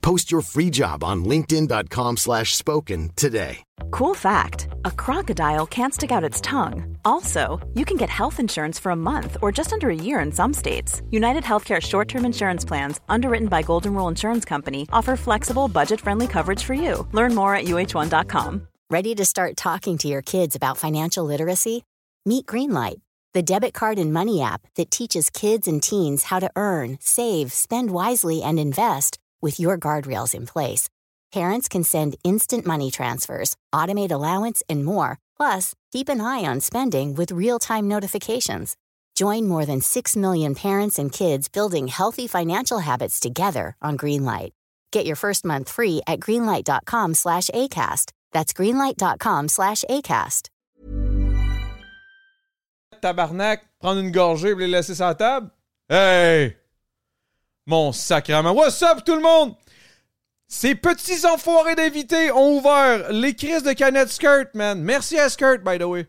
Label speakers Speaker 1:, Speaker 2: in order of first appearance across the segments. Speaker 1: Post your free job on linkedin.com/spoken slash spoken today.
Speaker 2: Cool fact a crocodile can't stick out its tongue. Also, you can get health insurance for a month or just under a year in some states. United Healthcare short term insurance plans, underwritten by Golden Rule Insurance Company, offer flexible, budget friendly coverage for you. Learn more at uh1.com.
Speaker 3: Ready to start talking to your kids about financial literacy? Meet Greenlight, the debit card and money app that teaches kids and teens how to earn, save, spend wisely, and invest with your guardrails in place. Parents can send instant money transfers, automate allowance, and more. Plus, keep an eye on spending with real time notifications. Join more than 6 million parents and kids building healthy financial habits together on Greenlight. Get your first month free at greenlight.com slash ACAST. That's greenlight.com slash ACAST.
Speaker 4: tabarnak, prendre une gorgée et les laisser sur la table? Hey! Mon sacrement. What's up, tout le monde? Ces petits enfoirés d'invités ont ouvert les crises de canette Skirt, man. Merci à Skirt, by the way.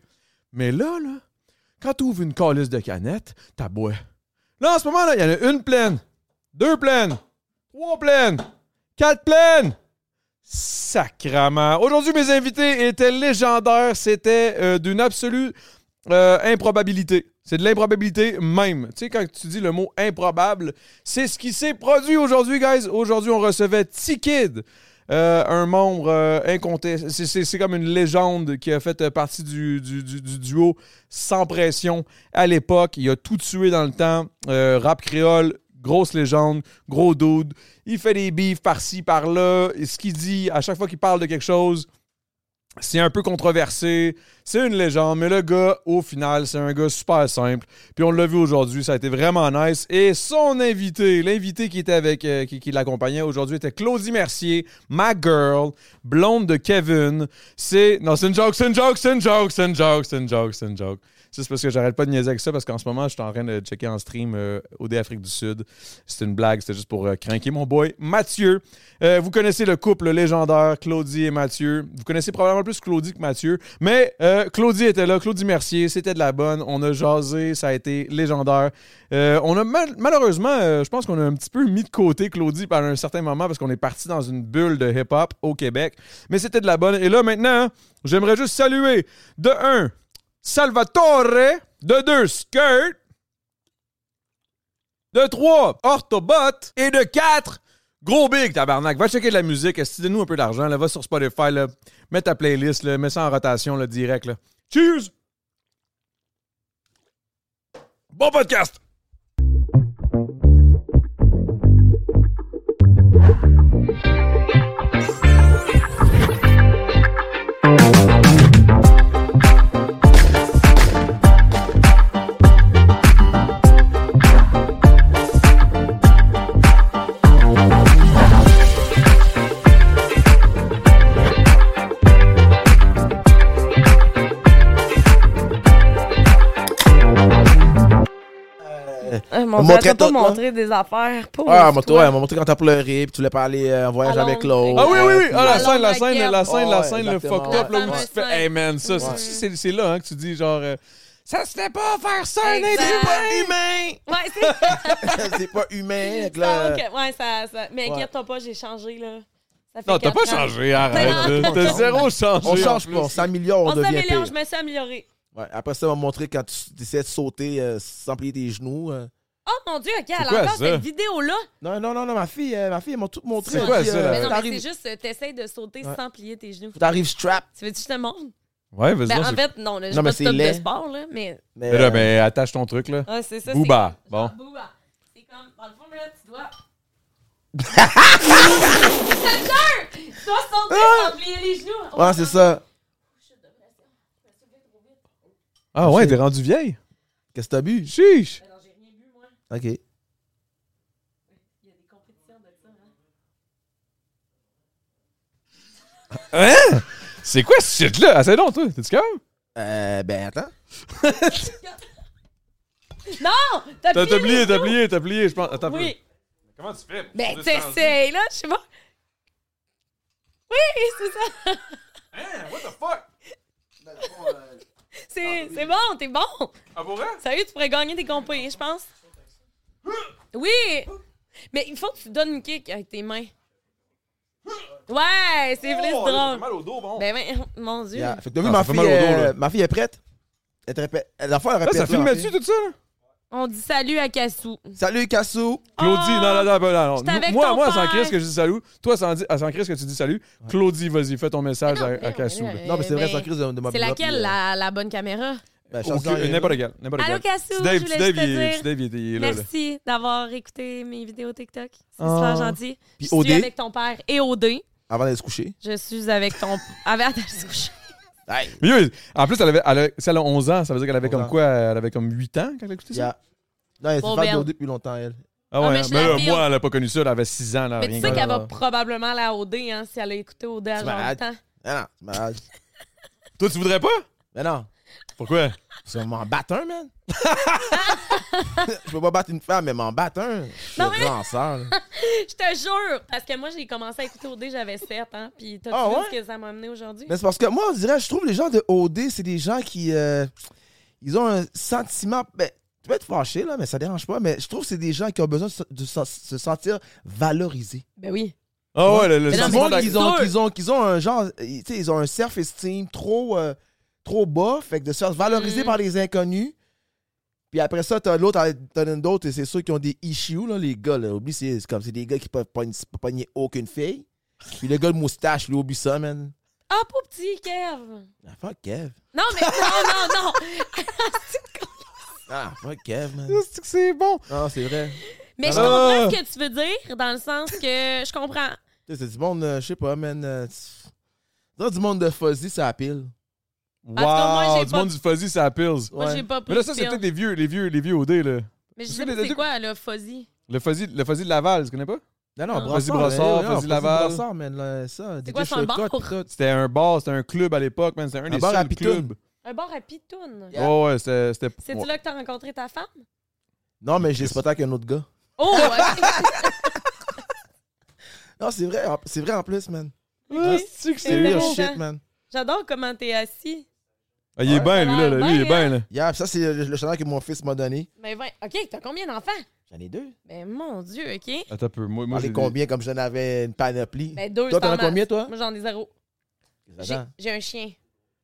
Speaker 4: Mais là, là, quand tu ouvres une calice de canette, t'as bois. Là, en ce moment, là, il y en a une pleine, deux pleines, trois pleines, quatre pleines. Sacrament. Aujourd'hui, mes invités étaient légendaires. C'était euh, d'une absolue euh, improbabilité. C'est de l'improbabilité même. Tu sais, quand tu dis le mot improbable, c'est ce qui s'est produit aujourd'hui, guys. Aujourd'hui, on recevait T-Kid, euh, un membre euh, incontesté. c'est- C'est c'est comme une légende qui a fait euh, partie du, du- du- du duo sans pression à l'époque. Il a tout tué dans le temps. Euh, rap créole, grosse légende, gros dude. Il fait des beefs par-ci, par-là. Et Ce qu'il dit, à chaque fois qu'il parle de quelque chose, c'est un peu controversé, c'est une légende, mais le gars, au final, c'est un gars super simple. Puis on l'a vu aujourd'hui, ça a été vraiment nice. Et son invité, l'invité qui était avec, euh, qui, qui l'accompagnait aujourd'hui était Claudie Mercier, ma girl, blonde de Kevin. C'est, non, c'est une joke, c'est une joke, c'est une joke, c'est une joke, c'est une joke, c'est une joke. Ça, C'est parce que j'arrête pas de niaiser avec ça parce qu'en ce moment, je suis en train de checker en stream euh, OD Afrique du Sud. C'est une blague, c'était juste pour euh, craquer mon boy Mathieu. Euh, vous connaissez le couple légendaire Claudie et Mathieu. Vous connaissez probablement plus Claudie que Mathieu. Mais euh, Claudie était là, Claudie Mercier, c'était de la bonne. On a jasé, ça a été légendaire. Euh, on a mal- malheureusement, euh, je pense qu'on a un petit peu mis de côté Claudie pendant un certain moment parce qu'on est parti dans une bulle de hip-hop au Québec. Mais c'était de la bonne. Et là maintenant, j'aimerais juste saluer de un Salvatore, de deux Skirt, de 3, Orthobot. Et de 4, Gros Big, tabarnak. Va checker de la musique. Estidez-nous un peu d'argent. Là, va sur Spotify. Là, mets ta playlist. Là, mets ça en rotation là, direct. Là. Cheers! Bon podcast!
Speaker 5: Euh, mon
Speaker 6: On
Speaker 5: Dieu,
Speaker 6: montrait
Speaker 5: t'as pas
Speaker 6: tout,
Speaker 5: montré des affaires. Pauvre
Speaker 6: Ah, moi, toi,
Speaker 5: toi.
Speaker 6: elle m'a montré quand t'as pleuré, puis tu voulais pas aller euh, en voyage
Speaker 5: Allons-
Speaker 6: avec l'autre.
Speaker 5: Ah
Speaker 4: Ah oui, oui, oui! Ah, la
Speaker 5: Allons,
Speaker 4: scène, la
Speaker 5: la
Speaker 4: scène,
Speaker 5: guêpe.
Speaker 4: la scène, la
Speaker 6: Ouais,
Speaker 4: scène, le
Speaker 6: exactement.
Speaker 4: fucked up, là, où
Speaker 5: La
Speaker 4: tu te
Speaker 5: fameuse
Speaker 4: fais, hey man, ça,
Speaker 5: scène.
Speaker 4: c'est- c'est c'est là hein, que tu dis genre, euh, ça se fait pas faire ça, un
Speaker 5: Exact.
Speaker 4: être humain!
Speaker 6: Humain!
Speaker 5: Ouais, c'est ça.
Speaker 6: c'est pas humain, avec le...
Speaker 5: ça. Ah, ok, Ouais, ça, ça. Mais inquiète-toi pas, j'ai changé, là. Ça fait
Speaker 4: Non, t'as
Speaker 5: quatre
Speaker 4: pas
Speaker 5: ans.
Speaker 4: changé, arrête!
Speaker 5: Ben
Speaker 4: là.
Speaker 5: non.
Speaker 4: T'as zéro changé!
Speaker 6: On change
Speaker 4: en
Speaker 6: pas, on
Speaker 4: plus.
Speaker 6: s'améliore, on,
Speaker 5: On
Speaker 6: devient
Speaker 5: s'améliore,
Speaker 6: pire.
Speaker 5: je me suis améliorée.
Speaker 6: Ouais, après ça, elle m'a montré quand tu essayais de sauter euh, sans plier tes genoux. euh.
Speaker 5: Oh mon Dieu, ok, elle
Speaker 4: quoi,
Speaker 5: a encore
Speaker 4: ça?
Speaker 5: cette vidéo-là.
Speaker 6: Non, non, non, non, ma fille, euh, ma fille, elle m'a tout montré.
Speaker 4: C'est
Speaker 6: Elle
Speaker 4: quoi,
Speaker 6: dit,
Speaker 4: ça,
Speaker 6: euh,
Speaker 4: là?
Speaker 5: Mais non, mais
Speaker 6: t'arrives-
Speaker 5: c'est juste, euh, t'essayes de sauter sans plier tes genoux.
Speaker 6: T'arrives strap,
Speaker 5: Tu veux-tu que je te montre?
Speaker 4: Ouais, vas-y,
Speaker 5: Ben,
Speaker 4: vas-y.
Speaker 5: en fait, non, là, je
Speaker 6: Non, mais
Speaker 5: suis pas
Speaker 6: c'est
Speaker 5: top de
Speaker 6: laid.
Speaker 5: sport, là, mais.
Speaker 6: mais...
Speaker 4: Mais là,
Speaker 6: euh,
Speaker 4: ben, attache ton truc, là.
Speaker 5: Ah, c'est ça. c'est-
Speaker 4: Booba, bon.
Speaker 5: Genre Booba. C'est comme, dans le fond, là, tu dois. Je te jure! Tu dois sauter
Speaker 6: Ah!
Speaker 5: sans plier les genoux.
Speaker 6: euh, Ouais, c'est ça.
Speaker 4: Ah ouais, t'es rendu vieille?
Speaker 6: Qu'est-ce que t'as bu?
Speaker 4: Chiche!
Speaker 6: OK.
Speaker 4: Hein? C'est quoi ce shit-là? Assez long, toi. T'es-tu calme?
Speaker 6: Euh, ben attends.
Speaker 5: Non! T'as
Speaker 4: T'as t'as
Speaker 5: plié,
Speaker 4: plié,
Speaker 5: les
Speaker 4: t'as
Speaker 5: genoux.
Speaker 4: plié, t'as plié, je pense. Attends, un peu.
Speaker 5: Oui.
Speaker 4: Comment tu fais? pour
Speaker 5: Ben,
Speaker 4: descendre?
Speaker 5: t'essayes, là, je sais pas. Oui, c'est ça.
Speaker 4: Hein? What the fuck?
Speaker 5: C'est c'est bon, t'es bon.
Speaker 4: Ah, pour vrai?
Speaker 5: Sérieux, tu pourrais gagner des compés, je pense. Oui! Mais il faut que tu donnes une kick avec tes mains. Ouais, c'est plus
Speaker 4: Oh, là, ça fait
Speaker 5: drôle.
Speaker 4: mal au dos, bon.
Speaker 5: Ben, ben, mon Dieu.
Speaker 6: Yeah. Fait que t'as vu,
Speaker 4: Ah,
Speaker 6: ma,
Speaker 4: ça fait
Speaker 6: fille,
Speaker 4: mal au dos,
Speaker 6: euh,
Speaker 4: là.
Speaker 6: ma fille est prête. Elle te répète. La fois, elle
Speaker 4: Là,
Speaker 6: répète.
Speaker 4: ça filme
Speaker 6: ma
Speaker 4: dessus
Speaker 6: fille.
Speaker 4: tout ça? là?
Speaker 5: On dit salut à Cassou.
Speaker 6: Salut, Cassou.
Speaker 5: Ah,
Speaker 4: Claudie, non, non, non, Ah, non, non.
Speaker 5: J'étais avec
Speaker 4: Moi,
Speaker 5: ton
Speaker 4: moi, sans
Speaker 5: père.
Speaker 4: crise que je dis salut. Toi, sans, di- ah, sans crise que tu dis salut. Claudie, vas-y, fais ton message
Speaker 5: Mais non,
Speaker 4: à, à
Speaker 5: mais
Speaker 4: Cassou.
Speaker 5: non,
Speaker 4: là.
Speaker 5: mais
Speaker 6: Non, mais c'est
Speaker 5: Eh
Speaker 6: vrai,
Speaker 5: ben,
Speaker 6: sans crise de ma
Speaker 5: C'est laquelle, la, la bonne caméra?
Speaker 6: Ben,
Speaker 4: Aucune-
Speaker 6: Chancel, elle est
Speaker 4: N'importe
Speaker 6: là.
Speaker 4: quel. n'importe
Speaker 5: Allô,
Speaker 4: quel.
Speaker 5: Cassou,
Speaker 4: C'est Dave,
Speaker 5: je
Speaker 4: c'est
Speaker 5: voulais
Speaker 4: Dave,
Speaker 5: juste
Speaker 4: il
Speaker 5: te
Speaker 4: est-
Speaker 5: dire
Speaker 4: c'est Dave, il est- il est là. là.
Speaker 5: Merci d'avoir écouté mes vidéos TikTok. C'est
Speaker 4: Oh.
Speaker 5: super gentil.
Speaker 6: Puis
Speaker 5: je suis
Speaker 6: OD.
Speaker 5: avec ton père et OD.
Speaker 6: Avant d'aller se coucher.
Speaker 5: Je suis avec ton... avec... attends, je suis-
Speaker 4: Ah, Mais oui, en plus, elle avait, elle a- si elle a 11 ans, ça veut dire qu'elle avait
Speaker 6: 11
Speaker 4: comme
Speaker 6: ans.
Speaker 4: quoi? Elle avait comme 8 ans quand elle a écouté ça?
Speaker 6: Yeah. Non, elle s'est
Speaker 5: Bon,
Speaker 6: fan
Speaker 5: Belle.
Speaker 6: d'OD depuis longtemps, elle.
Speaker 4: Ah ouais,
Speaker 5: Ah, mais
Speaker 4: hein.
Speaker 5: je
Speaker 4: mais, là,
Speaker 5: l'affirme.
Speaker 4: moi, elle a pas connu ça, elle avait 6 ans, elle a
Speaker 5: Mais
Speaker 4: rien
Speaker 5: tu sais qu'elle
Speaker 4: connu.
Speaker 5: va probablement aller à OD, hein, si elle a écouté OD à
Speaker 6: C'est
Speaker 5: genre le
Speaker 6: malade.
Speaker 5: temps.
Speaker 6: Ah non, c'est malade.
Speaker 4: Toi, tu voudrais pas?
Speaker 6: Mais non.
Speaker 4: Pourquoi?
Speaker 6: Parce qu'on m'en battre un, man. je peux pas battre une femme, mais m'en battre un. Je suis
Speaker 5: Non, mais-
Speaker 6: grand sœur. là.
Speaker 5: Je te jure! Parce que moi, j'ai commencé à écouter OD, j'avais 7 ans. Puis t'as
Speaker 6: Ah
Speaker 5: vu
Speaker 6: ouais?
Speaker 5: ce que ça m'a amené aujourd'hui?
Speaker 6: Mais c'est parce que moi, on dirait, je trouve les gens de OD, c'est des gens qui. euh, ils ont un sentiment. Ben, tu peux être fâché, là, mais ça dérange pas. Mais je trouve que c'est des gens qui ont besoin de, se- de se- se sentir valorisés.
Speaker 5: Ben oui.
Speaker 4: Ah ouais, le, le
Speaker 6: Mais dans
Speaker 5: non,
Speaker 6: le
Speaker 4: sentiment
Speaker 6: monde,
Speaker 5: mais
Speaker 4: d'ac-
Speaker 5: c'est
Speaker 6: ils ont,
Speaker 5: sûr.
Speaker 6: qu'ils ont, qu'ils ont un genre. Tu sais, ils ont un self-esteem trop, euh, trop bas. Fait que de se faire valoriser
Speaker 5: Mm.
Speaker 6: par les inconnus. Puis après ça, t'as l'autre, t'en as d'autres, et c'est ceux qui ont des issues, là, les gars. Là. Oublie, c'est c'est comme c'est des gars qui peuvent pogner, pogner aucune fille. Puis le gars de moustache, lui, oublie ça, man.
Speaker 5: Ah, pour petit Kev!
Speaker 6: Ah, fuck Kev.
Speaker 5: Non, mais non, non, non!
Speaker 6: Ah, fuck Kev, man.
Speaker 4: C'est que c'est bon.
Speaker 6: Non, c'est vrai.
Speaker 5: Mais je
Speaker 4: Ah.
Speaker 5: comprends ce que tu veux dire, dans le sens que je comprends.
Speaker 6: Tu sais, C'est du monde, euh, je sais pas, man. euh, tu- c'est du monde de fuzzy, ça pile.
Speaker 4: Wow,
Speaker 5: tout cas, moi, j'ai
Speaker 4: du
Speaker 5: pas-
Speaker 4: monde du fuzzy, ça pills.
Speaker 5: Moi,
Speaker 6: Ouais.
Speaker 5: j'ai pas pris
Speaker 4: Mais là, ça,
Speaker 5: de
Speaker 4: c'est
Speaker 5: pills.
Speaker 4: peut-être des vieux, les vieux, les vieux OD, là.
Speaker 5: Mais
Speaker 4: Parce
Speaker 5: je sais
Speaker 4: que
Speaker 5: pas
Speaker 4: les-
Speaker 5: c'est quoi, là, Fuzzy.
Speaker 4: Le fuzzy, le fuzzy de Laval, tu connais pas?
Speaker 6: Non,
Speaker 5: Ah.
Speaker 6: non,
Speaker 4: Fuzzy
Speaker 6: Brassard.
Speaker 4: Brassard,
Speaker 6: là, non,
Speaker 4: Fuzzy Laval.
Speaker 6: Brassard, man. Là, ça, DJ
Speaker 5: quoi, c'est un bar?
Speaker 6: Checot, pis tout.
Speaker 4: C'était un bar, c'était un club à l'époque, man. C'était un, des
Speaker 6: bar à
Speaker 4: seuls
Speaker 6: Pitoune.
Speaker 4: clubs.
Speaker 5: Un bar à pitoune.
Speaker 6: Yeah.
Speaker 4: Ouais, ouais, c'était. c'était-
Speaker 5: C'est-tu
Speaker 4: ouais.
Speaker 5: là que t'as rencontré ta femme?
Speaker 6: Non, mais j'ai spoté avec un autre gars.
Speaker 5: Oh, ok.
Speaker 6: Non, c'est vrai, en- c'est vrai en plus, man.
Speaker 4: Ah, c'est-tu que
Speaker 6: C'est
Speaker 4: c'est
Speaker 5: Mais
Speaker 6: real
Speaker 4: weird.
Speaker 5: non.
Speaker 6: shit, man.
Speaker 5: J'adore comment t'es assis.
Speaker 4: Ah, il est bien, lui, là, là. Lui, il est bien, là.
Speaker 6: Yeah, ça, c'est le, le chandail que mon fils m'a donné.
Speaker 5: Mais vingt- OK, t'as combien d'enfants?
Speaker 6: J'en ai deux.
Speaker 5: Ben, mon Dieu, OK.
Speaker 4: Attends un peu. Moi, moi
Speaker 6: J'en
Speaker 4: j'ai
Speaker 6: ai combien comme j'en avais une panoplie?
Speaker 5: Ben, deux,
Speaker 6: toi, t'en
Speaker 5: c'est en
Speaker 6: as
Speaker 5: masse.
Speaker 6: combien, toi?
Speaker 5: Moi, j'en ai zéro. J'ai
Speaker 6: Attends.
Speaker 5: j'ai un chien.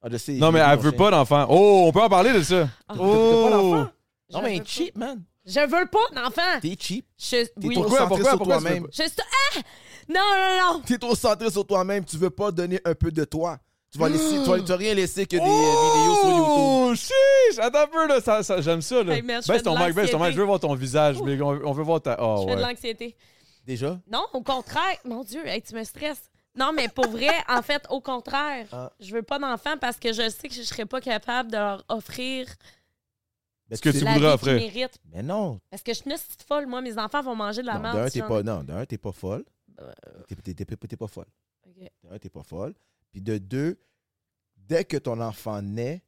Speaker 6: Ah, je sais.
Speaker 4: Non, mais elle veut pas d'enfant. Oh, on peut en parler de ça.
Speaker 5: Ah,
Speaker 6: T'as pas
Speaker 4: Oh!
Speaker 6: d'enfant? Non,
Speaker 5: Je
Speaker 6: mais
Speaker 5: veux
Speaker 6: cheap, man.
Speaker 5: pas. Je veux pas d'enfant.
Speaker 6: T'es cheap.
Speaker 5: Je...
Speaker 6: T'es
Speaker 5: Oui.
Speaker 6: trop
Speaker 4: Pourquoi,
Speaker 6: centré
Speaker 4: pourquoi,
Speaker 6: sur
Speaker 4: pourquoi tu
Speaker 6: toi-même.
Speaker 4: veux
Speaker 5: Je suis- Ah! Non, non, non.
Speaker 6: T'es trop centré sur toi-même. Tu veux pas donner un peu de toi. Tu vas laisser, tu vas, tu vas rien laisser que des euh, vidéos sur YouTube.
Speaker 4: Oh, chiche! Attends un peu, là. Ça, ça- J'aime ça, là.
Speaker 5: Hey, merde, je
Speaker 4: baisse
Speaker 5: fais
Speaker 4: ton
Speaker 5: de
Speaker 4: mic, baisse ton mic.
Speaker 5: l'anxiété.
Speaker 4: Je veux voir ton visage. mais on, on veut voir ta.
Speaker 6: Ah,
Speaker 5: Je
Speaker 4: Oh,
Speaker 5: fais de
Speaker 4: ouais.
Speaker 5: l'anxiété.
Speaker 6: Déjà?
Speaker 5: Non, au contraire. Mon Dieu, hey, tu me stresses. Non, mais pour vrai, en fait, au contraire,
Speaker 6: Ah.
Speaker 5: je veux pas d'enfants parce que je sais que je serais pas capable de leur offrir
Speaker 6: Est-ce
Speaker 4: que tu
Speaker 5: la
Speaker 4: voudrais
Speaker 5: vie qu'ils
Speaker 4: offrir.
Speaker 5: méritent.
Speaker 6: Mais non.
Speaker 5: Parce que je suis une petite folle, moi. Mes enfants vont manger de la
Speaker 6: Non,
Speaker 5: merde.
Speaker 6: d'un,
Speaker 5: si
Speaker 6: t'es
Speaker 5: j'en-
Speaker 6: pas, non, d'un, t'es pas folle.
Speaker 5: Euh,
Speaker 6: T'es- T'es t'es- t'es- t'es pas folle.
Speaker 5: ok.
Speaker 6: De un, t'es pas folle. Puis de deux, dès que ton enfant naît,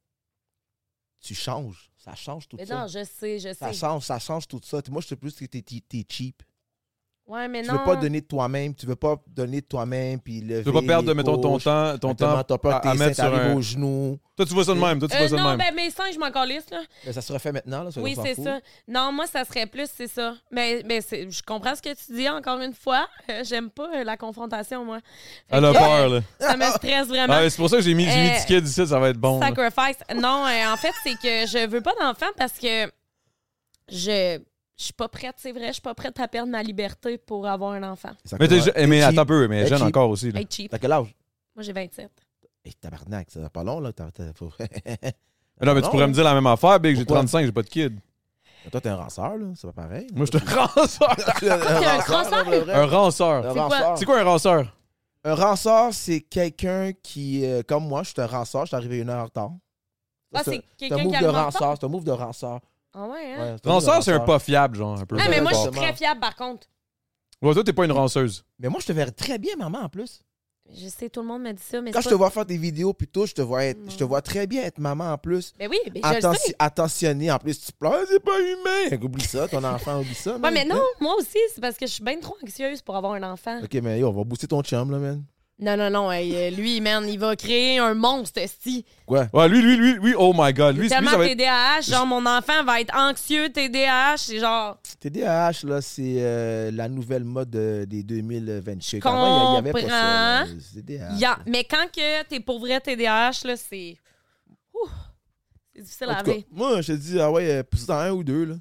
Speaker 6: tu changes. Ça change tout
Speaker 5: Mais
Speaker 6: ça.
Speaker 5: non, je sais, je
Speaker 6: ça
Speaker 5: sais.
Speaker 6: change, ça change tout ça. Moi, je sais plus que t'es, t'es- t'es cheap.
Speaker 5: Ouais, mais
Speaker 6: Tu
Speaker 5: non.
Speaker 6: veux pas donner de toi-même, tu veux pas donner de toi-même, puis lever
Speaker 4: Tu veux pas perdre,
Speaker 6: les
Speaker 4: mettons, ton
Speaker 6: couches.
Speaker 4: temps, ton
Speaker 6: Exactement,
Speaker 4: temps
Speaker 6: T'as peur
Speaker 4: à, à
Speaker 6: que tes
Speaker 4: mettre
Speaker 6: seins
Speaker 4: sur
Speaker 6: t'arrivent
Speaker 4: un.
Speaker 6: aux genoux.
Speaker 4: Toi, tu vois ça de même. Toi, tu
Speaker 5: Euh,
Speaker 4: vois ça de
Speaker 5: non,
Speaker 4: même.
Speaker 5: ben mes seins, je m'en calisse, là.
Speaker 6: Mais ça se refait maintenant, là. ça,
Speaker 5: Oui,
Speaker 6: on s'en
Speaker 5: c'est
Speaker 6: fout.
Speaker 5: ça. Non, moi, ça serait plus, c'est ça. Mais, mais c'est- je comprends ce que tu dis, encore une fois. Euh, J'aime pas euh, la confrontation, moi. Fait
Speaker 4: Elle a
Speaker 5: que,
Speaker 4: peur, là.
Speaker 5: euh, Ça me stresse vraiment.
Speaker 4: Ah, c'est pour ça que j'ai mis, j'ai mis
Speaker 5: Euh,
Speaker 4: du kid ici, ça va être bon. là.
Speaker 5: Sacrifice. Non, euh, en fait, c'est que je veux pas d'enfant parce que je je suis pas prête, c'est vrai, je suis pas prête à perdre ma liberté pour avoir un enfant.
Speaker 4: Mais, t'es,
Speaker 6: Exactement.
Speaker 4: je- mais
Speaker 6: T'es
Speaker 4: attends un
Speaker 6: cheap.
Speaker 4: peu, mais
Speaker 6: T'es
Speaker 4: jeune
Speaker 6: cheap.
Speaker 4: encore aussi. là.
Speaker 5: Hey, cheap.
Speaker 6: T'as quel âge?
Speaker 5: Moi, j'ai 27.
Speaker 6: Hey, tabarnak, ça va pas long, là. T'as, t'as- faut-
Speaker 4: non, mais tu
Speaker 6: non,
Speaker 4: pourrais
Speaker 6: là.
Speaker 4: me dire la même affaire, Big, j'ai
Speaker 6: Pourquoi?
Speaker 4: 35, j'ai pas de kid.
Speaker 6: Toi, t'es un ranceur, là. C'est pas pareil.
Speaker 4: Moi, je suis un ranceur.
Speaker 6: T'es un
Speaker 5: un
Speaker 6: ranceur, là, pour le vrai.
Speaker 4: un ranceur.
Speaker 6: Un
Speaker 5: quoi?
Speaker 6: ranceur.
Speaker 4: C'est quoi un ranceur?
Speaker 6: Un ranceur, c'est quelqu'un qui, euh, comme moi, je suis un ranceur, je suis arrivé une heure en retard.
Speaker 5: Ah,
Speaker 6: Ça,
Speaker 5: c'est
Speaker 6: un
Speaker 5: quelqu'un qui
Speaker 6: move de
Speaker 5: alimente pas?
Speaker 6: ranceur, c'est un move de ranceur.
Speaker 5: Ah ouais, hein?
Speaker 6: Ouais, un
Speaker 4: Ranceur,
Speaker 6: move de
Speaker 4: c'est un pas fiable, genre, un peu.
Speaker 5: Ah, mais moi, je suis
Speaker 6: Exactement.
Speaker 5: très fiable, par contre.
Speaker 4: Ouais, toi, t'es pas une ranceuse.
Speaker 6: Mais moi, je te verrais très bien, maman, en plus.
Speaker 5: Je sais, tout le monde me dit ça, mais
Speaker 6: Quand
Speaker 5: c'est
Speaker 6: je
Speaker 5: pas-
Speaker 6: te vois faire des vidéos plus tôt, je te vois être, je te vois très bien être maman en plus.
Speaker 5: Ben oui, ben je le
Speaker 6: Attention-
Speaker 5: sais.
Speaker 6: attentionné en plus. Tu pleures, c'est pas humain. Oublie ça, ton enfant, oublie ça.
Speaker 5: Ouais,
Speaker 6: man.
Speaker 5: mais non, moi aussi, c'est parce que je suis bien trop anxieuse pour avoir un enfant.
Speaker 6: Ok, mais yo, on va booster ton chum, là, man.
Speaker 5: Non, non, non, hey, euh, lui, man, il va créer un monstre, si.
Speaker 6: Quoi?
Speaker 4: Ouais, lui, lui, lui, lui, oh my god. Lui, lui, ça
Speaker 5: Tellement
Speaker 4: va être...
Speaker 5: TDAH, genre, mon enfant va être anxieux, TDAH, c'est genre...
Speaker 6: TDAH, là, c'est euh, la nouvelle mode euh, des 2026. Avant, il y avait pas ça. là.
Speaker 5: Comprends.
Speaker 6: C'est TDAH.
Speaker 5: ya- Mais quand que t'es pour vrai TDAH, là, c'est... Ouh, C'est difficile
Speaker 6: En
Speaker 5: à
Speaker 6: tout cas,
Speaker 5: vivre.
Speaker 6: moi, je te dis, ah ouais, euh, pousse dans un ou deux, là.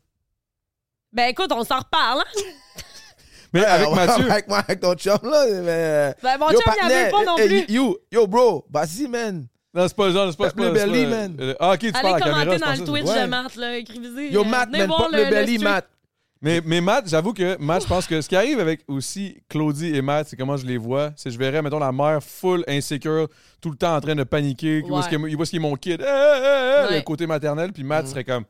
Speaker 5: Ben écoute, on s'en reparle, hein?
Speaker 4: Mais Eh, avec
Speaker 6: Ah ouais,
Speaker 4: Mathieu,
Speaker 6: Avec moi, avec ton chum, là. Mais, euh,
Speaker 5: Ben, mon
Speaker 6: yo,
Speaker 5: chum, il en
Speaker 6: partner,
Speaker 5: veut pas non
Speaker 6: eh,
Speaker 5: plus.
Speaker 6: eh, Yo, yo, bro, vas-y, man.
Speaker 4: non, c'est pas le genre, c'est pas, c'est
Speaker 6: Pop le
Speaker 4: pas, c'est
Speaker 6: belly,
Speaker 4: pas-
Speaker 6: man.
Speaker 4: Euh, Ah, ok, tu parles à la
Speaker 5: Allez
Speaker 4: caméra.
Speaker 5: commenter
Speaker 4: je
Speaker 5: dans le
Speaker 4: pensais-
Speaker 5: Twitch
Speaker 6: Ouais.
Speaker 5: de Matt, là, euh, écrivez
Speaker 6: Yo, Matt, man, pop le belly,
Speaker 5: stream.
Speaker 6: Matt.
Speaker 4: Mais, mais Matt, j'avoue que Matt, je pense que ce qui arrive avec aussi Claudie et Matt, c'est comment je les vois. C'est je verrais, mettons, la mère full insécure, tout le temps en train de paniquer. Il voit ce
Speaker 5: Ouais.
Speaker 4: qu'il- il voit ce qui est mon kid. Eh, eh, eh,
Speaker 5: Ouais.
Speaker 4: Le côté maternel. Puis Matt serait comme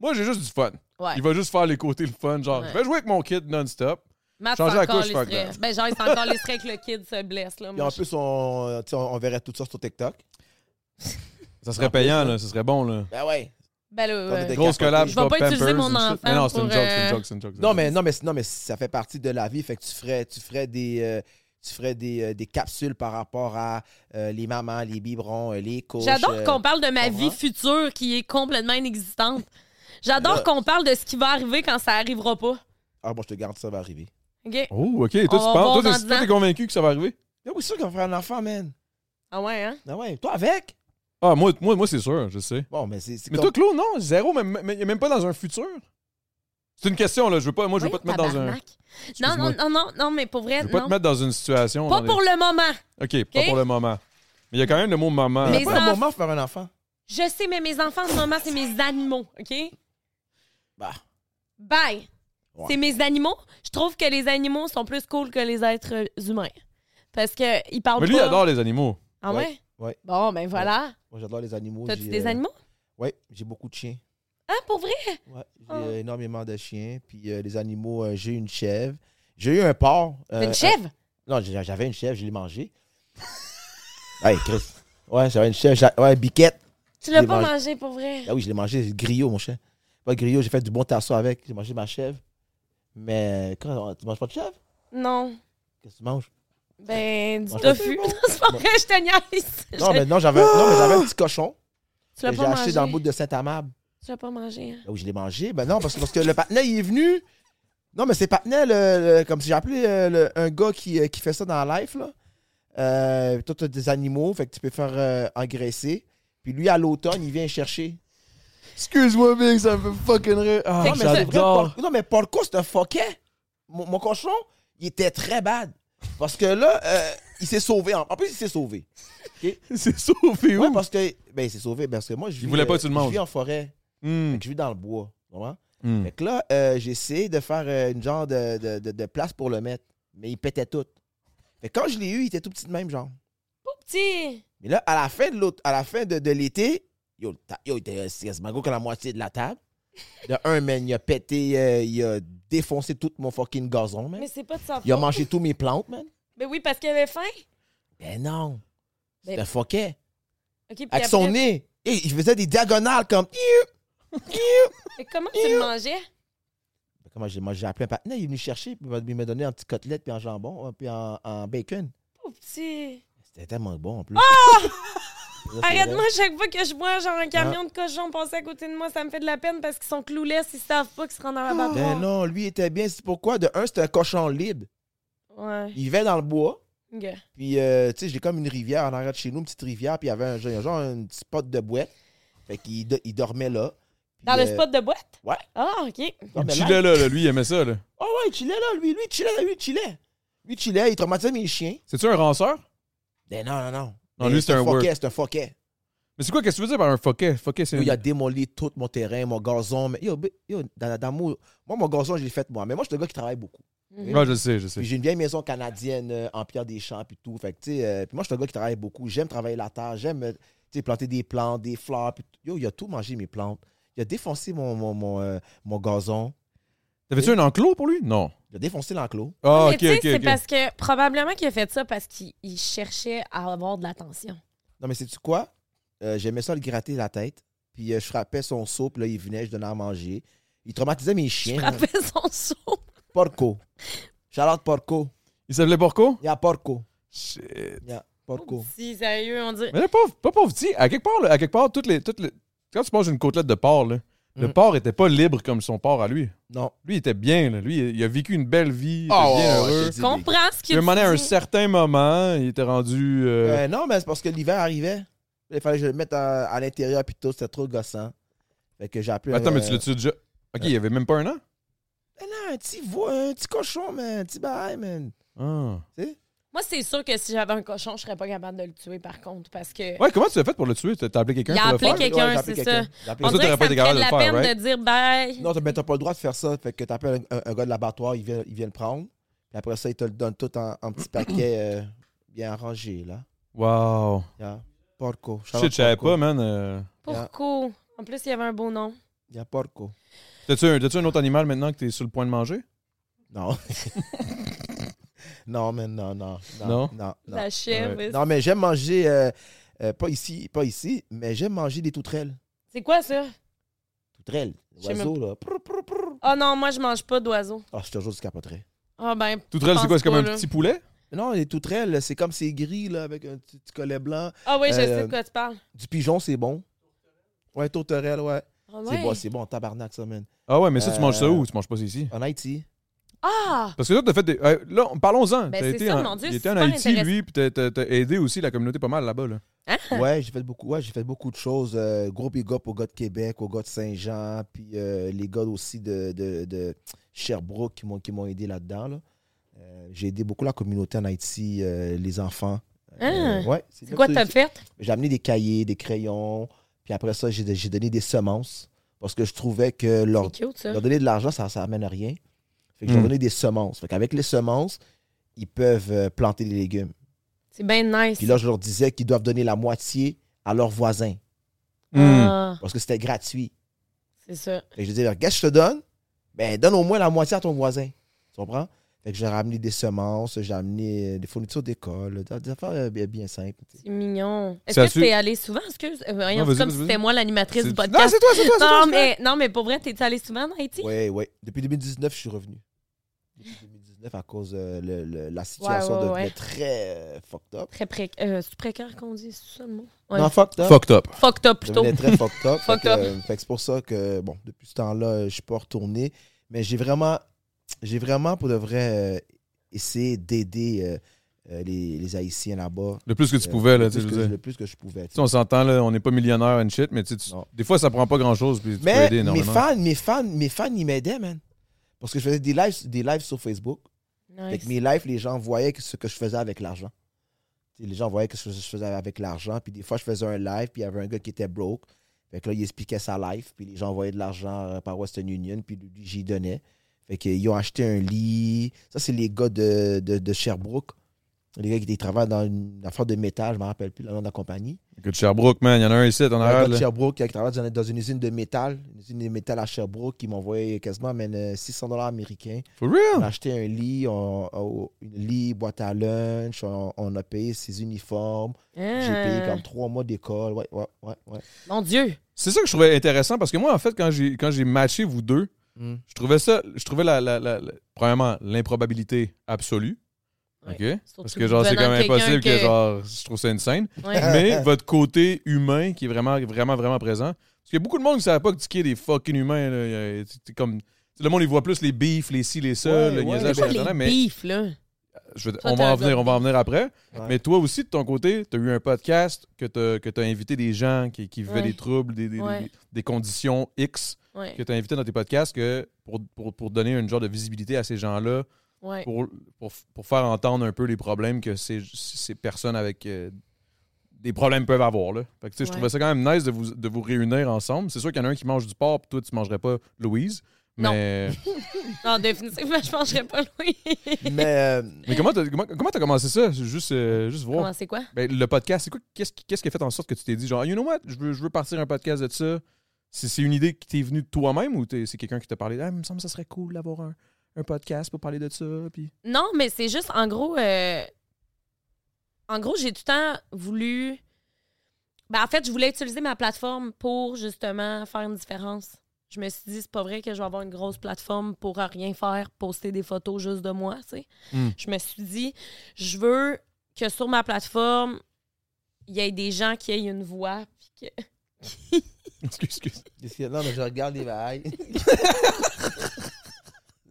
Speaker 4: Moi, j'ai juste du fun.
Speaker 5: Ouais.
Speaker 4: Il va juste faire les côtés le fun. Genre,
Speaker 5: Ouais.
Speaker 4: je vais jouer avec mon kid non-stop.
Speaker 5: Matt,
Speaker 4: Changer
Speaker 5: c'est
Speaker 4: la
Speaker 5: encore
Speaker 4: couche,
Speaker 5: les
Speaker 4: fuck
Speaker 5: stress.
Speaker 4: that.
Speaker 5: Ben genre, il s'est encore les stress que le kid se blesse, là.
Speaker 6: Et
Speaker 5: moi,
Speaker 6: en
Speaker 5: je-
Speaker 6: plus, on, euh, tu sais, on on verrait tout ça sur TikTok.
Speaker 4: Ça serait payant, là. Ça serait bon, là.
Speaker 6: Ben ouais.
Speaker 5: Ben là,
Speaker 6: Quand
Speaker 5: ouais.
Speaker 6: t'étais
Speaker 4: Grosse
Speaker 6: capoté.
Speaker 4: collab.
Speaker 5: Je vais
Speaker 4: pas
Speaker 5: pas utiliser mon
Speaker 4: Pampers,
Speaker 5: enfant
Speaker 4: Mais non, c'est une
Speaker 5: pour,
Speaker 4: joke, c'est une
Speaker 5: euh,
Speaker 4: joke, c'est une joke. c'est une
Speaker 6: Non
Speaker 4: joke.
Speaker 6: mais, non, mais, non, mais ça fait partie de la vie. Fait que tu ferais, tu ferais des, euh, tu ferais des, euh, des capsules par rapport à euh, les mamans, les biberons, euh, les couches.
Speaker 5: J'adore
Speaker 6: euh,
Speaker 5: qu'on parle de ma
Speaker 6: comprends?
Speaker 5: vie future qui est complètement inexistante. J'adore qu'on parle de ce qui va arriver quand ça arrivera pas.
Speaker 6: Ah, bon, je te garde, ça va arriver.
Speaker 5: OK?
Speaker 4: Oh, ok. Toi, tu
Speaker 5: On va
Speaker 4: penses.
Speaker 5: voir
Speaker 4: Toi,
Speaker 5: dans
Speaker 4: t'es-
Speaker 5: dix
Speaker 4: toi,
Speaker 5: ans.
Speaker 4: t'es convaincu que ça va arriver?
Speaker 6: Ben oui, c'est sûr qu'on va faire un enfant, man.
Speaker 5: Ah ouais, hein?
Speaker 6: Ah ouais, toi avec.
Speaker 4: Ah, moi, moi, moi c'est sûr, je sais.
Speaker 6: Bon, mais c'est. c'est
Speaker 4: Mais
Speaker 6: comme-
Speaker 4: toi, Claude, non, zéro, même, même, même pas dans un futur. C'est une question, là. Je veux pas, moi, je veux pas te mettre dans un.
Speaker 5: Tabarnak. Non, non, non, non, non, mais pour vrai,
Speaker 4: Je veux pas
Speaker 5: non.
Speaker 4: te mettre dans une situation.
Speaker 5: Pas
Speaker 4: dans
Speaker 5: pour
Speaker 4: les-
Speaker 5: le moment.
Speaker 4: OK, pas
Speaker 5: OK?
Speaker 4: pour le moment. Mais il y a quand même le mot maman.
Speaker 5: Mais-
Speaker 6: C'est pas un
Speaker 5: enfants-
Speaker 6: moment pour faire un enfant.
Speaker 5: Je sais, mais mes enfants, en ce moment, c'est mes animaux, OK?
Speaker 6: Bah.
Speaker 5: Bye!
Speaker 6: Ouais.
Speaker 5: C'est mes animaux. Je trouve que les animaux sont plus cool que les êtres humains. Parce qu'ils parlent
Speaker 4: Mais lui, il
Speaker 5: pas.
Speaker 4: adore les animaux.
Speaker 5: Ah ouais?
Speaker 6: Ouais.
Speaker 5: Bon, ben voilà.
Speaker 6: Moi, j'adore les animaux.
Speaker 5: T'as-tu
Speaker 6: j'ai,
Speaker 5: des
Speaker 6: euh,
Speaker 5: animaux?
Speaker 6: Ouais, j'ai beaucoup de chiens.
Speaker 5: Ah, pour vrai?
Speaker 6: Ouais, j'ai
Speaker 5: Ah.
Speaker 6: euh, énormément de chiens. Puis euh, les animaux, euh, j'ai une chèvre. J'ai eu un porc.
Speaker 5: T'as
Speaker 6: euh,
Speaker 5: une chèvre?
Speaker 6: Non, j'ai- j'avais une chèvre, je l'ai mangée. hey, Chris. Ouais, j'avais une chèvre. j'a- Ouais, biquette.
Speaker 5: Tu l'as
Speaker 6: j'ai
Speaker 5: pas
Speaker 6: mangé-
Speaker 5: mangé pour vrai?
Speaker 6: Ah oui, je l'ai mangée, c'est griot, mon chien. Pas griot, j'ai fait du bon tasso avec. J'ai mangé ma chèvre. Mais quand tu manges pas de chèvre?
Speaker 5: Non.
Speaker 6: Qu'est-ce que tu manges?
Speaker 5: Ben, du
Speaker 6: Moi, je
Speaker 5: tofu.
Speaker 6: sais
Speaker 5: C'est pas vrai, je te niaise.
Speaker 6: Non,
Speaker 5: Je-
Speaker 6: mais non, j'avais non, mais j'avais un petit cochon
Speaker 5: Tu
Speaker 6: que
Speaker 5: l'as
Speaker 6: j'ai
Speaker 5: pas
Speaker 6: acheté
Speaker 5: mangé.
Speaker 6: dans le bout de Saint-Amable.
Speaker 5: Tu l'as pas mangé. hein?
Speaker 6: Là où je l'ai mangé. Ben non, parce que, parce que le partenaire, il est venu. Non, mais c'est partenaire, le- le- comme si j'ai appelé euh, le- un gars qui, euh, qui fait ça dans la life, là. Euh, toi, t'as des animaux, fait que tu peux faire euh, engraisser. Puis lui, à l'automne, il vient chercher.
Speaker 4: Excuse-moi, Big, ça me fait fucking rire. Ah,
Speaker 5: Fait que
Speaker 6: mais c'est vrai,
Speaker 4: j'adore.
Speaker 6: Paul- non, mais Paul Coe, c'est un fucké. Mon, mon cochon, il était très bad. Parce que là, euh, il s'est sauvé. En, en plus, il s'est sauvé.
Speaker 4: C'est sauvé
Speaker 6: Ouais,
Speaker 4: où?
Speaker 6: parce que. Ben, il s'est sauvé parce que moi, je vis,
Speaker 4: voulait pas
Speaker 6: euh,
Speaker 4: que tu le manges.
Speaker 6: Je vis en forêt.
Speaker 4: Hmm,
Speaker 6: Fait que je vis dans le bois. tu comprends?
Speaker 4: hmm.
Speaker 6: Fait que là, euh, j'ai essayé de faire euh, une genre de, de- de- de place pour le mettre, mais il pétait tout. Fait que quand je l'ai eu, il était tout petit de même, genre.
Speaker 5: Pas petit.
Speaker 6: Mais là, à la fin de l'autre, à la fin de, de l'été, yo, le ta- yo, il était euh, c'est quasiment gros que la moitié de la table. De un, man, il a pété, euh, il a défoncé tout mon fucking gazon, man.
Speaker 5: Mais c'est pas de sa faute.
Speaker 6: Il a mangé tous mes plantes, man.
Speaker 5: Ben oui, parce qu'il avait faim.
Speaker 6: Ben non.
Speaker 5: Ben-
Speaker 6: C'était un fucké.
Speaker 5: Ok, puis
Speaker 6: Avec son
Speaker 5: après-
Speaker 6: nez. Et il faisait des diagonales comme.
Speaker 5: Mais comment tu le mangeais?
Speaker 6: Ben, Comment j'ai mangé? J'ai appelé un partenaire, il est venu chercher, puis il m'a- il m'a donné un petit côtelette, puis en jambon, hein, puis en- en bacon.
Speaker 5: Pas petit.
Speaker 6: C'était tellement bon en plus. Là, c'est
Speaker 5: Ah! Arrête-moi
Speaker 6: vrai. Ah.
Speaker 5: chaque fois que je vois genre un camion de cochons passer à côté de moi, ça me fait de la peine parce qu'ils sont clouless, ils savent pas qu'ils se rendent à la barre.
Speaker 6: Ben non, lui était bien. C'est pourquoi, de un, c'était un cochon libre.
Speaker 5: Ouais.
Speaker 6: Il vivait dans le bois.
Speaker 5: Ok.
Speaker 6: Puis, euh, tu sais, j'ai comme une rivière en arrière de chez nous, une petite rivière. Puis, il y avait un, genre un petit spot de boîte. Fait qu'il do- il dormait là. Puis,
Speaker 5: Dans le
Speaker 6: euh,
Speaker 5: spot de boîte?
Speaker 6: Ouais.
Speaker 5: Ah, ok.
Speaker 6: non,
Speaker 4: Il
Speaker 6: mais
Speaker 4: chillait
Speaker 6: là.
Speaker 4: là, là, lui, il aimait ça. là.
Speaker 6: Oh ouais, il chillait là, lui. Lui, il chillait, lui, il chillait. Lui, il chillait, il traumatisait mes chiens.
Speaker 4: C'est-tu un ranceur?
Speaker 6: Ben non, non, non.
Speaker 4: Non,
Speaker 6: Ben,
Speaker 4: lui, c'était un work.
Speaker 6: fucké, C'est un fucké.
Speaker 4: Mais c'est quoi, qu'est-ce que tu veux dire par un fucké? Fucké, c'est
Speaker 6: Yo, il a démoli tout mon terrain, mon gazon. Mais yo, ben, yo, dans, dans mon- moi, mon gazon, j'ai fait moi. Mais moi, je suis le gars qui travaille beaucoup.
Speaker 4: Ouais, Ah, je le sais, je le sais.
Speaker 6: Puis j'ai une vieille maison canadienne euh, en pierre des champs puis tout. Fait que, tu sais, euh, puis moi, je suis un gars qui travaille beaucoup. J'aime travailler la terre. J'aime euh, tu sais, planter des plantes, des fleurs. Puis tout. Yo, il a tout mangé mes plantes. Il a défoncé mon, mon, mon, euh, mon gazon.
Speaker 4: T'avais-tu un enclos pour lui? Non.
Speaker 6: Il a défoncé l'enclos.
Speaker 4: Ah,
Speaker 5: Mais
Speaker 4: ok,
Speaker 5: tu sais,
Speaker 4: ok,
Speaker 5: c'est
Speaker 4: ok.
Speaker 5: parce que probablement qu'il a fait ça parce qu'il il cherchait à avoir de l'attention.
Speaker 6: Non, mais sais-tu quoi? Euh, J'aimais ça le gratter la tête. Puis euh, je frappais son seau, puis là, il venait, je donnais à manger. Il traumatisait mes
Speaker 4: Eh.
Speaker 6: chiens.
Speaker 5: Frappait son saut.
Speaker 6: Porco. Charlotte Porco.
Speaker 4: Il s'appelait Porco?
Speaker 6: Il y a Porco.
Speaker 4: Shit.
Speaker 6: Il y a Porco.
Speaker 5: Si, sérieux, on dirait.
Speaker 4: Mais là, pauvre, pas pauvre petit. À quelque part, là, à quelque part toutes les, toutes les... quand tu manges une côtelette de porc, là, le
Speaker 6: Mm.
Speaker 4: porc était pas libre comme son porc à lui.
Speaker 6: Non.
Speaker 4: Lui, il était bien. là. Lui, il a vécu une belle vie. Il était
Speaker 6: Oh,
Speaker 4: bien
Speaker 6: ouais,
Speaker 4: heureux.
Speaker 6: je
Speaker 5: Je comprends ce
Speaker 4: Il
Speaker 5: qu'il
Speaker 4: a demandé à un
Speaker 5: dit.
Speaker 4: certain moment, il était rendu. euh,
Speaker 6: Euh, non, mais c'est parce que l'hiver arrivait. Il fallait que je le mette à, à l'intérieur, puis tout, c'était trop gossant. Fait que j'ai appelé.
Speaker 4: Attends,
Speaker 6: un-
Speaker 4: mais tu l'as-tu déjà. Ok, il avait même pas un an?
Speaker 6: Mais non, un petit voix, un petit cochon, man. Un petit bail, man.
Speaker 4: Ah.
Speaker 5: Moi, c'est sûr que si j'avais un cochon, je serais pas capable de le tuer, par contre, parce que.
Speaker 4: Ouais, comment tu l'as fait pour le tuer? T'as t'as appelé quelqu'un
Speaker 5: Il a
Speaker 4: pour le
Speaker 5: appelé
Speaker 4: faire?
Speaker 5: quelqu'un,
Speaker 6: j'ai appelé
Speaker 5: c'est
Speaker 6: quelqu'un.
Speaker 5: ça.
Speaker 6: J'ai appelé
Speaker 5: On
Speaker 4: Ça,
Speaker 5: dirait
Speaker 4: t'aurais
Speaker 5: que
Speaker 4: pas été
Speaker 5: ça me ferait
Speaker 4: capable
Speaker 5: de
Speaker 4: de
Speaker 5: la
Speaker 4: le faire,
Speaker 5: peine
Speaker 4: right?
Speaker 5: de dire bye.
Speaker 6: Non, t'as- ben, t'as pas le droit de faire ça. Fait que t'appelles un, un- un gars de l'abattoir, il vient, il vient le prendre. Puis après ça, il te le donne tout en, en petit paquet euh, bien rangé, là.
Speaker 4: Wow.
Speaker 6: Il y a porco.
Speaker 4: Shit, je savais pas, man. euh.
Speaker 5: Pourquoi? En plus, il y avait un beau nom.
Speaker 6: Il y a porco.
Speaker 4: T'as-tu un, t'as-tu un autre animal maintenant que t'es sur le point de manger?
Speaker 6: Non. non, mais non, non. Non.
Speaker 4: Non?
Speaker 6: Non, non.
Speaker 5: La chèvre.
Speaker 4: Ouais.
Speaker 5: mais
Speaker 6: Non, mais j'aime manger, euh, euh, pas ici, pas ici, mais j'aime manger des touterelles.
Speaker 5: C'est quoi ça?
Speaker 6: Touterelles,
Speaker 5: J'aime-
Speaker 6: l'oiseau, là. Prou, prou, prou.
Speaker 5: Ah non, moi, je mange pas d'oiseaux.
Speaker 6: Ah, je te jure, tu capoterais.
Speaker 5: Ah ben.
Speaker 4: Touterelle, c'est
Speaker 5: pense
Speaker 4: quoi? C'est comme
Speaker 5: pas,
Speaker 4: un
Speaker 5: là.
Speaker 4: petit poulet?
Speaker 6: Non, les touterelles, c'est comme c'est gris, là, avec un petit, petit collet blanc.
Speaker 5: Ah oui, je
Speaker 6: Euh,
Speaker 5: sais de quoi tu parles.
Speaker 6: Du pigeon, c'est bon. Ouais, tourterelle, ouais.
Speaker 5: Ah
Speaker 6: C'est
Speaker 5: ouais.
Speaker 6: bon, c'est bon, tabarnak, ça, man.
Speaker 4: Ah ouais, mais ça, tu manges ça
Speaker 6: Euh,
Speaker 4: où? Tu manges pas ça ici?
Speaker 6: En Haïti.
Speaker 5: Ah!
Speaker 4: Parce que toi, t'as fait des. euh, là, parlons-en.
Speaker 5: Ben,
Speaker 4: t'as
Speaker 5: c'est
Speaker 4: été
Speaker 5: ça,
Speaker 4: en-
Speaker 5: mon Dieu,
Speaker 4: il
Speaker 5: c'est
Speaker 4: était en
Speaker 5: super
Speaker 4: Haïti,
Speaker 5: intéressant.
Speaker 4: lui, puis t'as- t'as t'as aidé aussi la communauté pas mal là-bas, là.
Speaker 6: Ouais, j'ai fait beaucoup, ouais, j'ai fait beaucoup de choses. Euh, gros big up aux gars de Québec, aux gars de Saint-Jean, puis euh, les gars aussi de, de, de Sherbrooke qui m'ont, qui m'ont aidé là-dedans. là. Euh, j'ai aidé beaucoup la communauté en Haïti, euh, les enfants. Euh,
Speaker 5: Hein?
Speaker 6: ouais,
Speaker 5: C'est quoi t'as
Speaker 6: c'est-
Speaker 5: fait?
Speaker 6: J'ai amené des cahiers, des crayons, puis après ça, j'ai, j'ai donné des semences parce que je trouvais que leur,
Speaker 5: C'est cute, hein? ça.
Speaker 6: Leur donner de l'argent, ça ça amène à rien. Fait que je leur
Speaker 4: Mm.
Speaker 6: donnais des semences. Fait qu'avec les semences, ils peuvent euh, planter des légumes.
Speaker 5: C'est bien nice.
Speaker 6: Puis là, je leur disais qu'ils doivent donner la moitié à leurs voisins
Speaker 4: Hmm.
Speaker 5: Ah,
Speaker 6: parce que c'était gratuit.
Speaker 5: c'est ça.
Speaker 6: Fait que je disais, qu'est-ce que je te donne? Ben, donne au moins la moitié à ton voisin. Tu comprends? Fait que j'ai ramené des semences, j'ai amené euh, des fournitures d'école, des des affaires euh, bien, bien simples. tu sais.
Speaker 5: C'est mignon. Est-ce
Speaker 4: Ça
Speaker 5: que
Speaker 4: su-
Speaker 5: t'es allé souvent? Excuse. euh, voyons,
Speaker 4: Non,
Speaker 5: c'est
Speaker 4: vas-y,
Speaker 5: comme
Speaker 4: vas-y,
Speaker 5: si
Speaker 4: vas-y.
Speaker 5: c'était moi l'animatrice
Speaker 4: C'est- Non,
Speaker 5: du podcast.
Speaker 4: c'est toi, c'est toi, c'est toi!
Speaker 5: Non,
Speaker 4: c'est toi.
Speaker 5: mais, non, mais pour vrai, t'es allé souvent en Haïti?
Speaker 6: Oui, oui. Depuis 2019, je suis revenu. Depuis 2019, à cause euh, le- le- la situation
Speaker 5: ouais,
Speaker 6: devenait
Speaker 5: ouais.
Speaker 6: très euh, fucked up.
Speaker 5: Très pré... euh, c'est précaire qu'on dit, c'est ça le mot? Ouais.
Speaker 6: Non, fucked up.
Speaker 4: Fucked up.
Speaker 5: Fucked up
Speaker 6: Je
Speaker 5: plutôt.
Speaker 6: devenais très fucked up.
Speaker 5: Fucked
Speaker 6: fait que,
Speaker 5: up.
Speaker 6: euh, fait que c'est pour ça que, bon, depuis ce temps-là, euh, je suis pas retourné. Mais j'ai vraiment, j'ai vraiment, pour de vrai, euh, essayé d'aider euh, euh, les, les Haïtiens là-bas.
Speaker 4: Le plus que tu
Speaker 6: Euh,
Speaker 4: pouvais, là,
Speaker 6: le
Speaker 4: tu sais,
Speaker 6: plus
Speaker 4: je
Speaker 6: que-
Speaker 4: veux dire.
Speaker 6: le plus que je pouvais. tu
Speaker 4: Tu sais, on s'entend, là, on n'est pas millionnaire and shit, mais tu sais, tu-
Speaker 6: Non.
Speaker 4: des fois, ça prend pas grand-chose, puis tu peux
Speaker 6: Mais
Speaker 4: aider
Speaker 6: mes
Speaker 4: énormément.
Speaker 6: fans, mes fans, mes fans, ils m'aidaient, man. Parce que je faisais des lives, des lives sur Facebook.
Speaker 5: Nice.
Speaker 6: Avec mes lives, les gens voyaient que- ce que je faisais avec l'argent. Tu sais, les gens voyaient que ce que je faisais avec l'argent. Puis des fois, je faisais un live, puis il y avait un gars qui était broke. Fait que là, il expliquait sa life, puis les gens envoyaient de l'argent euh, par Western Union, puis lui, j'y donnais. Fait qu'ils ont acheté un lit. Ça, c'est les gars de, de, de Sherbrooke. Les gars qui étaient- travaillent dans une affaire de métal, je me rappelle plus le nom de la compagnie.
Speaker 4: Écoute, Sherbrooke, man, il y en a un ici, t'en
Speaker 6: Un gars
Speaker 4: as
Speaker 6: de Sherbrooke qui travaille dans, dans une usine de métal, une usine de métal à Sherbrooke, qui m'envoyait quasiment man, euh, 600 dollars américains.
Speaker 4: For
Speaker 6: On
Speaker 4: real?
Speaker 6: a acheté un lit, on, on- une lit, boîte à lunch, on, on a payé ses uniformes. J'ai payé
Speaker 5: Ah.
Speaker 6: comme trois mois d'école. Ouais, ouais, ouais, ouais.
Speaker 5: Mon Dieu!
Speaker 4: C'est ça que je trouvais intéressant, parce que moi, en fait, quand j'ai quand j'ai matché vous deux,
Speaker 6: Mm.
Speaker 4: je trouvais ça, je trouvais, la, la- la- la- premièrement, l'improbabilité absolue.
Speaker 5: Ouais.
Speaker 4: OK?
Speaker 5: Surtout
Speaker 4: Parce que, genre, c'est
Speaker 5: venant
Speaker 4: quand même
Speaker 5: de quelqu'un
Speaker 4: impossible que...
Speaker 5: que-
Speaker 4: genre, je trouve ça insane.
Speaker 5: Ouais.
Speaker 4: Mais votre côté humain qui est vraiment, vraiment, vraiment présent. Parce qu'il y a beaucoup de monde qui ne savent pas que Tiki est des fucking humains. là. Il y a- c'est- c'est comme, le monde, il voit plus les beefs, les ci, les ça,
Speaker 6: Ouais,
Speaker 4: le
Speaker 6: ouais.
Speaker 4: niaisage
Speaker 5: C'est
Speaker 4: sur
Speaker 5: quoi les
Speaker 4: Internet, mais
Speaker 5: bifs, là?
Speaker 4: je veux dire,
Speaker 5: Toi,
Speaker 4: on, va
Speaker 5: t'as
Speaker 4: en
Speaker 5: un
Speaker 4: venir,
Speaker 5: gars
Speaker 4: on va en venir après.
Speaker 6: Ouais.
Speaker 4: Mais toi aussi, de ton côté, tu as eu un podcast que tu as, invité des gens qui, qui vivaient
Speaker 5: Ouais.
Speaker 4: des troubles, des, des-
Speaker 5: Ouais.
Speaker 4: des- des conditions X,
Speaker 5: Ouais.
Speaker 4: que tu as invité dans tes podcasts que pour, pour, pour donner une genre de visibilité à ces gens-là,
Speaker 5: Ouais.
Speaker 4: pour, pour, pour faire entendre un peu les problèmes que ces, ces personnes avec euh, des problèmes peuvent avoir. Là. Fait que, tu sais, Je
Speaker 5: Ouais.
Speaker 4: trouvais ça quand même nice de vous, de vous réunir ensemble. C'est sûr qu'il y en a un qui mange du porc, puis toi, tu mangerais pas Louise.
Speaker 5: Non.
Speaker 4: Mais,
Speaker 5: Non, définitivement, je penserais pas loin.
Speaker 4: Oh.
Speaker 6: Mais euh,
Speaker 4: mais comment t'as comment, comment t'as commencé ça? C'est Juste, euh, juste voir.
Speaker 5: Comment c'est quoi?
Speaker 4: Ben, le podcast, c'est quoi? Qu'est-ce qui, qu'est-ce qui a fait en sorte que tu t'es dit, genre, Ah, you know what, je veux, je veux partir un podcast de ça? C'est, c'est une idée qui t'est venue de toi-même ou t'es- c'est quelqu'un qui t'a parlé? Ah, il me semble que ça serait cool d'avoir un,
Speaker 7: un podcast pour parler de ça. Puis...
Speaker 5: Non, mais c'est juste, en gros, euh, en gros, j'ai tout le temps voulu. Ben, en fait, je voulais utiliser ma plateforme pour justement faire une différence. Je me suis dit, c'est pas vrai que je vais avoir une grosse plateforme pour à rien faire, poster des photos juste de moi, tu sais.
Speaker 4: Mm.
Speaker 5: Je me suis dit, je veux que sur ma plateforme, il y ait des gens qui aient une voix. puis que-
Speaker 4: Excuse, excuse.
Speaker 6: Qu'est-ce qu'il y a? Non, mais je regarde les vagues.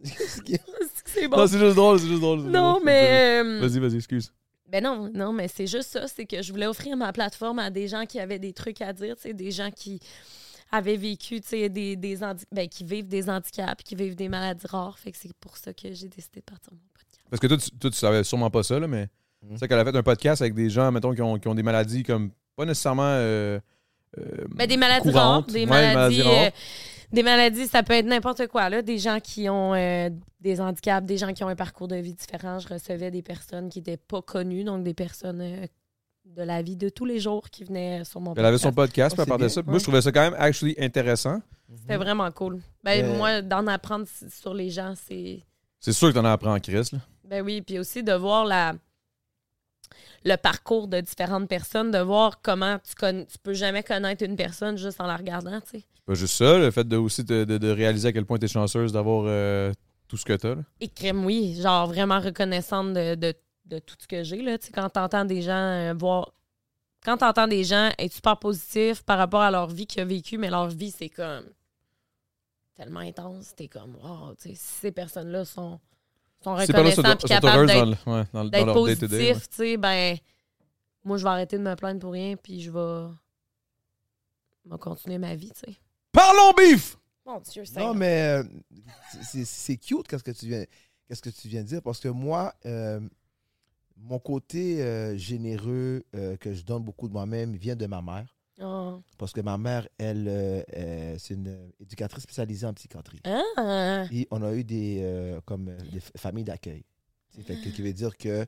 Speaker 6: Qu'est-ce qu'il y a?
Speaker 5: Est-ce que c'est bon?
Speaker 4: Non, c'est juste drôle, c'est juste drôle. c'est
Speaker 5: Non,
Speaker 4: juste drôle.
Speaker 5: mais. euh,
Speaker 4: Vas-y, vas-y, excuse.
Speaker 5: Ben non, non, mais c'est juste ça, c'est que je voulais offrir ma plateforme à des gens qui avaient des trucs à dire, tu sais, des gens qui avaient vécu, tu sais, des, des handi- ben, qui vivent des handicaps, qui vivent des maladies rares. Fait que c'est pour ça que j'ai décidé de partir mon podcast.
Speaker 4: Parce que toi, tu, toi, tu savais sûrement pas ça, là, mais
Speaker 6: Mhm.
Speaker 4: c'est vrai qu'elle a fait un podcast avec des gens, mettons, qui ont, qui ont des maladies comme pas nécessairement. euh, euh,
Speaker 5: Ben, des maladies rares,
Speaker 4: courantes.
Speaker 5: des
Speaker 4: Ouais,
Speaker 5: maladies.
Speaker 4: rares.
Speaker 5: euh, des maladies, ça peut être n'importe quoi, là. Des gens qui ont euh, des handicaps, des gens qui ont un parcours de vie différent. Je recevais des personnes qui n'étaient pas connues, donc des personnes euh, de la vie de tous les jours qui venaient sur mon
Speaker 4: Elle avait
Speaker 5: podcast.
Speaker 4: son podcast, puis
Speaker 6: Oh,
Speaker 4: elle
Speaker 6: c'est
Speaker 4: partait
Speaker 6: bien.
Speaker 4: ça. Puis Moi, je trouvais ça quand même actually intéressant.
Speaker 5: C'était vraiment cool. Ben,
Speaker 6: Euh,
Speaker 5: Moi, d'en apprendre s- sur les gens, c'est.
Speaker 4: C'est sûr que t'en as appris en Chris, là.
Speaker 5: Ben oui, puis aussi de voir la... le parcours de différentes personnes, de voir comment tu connais. Tu peux jamais connaître une personne juste en la regardant, tu sais.
Speaker 4: C'est pas juste ça, le fait de aussi de, de- de réaliser à quel point t'es chanceuse d'avoir euh, tout ce que t'as, là.
Speaker 5: Et crème, oui, genre vraiment reconnaissante de, de- de tout ce que j'ai, là. Tu sais, quand t'entends des gens euh, voir. Quand t'entends des gens être super positifs par rapport à leur vie qu'ils ont vécue, mais leur vie, c'est comme. tellement intense. T'es comme, wow, tu sais, si ces personnes-là sont. sont
Speaker 4: Ces personnes-là
Speaker 5: reconnaissantes puis
Speaker 4: sont, sont
Speaker 5: capables
Speaker 4: heureuses
Speaker 5: d'être
Speaker 4: dans, le- ouais, dans, le- dans
Speaker 5: d'être
Speaker 4: leur day-to-day.
Speaker 5: positif,
Speaker 4: ouais.
Speaker 5: tu sais, ben, moi, je vais arrêter de me plaindre pour rien, puis je vais, je vais continuer ma vie, tu sais.
Speaker 4: Parlons bif!
Speaker 5: Mon Dieu, c'est...
Speaker 6: Non, mais euh, c'est- c'est cute qu'est-ce que tu viens qu'est-ce que tu viens de dire parce que moi euh, mon côté euh, généreux euh, que je donne beaucoup de moi-même vient de ma mère
Speaker 5: Oh.
Speaker 6: parce que ma mère elle euh, euh, c'est une éducatrice spécialisée en psychiatrie.
Speaker 5: Ah!
Speaker 6: Et on a eu des, euh, comme, euh, des f- familles d'accueil. Tu sais, fait que- qui veut dire que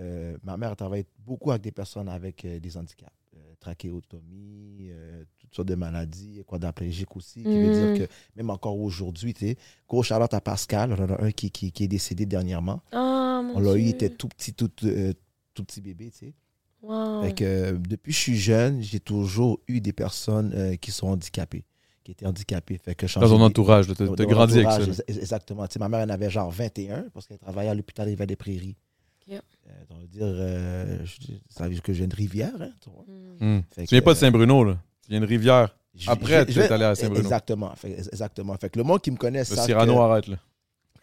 Speaker 6: euh, ma mère travaille beaucoup avec des personnes avec euh, des handicaps. Euh, trachéotomie, euh, toutes sortes de maladies, quadriplégique aussi. Qui veut
Speaker 5: Mm.
Speaker 6: dire que même encore aujourd'hui, tu sais, gros shout-out à Pascal, on en a un qui, qui, qui est décédé dernièrement.
Speaker 5: Ah, mon
Speaker 6: On l'a eu, il
Speaker 5: Dieu.
Speaker 6: était tout petit, tout, euh, tout petit bébé, tu sais.
Speaker 5: Wow.
Speaker 6: Fait que, euh, depuis que je suis jeune, j'ai toujours eu des personnes euh, qui sont handicapées, qui étaient handicapées. Fait que
Speaker 4: Dans
Speaker 6: changer
Speaker 4: ton
Speaker 6: des-
Speaker 4: entourage, là, t'as
Speaker 6: de-
Speaker 4: t'as
Speaker 6: de mon
Speaker 4: grandi avec ça.
Speaker 6: entourage,
Speaker 4: là.
Speaker 6: ex- Exactement. Tu sais, ma mère, elle avait genre 21 parce qu'elle travaillait à l'hôpital des des Prairies.
Speaker 5: Ok.
Speaker 6: on veut dire, euh, je, ça veut dire que j'ai une rivière. Hein, tu vois.
Speaker 5: Mm.
Speaker 4: Hmm.
Speaker 6: Fait
Speaker 4: Tu
Speaker 6: que,
Speaker 4: viens pas de
Speaker 6: euh,
Speaker 4: Saint-Bruno, là. Tu viens de Rivière.
Speaker 6: je-
Speaker 4: Après,
Speaker 6: je-
Speaker 4: tu es
Speaker 6: je-
Speaker 4: allé à Saint-Bruno.
Speaker 6: Exactement. Fait- exactement. Fait que le monde qui me connaît,
Speaker 4: Le
Speaker 6: savent
Speaker 4: Cyrano arrête, là.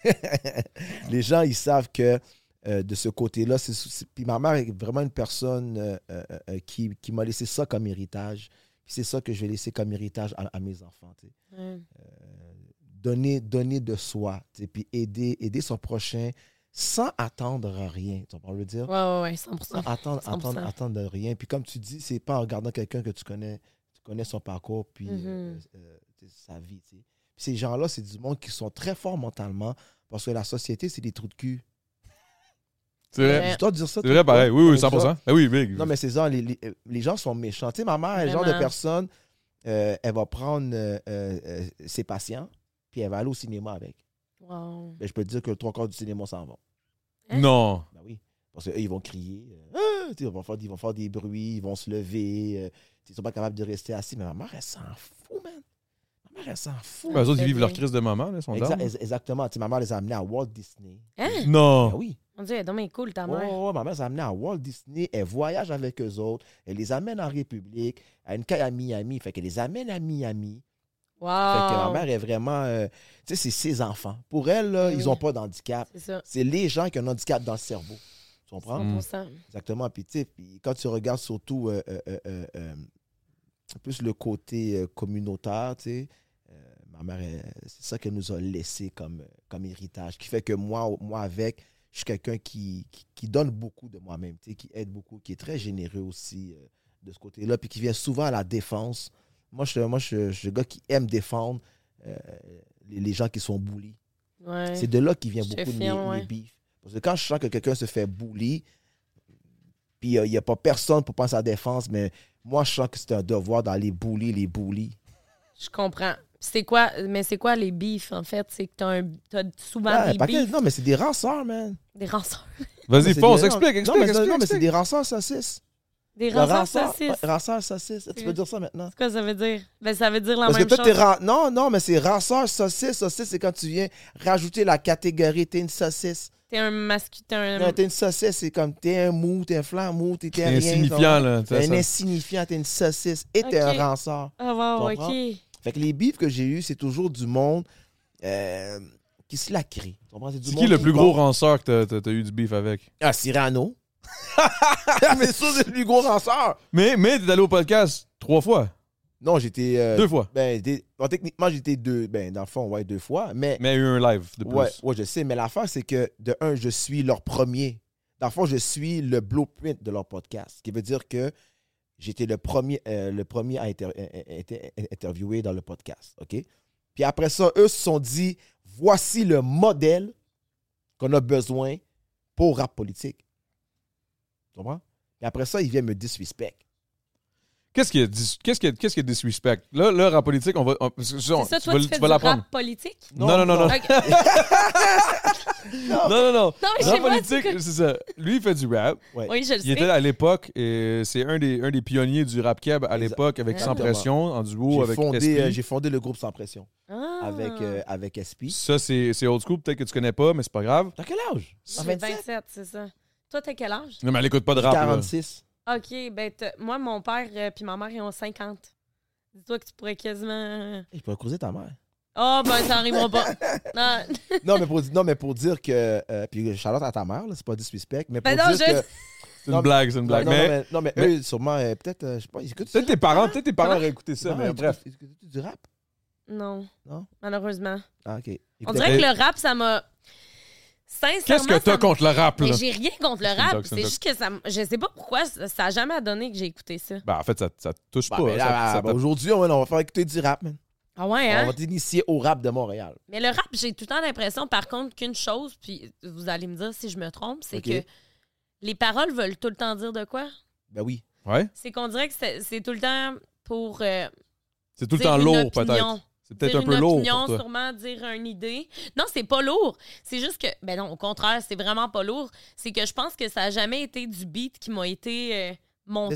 Speaker 6: que- les gens, ils savent que euh, de ce côté-là, c'est- c'est- puis ma mère est vraiment une personne euh, euh, euh, qui, qui m'a laissé ça comme héritage. Puis c'est ça que je vais laisser comme héritage à, à mes enfants. tu sais. Euh,
Speaker 5: Ouais.
Speaker 6: donner, donner de soi, tu sais, puis aider, aider son prochain sans attendre à rien. Tu comprends ce que je veux dire?
Speaker 5: ouais, ouais, ouais,
Speaker 6: Sans
Speaker 5: 100%.
Speaker 6: attendre,
Speaker 5: 100%.
Speaker 6: attendre, attendre de rien. Puis comme tu dis, c'est pas en regardant quelqu'un que tu connais, tu connais son parcours, puis euh,
Speaker 5: Mhm.
Speaker 6: euh, tu sais, sa vie. tu sais. Puis ces gens-là, c'est du monde qui sont très forts mentalement parce que la société, c'est des trous de cul.
Speaker 4: C'est vrai.
Speaker 5: Ouais.
Speaker 6: Je dois dire ça.
Speaker 4: C'est
Speaker 6: tout
Speaker 4: vrai,
Speaker 6: le
Speaker 4: pareil.
Speaker 6: temps.
Speaker 4: Oui, oui,
Speaker 6: On dit ça.
Speaker 4: 100%. Ah oui, big.
Speaker 6: Non, mais ces gens, les, les- les gens sont méchants. Tu sais, ma mère est le genre de
Speaker 5: Vraiment.
Speaker 6: personne, euh, elle va prendre euh, euh, euh, ses patients, puis elle va aller au cinéma avec.
Speaker 5: Wow.
Speaker 6: Ben, je peux te dire que le trois quarts du cinéma s'en va.
Speaker 4: Non.
Speaker 6: Ben oui. Parce qu'eux, ils vont crier. euh, Ah! Tu sais, ils, vont faire, ils vont faire des bruits, ils vont se lever. euh, ils sont pas capables de rester assis. Mais ma mère, elle s'en fout, man. Ma mère, elle s'en fout.
Speaker 4: Ben, eux autres, ils vivent leur crise de maman, là, son
Speaker 6: Exa-
Speaker 4: dame.
Speaker 6: ex- exactement. Tu sais, ma mère les a amenés à Walt Disney.
Speaker 4: eh,
Speaker 5: Hein?
Speaker 6: Ben
Speaker 4: Non.
Speaker 6: oui.
Speaker 5: Mon Dieu, elle est donc bien cool, ta
Speaker 6: Ouais,
Speaker 5: mère.
Speaker 6: ouais, ouais, ma mère les a amenés à Walt Disney. Elle voyage avec eux autres. Elle les amène en République. À une caille à Miami. Fait qu'elle les amène à Miami. Fait que ma
Speaker 5: Wow.
Speaker 6: mère est vraiment. euh, tu sais, c'est ses enfants. Pour elle, là,
Speaker 5: Ah. Ben
Speaker 6: ils
Speaker 5: oui.
Speaker 6: n'ont pas d'handicap.
Speaker 5: C'est ça.
Speaker 6: C'est les gens qui ont un handicap dans le cerveau. Tu comprends?
Speaker 4: Hmm.
Speaker 5: 100%.
Speaker 6: Exactement. Puis, tu sais, puis quand tu regardes surtout euh, euh, euh, euh, euh, plus le côté euh, communautaire, tu sais, euh, ma mère, elle- c'est ça qu'elle nous a laissé comme, euh, comme héritage, qui fait que moi, moi avec, je suis quelqu'un qui, qui, qui donne beaucoup de moi-même, tu sais, qui aide beaucoup, qui est très généreux aussi euh, de ce côté-là, puis qui vient souvent à la défense. Moi, je suis moi, je, je suis le gars qui aime défendre euh, les, les gens qui sont bullies.
Speaker 5: Ouais.
Speaker 6: C'est de là qu'il vient
Speaker 5: Je te
Speaker 6: beaucoup de mes,
Speaker 5: filme, ouais.
Speaker 6: mes beefs. Parce que quand je sens que quelqu'un se fait bully, puis euh, il n'y a pas personne pour prendre sa défense, mais moi, je sens que c'est un devoir d'aller bully les bullies.
Speaker 5: Je comprends. C'est quoi, mais c'est quoi les beefs, en fait? C'est que t'as, un, t'as souvent
Speaker 6: Ouais,
Speaker 5: des
Speaker 6: paquet-
Speaker 5: beefs,
Speaker 6: Non, mais c'est des ranceurs, man.
Speaker 5: des rançons.
Speaker 4: Vas-y,
Speaker 6: C'est
Speaker 4: fonce,
Speaker 6: des-
Speaker 4: explique,
Speaker 6: non, mais,
Speaker 4: explique, explique.
Speaker 6: Non, mais c'est
Speaker 4: explique.
Speaker 6: des ranceurs saucisses.
Speaker 5: Des
Speaker 6: Le
Speaker 5: rançons
Speaker 6: ranceur-
Speaker 5: saucisses.
Speaker 6: ouais, ranceur saucisse. Tu peux dire ça maintenant.
Speaker 5: C'est quoi ça veut dire? Ben, ça veut dire la
Speaker 6: Parce que
Speaker 5: même
Speaker 6: toi, t'es
Speaker 5: chose.
Speaker 6: ran- Non, non, mais c'est ranceur saucisse. Saucisse, c'est quand tu viens rajouter la catégorie t'es une saucisse.
Speaker 5: T'es un masculin. T'es un...
Speaker 6: Non, t'es une saucisse, c'est comme t'es un mou, t'es un flan mou, t'es t'es
Speaker 4: C'est
Speaker 6: rien.
Speaker 4: insignifiant, là.
Speaker 6: T'es un
Speaker 4: ça-
Speaker 6: insignifiant, t'es une saucisse et t'es
Speaker 5: Ok.
Speaker 6: un ranceur.
Speaker 5: Ah, wow,
Speaker 6: Tu comprends?
Speaker 5: OK.
Speaker 6: Fait que les bifs que j'ai eus, c'est toujours du monde euh, qui se la crée. Tu comprends? du
Speaker 4: C'est qui
Speaker 6: monde
Speaker 4: le plus gros
Speaker 6: part-
Speaker 4: ranceur que t'as- t'as- t'as eu du beef avec?
Speaker 6: Ah, Cyrano. mais ça, c'est le plus gros ranceur.
Speaker 4: Mais, mais t'es allé au podcast trois fois,
Speaker 6: Non, j'étais. euh,
Speaker 4: deux fois.
Speaker 6: Ben, des- bon, techniquement, j'étais deux. Ben, dans le fond, ouais, deux fois. Mais,
Speaker 4: Mais il y a eu un live de plus.
Speaker 6: ouais, ouais, je sais. Mais l'affaire, c'est que, de un, je suis leur premier. Dans le fond, je suis le blueprint de leur podcast. Ce qui veut dire que j'étais le premier, euh, le premier à inter- euh, euh, inter- euh, interviewer dans le podcast. OK? Puis après ça, eux se sont dit voici le modèle qu'on a besoin pour rap politique. Tu comprends? Et après ça, ils viennent me disrespect.
Speaker 4: Qu'est-ce qu'il y a dis- qu'est-ce qu'il y a- qu'est-ce qu'il y a de disrespect? Là, là, en politique, on va. on- parce que on-
Speaker 5: C'est ça,
Speaker 4: tu
Speaker 5: toi,
Speaker 4: vas-
Speaker 5: tu
Speaker 4: tu
Speaker 5: fais
Speaker 4: vas
Speaker 5: du
Speaker 4: l'apprendre.
Speaker 5: rap politique?
Speaker 4: Non, non, non, non.
Speaker 5: Ok.
Speaker 4: Non, non, non.
Speaker 5: Non, mais je sais
Speaker 4: Rap
Speaker 5: pas,
Speaker 4: politique,
Speaker 5: c'est
Speaker 4: c'est ça. Lui, il fait du rap.
Speaker 5: Oui, je le
Speaker 4: Il était
Speaker 5: sais.
Speaker 4: à l'époque, et c'est un des, un des pionniers du rap keb
Speaker 6: Exact-
Speaker 4: à l'époque avec Sans
Speaker 6: Exactement.
Speaker 4: Pression, en duo
Speaker 6: J'ai
Speaker 4: avec
Speaker 6: fondé, euh, j'ai
Speaker 4: SP.
Speaker 6: fondé le groupe Sans Pression
Speaker 5: Ah.
Speaker 6: avec, euh, avec SP.
Speaker 4: Ça, c'est c'est old school, peut-être que tu connais pas, mais c'est pas grave.
Speaker 6: T'as quel âge?
Speaker 5: J'ai 27, c'est ça. Toi, t'as quel âge?
Speaker 4: Non, mais elle écoute pas de rap. là.
Speaker 6: 46.
Speaker 5: OK, ben, t'as- moi, mon père et puis ma mère, ils ont 50. Dis-toi que tu pourrais quasiment... euh,
Speaker 6: Je pourrais croiser ta mère.
Speaker 5: Oh, ben, ça arrivera pas. Non.
Speaker 6: non, mais pour, non, mais pour dire que. euh, puis Charlotte à ta mère, là, c'est pas disrespect. Mais pour
Speaker 5: Ben non,
Speaker 6: dire
Speaker 5: je-
Speaker 6: que.
Speaker 4: C'est
Speaker 6: Non,
Speaker 4: une
Speaker 6: mais-
Speaker 4: blague, c'est une blague.
Speaker 6: non,
Speaker 4: Mais
Speaker 6: non, mais, non, mais
Speaker 4: mais-
Speaker 6: eux, sûrement, euh, peut-être, euh, je sais pas, ils écoutent
Speaker 4: peut-être tes parents, peut-être tes parents
Speaker 5: Comment?
Speaker 4: auraient écouté ça,
Speaker 6: Non, ils
Speaker 4: mais
Speaker 6: écoutent-
Speaker 4: bref.
Speaker 6: ils écoutent du rap.
Speaker 5: Non.
Speaker 6: Non?
Speaker 5: Malheureusement.
Speaker 6: Ah, ok.
Speaker 5: On
Speaker 6: Écoutez-
Speaker 5: dirait que le rap, ça m'a. Sincèrement.
Speaker 4: Qu'est-ce que
Speaker 5: ça
Speaker 4: t'as
Speaker 5: m'a-
Speaker 4: contre le rap, là?
Speaker 5: Mais j'ai rien contre le
Speaker 4: C'est une
Speaker 5: rap.
Speaker 4: joke, c'est une
Speaker 5: C'est juste que ça. m- Je sais pas pourquoi ça ça a jamais donné que j'ai écouté ça.
Speaker 4: Ben, en fait, ça, ça te touche
Speaker 6: Bah,
Speaker 4: pas.
Speaker 6: mais là,
Speaker 4: ça-
Speaker 6: bah,
Speaker 4: ça
Speaker 6: bah,
Speaker 4: te-
Speaker 6: Aujourd'hui, on, va- on va faire écouter du rap, man.
Speaker 5: Ah ouais,
Speaker 6: On
Speaker 5: hein?
Speaker 6: va t'initier au rap de Montréal.
Speaker 5: Mais le rap, j'ai tout le temps l'impression, par contre, qu'une chose, puis vous allez me dire si je me trompe, c'est
Speaker 6: Ok.
Speaker 5: que les paroles veulent tout le temps dire de quoi?
Speaker 6: Ben oui.
Speaker 4: Ouais?
Speaker 5: C'est qu'on dirait que c'est c'est tout le temps pour. euh,
Speaker 4: C'est tout le
Speaker 5: dire
Speaker 4: temps
Speaker 5: une
Speaker 4: lourd,
Speaker 5: opinion.
Speaker 4: peut-être. C'est peut-être
Speaker 5: dire
Speaker 4: un peu
Speaker 5: une
Speaker 4: lourd
Speaker 5: opinion,
Speaker 4: pour toi.
Speaker 5: sûrement dire une idée. Non, c'est pas lourd. C'est juste que, ben non, au contraire, c'est vraiment pas lourd. C'est que je pense que ça a jamais été du beat qui m'a été euh, monté.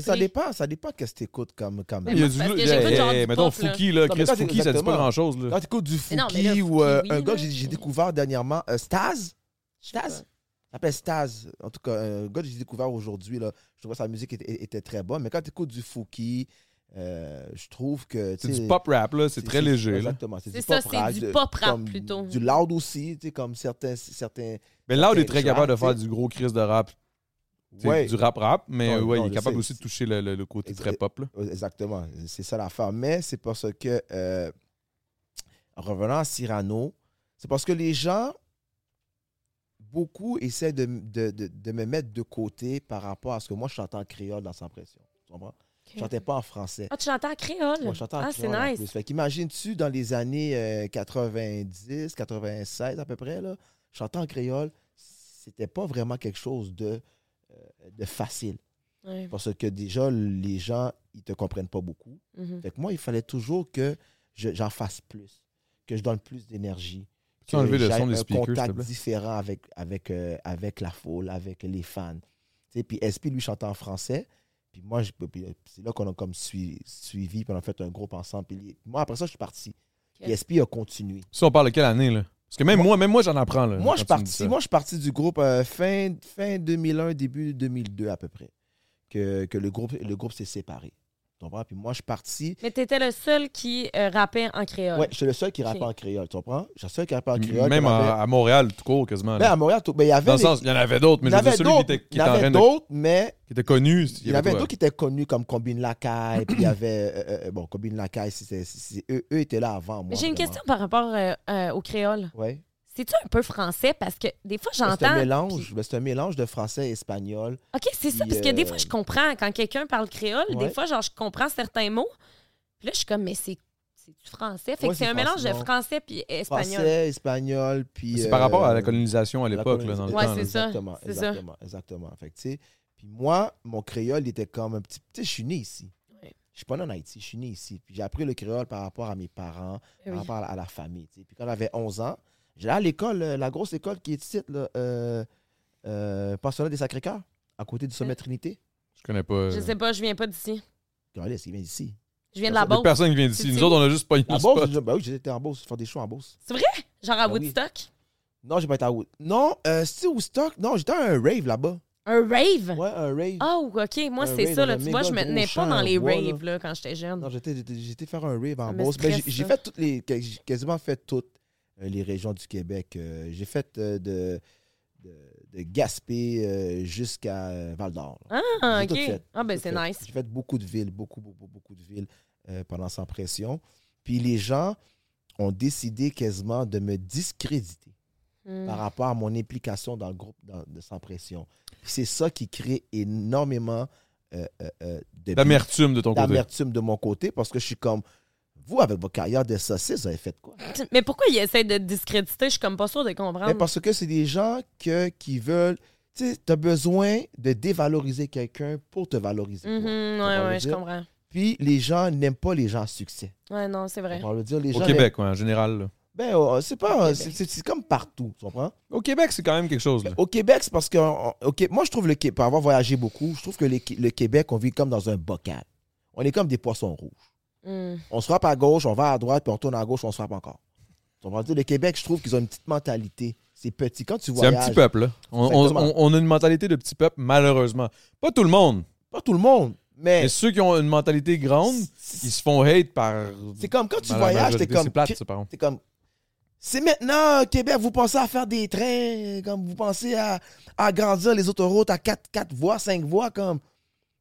Speaker 6: Mais ça dépend, ça dépend qu'est-ce que t'écoutes comme. comme...
Speaker 4: Il y a
Speaker 5: Parce
Speaker 4: du
Speaker 5: que
Speaker 4: lourd.
Speaker 5: j'écoute genre du
Speaker 4: mettons,
Speaker 5: pop, là.
Speaker 4: Fouki, là.
Speaker 6: Non, mais
Speaker 4: Chris
Speaker 6: quand c'est-
Speaker 4: Fouki, ça dit pas
Speaker 6: exactement.
Speaker 4: grand-chose, là.
Speaker 6: Quand t'écoutes du Fouki
Speaker 5: Mais non, mais là,
Speaker 6: ou euh,
Speaker 5: Fouki, oui,
Speaker 6: un gars
Speaker 5: là,
Speaker 6: que j'ai- j'ai
Speaker 5: Fouki.
Speaker 6: découvert dernièrement, euh, Staz.
Speaker 5: Staz?
Speaker 6: Staz? Il s'appelle Staz. En tout cas, un gars que j'ai découvert aujourd'hui, là, je trouvais que sa musique était, était très bonne. Mais quand tu écoutes du Fouki, euh, je trouve que. tu
Speaker 4: C'est du
Speaker 6: sais,
Speaker 4: pop rap, là. C'est très léger, là.
Speaker 6: Exactement. C'est
Speaker 5: C'est
Speaker 6: du
Speaker 5: ça,
Speaker 6: pop
Speaker 5: c'est
Speaker 6: rap.
Speaker 5: du
Speaker 6: de-
Speaker 5: pop rap
Speaker 6: comme
Speaker 5: plutôt.
Speaker 6: Du loud aussi, tu sais, comme certains. certains
Speaker 4: Mais Loud
Speaker 6: Ok,
Speaker 4: est très
Speaker 6: tu vois,
Speaker 4: capable de
Speaker 6: tu sais.
Speaker 4: faire du gros Chris de rap. Tu sais,
Speaker 6: Ouais.
Speaker 4: Du rap-rap, mais
Speaker 6: Non,
Speaker 4: ouais,
Speaker 6: non,
Speaker 4: il est
Speaker 6: je
Speaker 4: capable
Speaker 6: sais.
Speaker 4: aussi de toucher le- le le côté
Speaker 6: Ex-
Speaker 4: très pop, là.
Speaker 6: Euh, Exactement. C'est ça l'affaire. Mais c'est parce que, euh, en revenant à Cyrano, c'est parce que les gens, beaucoup essaient de, de- de- de me mettre de côté par rapport à ce que moi, je chantais en créole dans Sans Pression. Tu comprends? Je chantais pas en français.
Speaker 5: Ah, tu chantais en créole?
Speaker 6: Moi, je chantais en
Speaker 5: ah, c'est
Speaker 6: créole en plus.
Speaker 5: nice.
Speaker 6: Fait qu'imagines-tu, dans les années euh, 90, 96 à peu près, là, chanter en créole, c'était pas vraiment quelque chose de, euh, de facile.
Speaker 5: Ouais.
Speaker 6: Parce que déjà, les gens, ils te comprennent pas beaucoup.
Speaker 5: Mhm.
Speaker 6: Fait que moi, il fallait toujours que je- j'en fasse plus, que je donne plus d'énergie.
Speaker 4: Peux-tu enlever le
Speaker 6: j'aille
Speaker 4: son des
Speaker 6: un
Speaker 4: speakers, s'il te
Speaker 6: contact
Speaker 4: plaît?
Speaker 6: différent avec, avec, euh, avec la foule, avec les fans. Tu sais, puis SP, lui, chantait en français. Puis moi, je- puis euh, c'est là qu'on a comme sui- suivi, puis on a fait un groupe ensemble. Puis les- moi, après ça, je suis parti. Puis SP a continué.
Speaker 4: Ça, on parle de quelle année, là? Parce que même moi, même moi j'en apprends, là.
Speaker 6: Moi, je
Speaker 4: quand
Speaker 6: suis
Speaker 4: tu me dis ça.
Speaker 6: parti, moi, je suis parti du groupe euh, fin, fin 2001, début 2002 à peu près, que, que le groupe, le groupe s'est séparé. Tu comprends? Puis moi, je suis parti.
Speaker 5: Mais t'étais le seul qui euh, rappait en créole.
Speaker 6: Ouais, je suis le seul qui rappe
Speaker 5: Ok.
Speaker 6: en créole, tu comprends? Je suis le seul Ah, qui rappe en créole.
Speaker 4: Même
Speaker 6: qu'on avait-
Speaker 4: à à Montréal, tout court, quasiment.
Speaker 6: Mais
Speaker 4: là.
Speaker 6: à Montréal, tout- ben, il y avait.
Speaker 4: Dans le
Speaker 6: des-
Speaker 4: sens, il y en avait d'autres, mais
Speaker 6: il
Speaker 4: je
Speaker 6: y
Speaker 4: veux dire,
Speaker 6: avait
Speaker 4: celui qui
Speaker 6: d'autres,
Speaker 4: était- qui
Speaker 6: il y
Speaker 4: était en
Speaker 6: avait
Speaker 4: train de-
Speaker 6: d'autres, mais
Speaker 4: qui était connu.
Speaker 6: il y en avait
Speaker 4: toi.
Speaker 6: d'autres qui étaient connus comme Combine Lacaille, puis il y avait. euh, euh, bon, Combine Lacaille, c'est- c'est- c'est- eux, eux étaient là avant moi.
Speaker 5: Mais j'ai une
Speaker 6: vraiment.
Speaker 5: question par rapport euh, euh, au créole.
Speaker 6: Ouais.
Speaker 5: C'est-tu un peu français? Parce que des fois,
Speaker 6: C'est un
Speaker 5: j'entends.
Speaker 6: mélange.
Speaker 5: puis-
Speaker 6: ben, C'est un mélange de français et espagnol.
Speaker 5: OK, c'est ça,
Speaker 6: Puis,
Speaker 5: parce que des
Speaker 6: euh,
Speaker 5: fois, je comprends. Quand quelqu'un parle créole, des
Speaker 6: Ouais.
Speaker 5: fois, genre, je comprends certains mots. Puis là, je suis comme, mais c'est du français. Fait
Speaker 6: Ouais,
Speaker 5: que c'est
Speaker 6: c'est
Speaker 5: un mélange de
Speaker 6: français, non.
Speaker 5: français puis espagnol.
Speaker 6: Français, espagnol, puis.
Speaker 4: C'est par rapport à la
Speaker 6: euh,
Speaker 4: colonisation à
Speaker 6: La
Speaker 4: l'époque, là,
Speaker 6: colonisation.
Speaker 4: dans le
Speaker 5: Ouais,
Speaker 4: temps.
Speaker 5: c'est
Speaker 4: là.
Speaker 5: ça.
Speaker 6: Exactement,
Speaker 5: c'est ça.
Speaker 6: exactement, exactement. Fait que, tu sais, puis moi, mon créole il était comme un petit. Tu sais, je suis né ici.
Speaker 5: Ouais.
Speaker 6: Je je suis pas né en Haïti, je suis né ici. Puis j'ai appris le créole par rapport à mes parents,
Speaker 5: Eh
Speaker 6: par
Speaker 5: oui.
Speaker 6: rapport à la, à la famille. tu sais. Puis quand j'avais 11 ans, j'allais à l'école, euh, la grosse école qui est ici, là, euh, euh, pensionnat des Sacré-Cœurs, à côté du sommet
Speaker 5: Euh.
Speaker 6: Trinité.
Speaker 4: Je connais pas. euh,
Speaker 5: Je sais pas, je viens pas d'ici.
Speaker 6: Regardez, il vient d'ici.
Speaker 5: Je viens de la
Speaker 4: Il y a
Speaker 5: Beauce.
Speaker 4: personne qui vient d'ici.
Speaker 5: C'est-
Speaker 4: Nous autres, on a juste pas
Speaker 6: À
Speaker 4: le
Speaker 6: Beauce,
Speaker 4: spot.
Speaker 6: je- ben oui, j'étais en Beauce, faire des shows en Beauce.
Speaker 5: Genre à
Speaker 6: Ben oui.
Speaker 5: Woodstock.
Speaker 6: Non, j'ai pas été à Wood. Non, euh, c'était Woodstock. Non, j'étais à un rave là-bas.
Speaker 5: Un rave?
Speaker 6: Ouais, un rave.
Speaker 5: Oh, OK. Moi,
Speaker 6: Un
Speaker 5: c'est
Speaker 6: rave
Speaker 5: ça.
Speaker 6: dans
Speaker 5: Là,
Speaker 6: un
Speaker 5: tu vois,
Speaker 6: méga
Speaker 5: je me
Speaker 6: gros
Speaker 5: tenais
Speaker 6: champ
Speaker 5: pas dans
Speaker 6: en
Speaker 5: les
Speaker 6: bois, là.
Speaker 5: raves là, quand j'étais jeune.
Speaker 6: Non, j'étais, j'étais- j'étais faire un rave en
Speaker 5: Ça me
Speaker 6: Beauce. Ben, j'ai,
Speaker 5: stresse,
Speaker 6: j'ai
Speaker 5: ça.
Speaker 6: fait toutes les, que- j'ai quasiment fait toutes euh, les régions du Québec. Euh, j'ai fait euh, de, de, de Gaspé euh, jusqu'à euh, Val-d'Or. là.
Speaker 5: Ah,
Speaker 6: J'ai tout
Speaker 5: OK.
Speaker 6: fait.
Speaker 5: Ah, ben
Speaker 6: Tout
Speaker 5: c'est
Speaker 6: fait.
Speaker 5: nice.
Speaker 6: J'ai fait beaucoup de villes, beaucoup, beaucoup, beaucoup de villes euh, pendant Sans Pression. Puis les gens ont décidé quasiment de me discréditer.
Speaker 5: Hmm.
Speaker 6: par rapport à mon implication dans le groupe dans- de Sans Pression. Puis C'est ça qui crée énormément euh, euh, euh, de
Speaker 4: D'amertume de ton côté.
Speaker 6: d'amertume de mon côté parce que je suis comme, vous, avec vos carrières de saucisses, vous avez fait quoi?
Speaker 5: Mais pourquoi ils essaient de te discréditer? Je suis comme pas sûre de comprendre.
Speaker 6: Mais parce que c'est des gens que, qui veulent. Tu sais, tu as besoin de dévaloriser quelqu'un pour te valoriser. toi.
Speaker 5: Mhm,
Speaker 6: Comment
Speaker 5: ouais,
Speaker 6: le
Speaker 5: ouais, je
Speaker 6: dire?
Speaker 5: comprends.
Speaker 6: Puis les gens n'aiment pas les gens à succès.
Speaker 5: Ouais, non, c'est vrai.
Speaker 6: On va le dire, les
Speaker 4: Au
Speaker 6: gens.
Speaker 4: Québec, ouais, en général. là.
Speaker 6: Ben, euh, c'est pas.
Speaker 5: Au
Speaker 6: c'est-
Speaker 5: Québec.
Speaker 6: C'est c'est comme partout, tu comprends?
Speaker 4: Au Québec, c'est quand même quelque chose. là.
Speaker 6: Au Québec, c'est parce que on- on- au Qué- moi, je trouve, le, Qué- pour avoir voyagé beaucoup, je trouve que le, Qué- le Québec, on vit comme dans un bocal. On est comme des poissons rouges.
Speaker 5: Hmm.
Speaker 6: On se frappe à gauche, on va à droite, puis on tourne à gauche, on se frappe encore. Donc, on va dire, le Québec, je trouve qu'ils ont une petite mentalité. C'est petit. Quand tu
Speaker 4: C'est
Speaker 6: voyages,
Speaker 4: un petit peuple. là. On, on-
Speaker 6: Exactement.
Speaker 4: on- on a une mentalité de petit peuple, malheureusement. Pas tout le monde.
Speaker 6: pas tout le monde, mais
Speaker 4: Mais ceux qui ont une mentalité grande, ils
Speaker 6: Eh. c'est
Speaker 4: se font hate par.
Speaker 6: c'est comme quand tu
Speaker 4: par la
Speaker 6: voyages, t'es
Speaker 4: majorité.
Speaker 6: comme...
Speaker 4: C'est plate, ça, par contre.
Speaker 6: C'est comme. C'est maintenant, euh, Québec, vous pensez à faire des trains, euh, comme vous pensez à, à agrandir les autoroutes à 4, quatre voies, 5 voies, comme.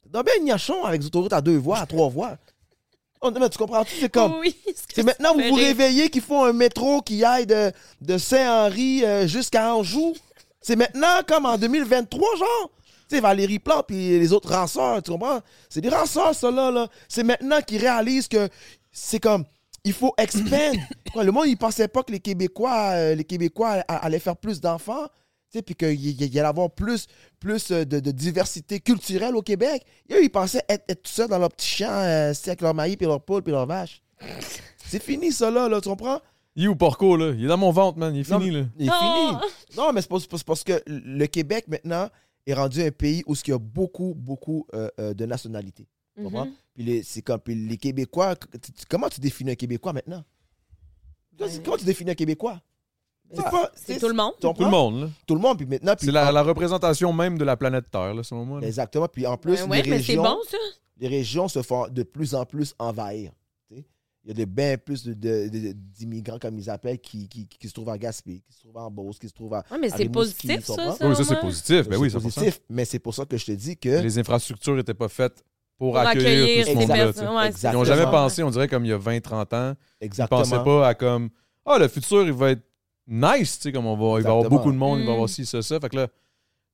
Speaker 6: Dans bien niachon avec les autoroutes à 2 voies, à 3 voies. On- mais tu comprends-tu? C'est comme.
Speaker 5: Oui, ce que
Speaker 6: C'est maintenant,
Speaker 5: tu
Speaker 6: vous
Speaker 5: fais
Speaker 6: vous
Speaker 5: rire.
Speaker 6: réveillez qu'il faut un métro qui aille de, de Saint-Henri euh, jusqu'à Anjou. C'est maintenant, comme en 2023, genre. Tu sais, Valérie Plante puis les autres ranceurs, tu comprends? C'est des ranceurs, ça, là. là. C'est maintenant qu'ils réalisent que c'est comme, il faut expand. Quoi, le monde, il pensait pas que les Québécois, euh, les Québécois a- allaient faire plus d'enfants, tu sais, puis qu'il y, y- y allait avoir plus, plus euh, de, de diversité culturelle au Québec. Et eux, ils pensaient être, être tout seuls dans leur petit champ, euh, c'est avec leur maïs, puis leur poule, puis leur vache. C'est fini, ça, là, là, tu comprends?
Speaker 4: Il est où, Porco, là? Il est dans mon ventre, man. Il est fini, là.
Speaker 6: Il est
Speaker 5: Oh!
Speaker 6: fini. Non, mais c'est parce, parce- parce que le Québec, maintenant, est rendu un pays où il y a beaucoup, beaucoup euh, euh, de nationalités. Tu
Speaker 5: Mhm.
Speaker 6: comprends? Puis les, c'est comme, puis les Québécois, tu- tu- comment tu définis un Québécois maintenant? Toi, c'est- Comment tu définis un Québécois? C'est pas-
Speaker 5: C'est tout le monde.
Speaker 6: tu comprends?
Speaker 4: Tout le monde, là.
Speaker 6: Tout le monde, puis maintenant... Puis
Speaker 4: C'est la, la représentation même de la planète Terre, là, selon moi. là.
Speaker 6: Exactement. Puis en plus,
Speaker 5: Ben ouais,
Speaker 6: les,
Speaker 5: mais c'est
Speaker 6: régions,
Speaker 5: bon, ça.
Speaker 6: les régions se font de plus en plus envahir. tu sais. Il y a de bien plus de- de- de- d'immigrants, comme ils appellent, qui, qui, qui se trouvent en Gaspé, qui se trouvent en Beauce, qui se trouvent en...
Speaker 5: Ouais, mais
Speaker 6: Ah,
Speaker 5: c'est
Speaker 6: les mosquées,
Speaker 5: positif,
Speaker 6: ils sont pas-
Speaker 5: ça.
Speaker 6: Oui,
Speaker 4: Oui,
Speaker 5: selon
Speaker 4: ça, c'est
Speaker 5: moi.
Speaker 4: positif. hein. Ben oui,
Speaker 6: c'est
Speaker 4: c'est
Speaker 6: positif, mais c'est pour ça que je te dis que...
Speaker 4: Les infrastructures n'étaient pas faites pour,
Speaker 5: Pour
Speaker 4: accueillir,
Speaker 5: accueillir
Speaker 4: tout
Speaker 5: ces
Speaker 4: ce monde-là. tu sais.
Speaker 5: personnes. Ouais, c'est
Speaker 4: Ils n'ont
Speaker 6: Exactement.
Speaker 4: jamais
Speaker 5: ça.
Speaker 4: pensé, on dirait, comme il y a 20-30 ans. Ils
Speaker 6: Exactement.
Speaker 4: pensaient pas à comme Ah, le futur, il va être nice, tu sais, comme on va, il va y avoir
Speaker 6: Exactement.
Speaker 4: beaucoup de monde, il va y avoir
Speaker 5: Mm.
Speaker 4: ci, ça, ça. Fait que là,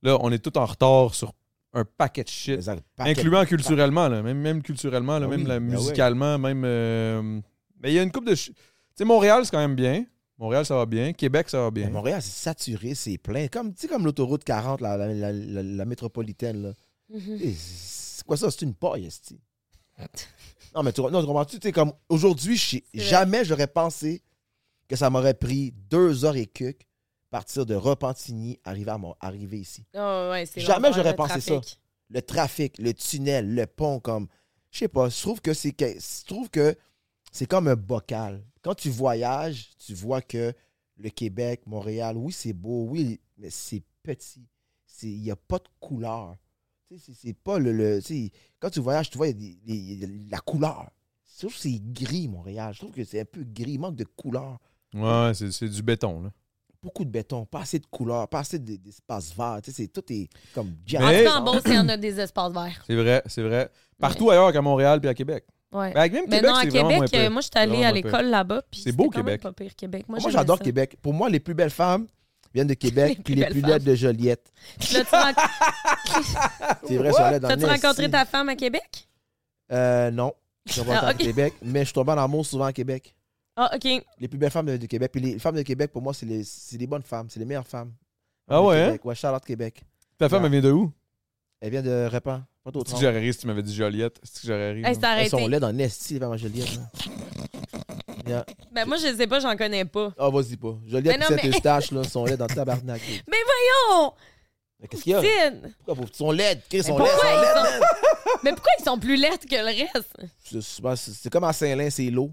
Speaker 4: là, on est tout en retard sur un paquet de shit.
Speaker 6: Exact. Paquet-
Speaker 4: Incluant culturellement, là, même, même culturellement, là,
Speaker 6: Ah
Speaker 4: même
Speaker 6: oui,
Speaker 4: là,
Speaker 6: ben ouais.
Speaker 4: musicalement, même. euh, mais il y a une coupe de. ch- Tu sais, Montréal, c'est quand même bien. Montréal, ça va bien. Québec, ça va bien.
Speaker 6: Mais
Speaker 5: Ben,
Speaker 6: Montréal, c'est saturé, c'est plein. Comme, tu sais, comme l'autoroute 40, la, la, la- la- la métropolitaine, là.
Speaker 5: Mhm.
Speaker 6: Eh, C'est quoi ça? C'est une paille, esti. Non, mais tu, non, tu comprends-tu? Tu sais, comme aujourd'hui, je sais-
Speaker 5: C'est vrai.
Speaker 6: jamais j'aurais pensé que ça m'aurait pris deux heures et quelques partir de Repentigny, arriver, à Mont- arriver ici.
Speaker 5: Ah, ouais, c'est
Speaker 6: Jamais
Speaker 5: l'enfer,
Speaker 6: j'aurais
Speaker 5: le
Speaker 6: pensé ça.
Speaker 5: trafic.
Speaker 6: Le trafic, le tunnel, le pont, comme... Je sais pas, je trouve que c'est que- je trouve que c'est comme un bocal. Quand tu voyages, tu vois que le Québec, Montréal, oui, c'est beau, oui, mais c'est petit. C'est- Il n'y a pas de couleur. Tu sais, C'est c'est pas le. le- tu sais, quand tu voyages, tu vois, il y a des- des- il y a de la couleur. Je trouve que c'est gris, Montréal. Je trouve que c'est un peu gris. Il manque de couleur.
Speaker 4: Ouais, c'est c'est du béton, là.
Speaker 6: Beaucoup de béton, pas assez de couleur, pas assez d- d'espace vert. Tu sais, c'est- tout est comme
Speaker 5: En
Speaker 4: Mais-
Speaker 5: tout cas, en Beauce, il y en a des espaces verts.
Speaker 4: C'est vrai, c'est vrai. Partout ailleurs qu'à Montréal puis à Québec.
Speaker 5: Ouais.
Speaker 4: Ben, avec même
Speaker 5: Mais
Speaker 4: Québec,
Speaker 5: non, à
Speaker 4: c'est vraiment moins
Speaker 5: Québec,
Speaker 4: pire.
Speaker 5: euh, moi, je suis
Speaker 4: C'est
Speaker 5: allée
Speaker 4: vraiment
Speaker 5: à
Speaker 4: moins pire.
Speaker 5: l'école là-bas. puis
Speaker 4: C'est beau,
Speaker 5: c'était quand même
Speaker 4: Québec.
Speaker 5: Pas pire, Québec.
Speaker 6: Moi,
Speaker 5: Moi, j'aimais
Speaker 6: j'adore
Speaker 5: ça.
Speaker 6: Québec. Pour moi, les plus belles femmes viennent de Québec,
Speaker 5: Les
Speaker 6: puis
Speaker 5: plus
Speaker 6: les plus
Speaker 5: belles
Speaker 6: belles de Joliette.
Speaker 5: Puis Là, tu ren-
Speaker 6: C'est vrai, ça allait dans
Speaker 5: T'as-tu
Speaker 6: le nez,
Speaker 5: rencontré
Speaker 6: si.
Speaker 5: ta femme à Québec?
Speaker 6: Euh, non. Je suis pas
Speaker 5: Ah,
Speaker 6: rentré à
Speaker 5: ok.
Speaker 6: Québec, mais je suis tombé en amour souvent à Québec.
Speaker 5: Ah, OK.
Speaker 6: Les plus belles femmes de, de Québec. Puis les femmes de Québec, pour moi, c'est les, c'est les bonnes femmes. C'est les meilleures femmes.
Speaker 4: Ah
Speaker 6: De
Speaker 4: ouais, hein?
Speaker 6: Québec. Ouais, Charlotte Québec.
Speaker 4: Ta femme, elle vient de où?
Speaker 6: Elle vient de Répand. Pas d'autre
Speaker 4: Si
Speaker 6: nom.
Speaker 4: j'aurais ri si tu m'avais dit Joliette, si j'aurais ri.
Speaker 5: Hey, c'est
Speaker 6: Elles sont
Speaker 5: arrêté.
Speaker 6: là dans Nesti, les mamans Joliette. là. Yeah.
Speaker 5: Ben, moi, je sais pas, j'en connais pas.
Speaker 6: Ah, vas-y pas. Joliette
Speaker 5: Mais
Speaker 6: et
Speaker 5: non, mais-
Speaker 6: Saint-Eustache, là, sont laides dans le tabarnak.
Speaker 5: Mais voyons!
Speaker 6: Mais Qu'est-ce qu'il y a?
Speaker 5: Tine!
Speaker 6: Pourquoi vous- ils sont laides? Ils sont
Speaker 5: Pourquoi
Speaker 6: laides, ils sont laides.
Speaker 5: ils sont... Mais pourquoi ils sont plus laides que le reste?
Speaker 6: C'est- C'est c'est comme à Saint-Lin, c'est l'eau.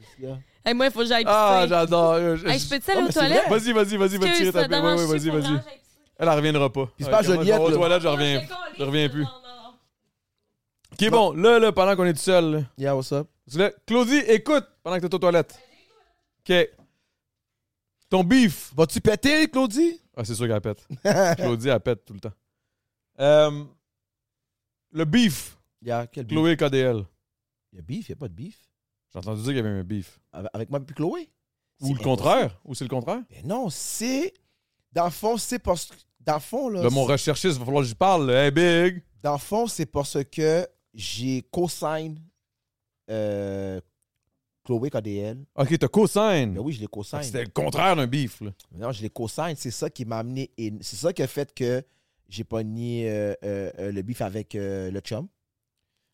Speaker 6: Qu'est-ce qu'il y a?
Speaker 5: Hey, moi, il faut que j'aille pisser.
Speaker 4: Ah, j'adore. Euh, je-
Speaker 5: Hey, je peux-tu aller
Speaker 6: Ah,
Speaker 5: aux
Speaker 6: mais c'est vrai.
Speaker 5: toilettes?
Speaker 4: Vas-y, vas-y, vas-y, va
Speaker 5: Excuse,
Speaker 4: tirer ta
Speaker 5: dans
Speaker 4: Ouais,
Speaker 5: mon
Speaker 4: ouais,
Speaker 5: chou,
Speaker 4: vas-y,
Speaker 5: faut que
Speaker 4: vas-y.
Speaker 5: j'aille pisser.
Speaker 4: Elle, elle reviendra pas.
Speaker 6: Puis c'est
Speaker 4: Ouais,
Speaker 6: pas
Speaker 4: moi, je vais
Speaker 6: Joliette,
Speaker 4: aux
Speaker 6: là.
Speaker 4: toilettes, je reviens.
Speaker 5: Non, Ah, c'est
Speaker 4: Je reviens plus.
Speaker 5: collé, non, non, non.
Speaker 4: Qui est bon, là, là, pendant qu'on est tout seul. là.
Speaker 6: Yeah, what's up?
Speaker 4: Parce que là, Claudie, écoute pendant que t'es aux toilettes. OK. Ton beef.
Speaker 6: Vas-tu péter, Claudie?
Speaker 4: Ah, c'est sûr qu'elle pète. Claudie, elle pète tout le temps. Euh, le beef.
Speaker 6: Yeah, quel beef?
Speaker 4: Chloé KDL.
Speaker 6: Il y a beef, il n'y a pas de beef.
Speaker 4: J'ai entendu dire qu'il y avait un beef.
Speaker 6: Avec avec moi puis Chloé?
Speaker 4: Ou
Speaker 6: C'est
Speaker 4: le contraire. Ou c'est le contraire.
Speaker 6: impossible. Mais non, c'est. Dans le fond, c'est parce que. Dans le fond, là.
Speaker 4: Là, mon
Speaker 6: c'est-
Speaker 4: recherchiste, il va falloir que j'y parle. là. Hey, big.
Speaker 6: Dans le fond, c'est parce que j'ai co-sign euh, Chloé KDL.
Speaker 4: OK, t'as co-sign.
Speaker 6: Ben oui, je l'ai
Speaker 4: Fait que
Speaker 6: co-sign.
Speaker 4: Hmm. Ah, C'était le contraire d'un beef. là.
Speaker 6: Mais Non, je les co-signe. C'est ça qui m'a amené. et C'est ça qui a fait que j'ai pas nié euh, euh, euh, le bif avec euh, le chum.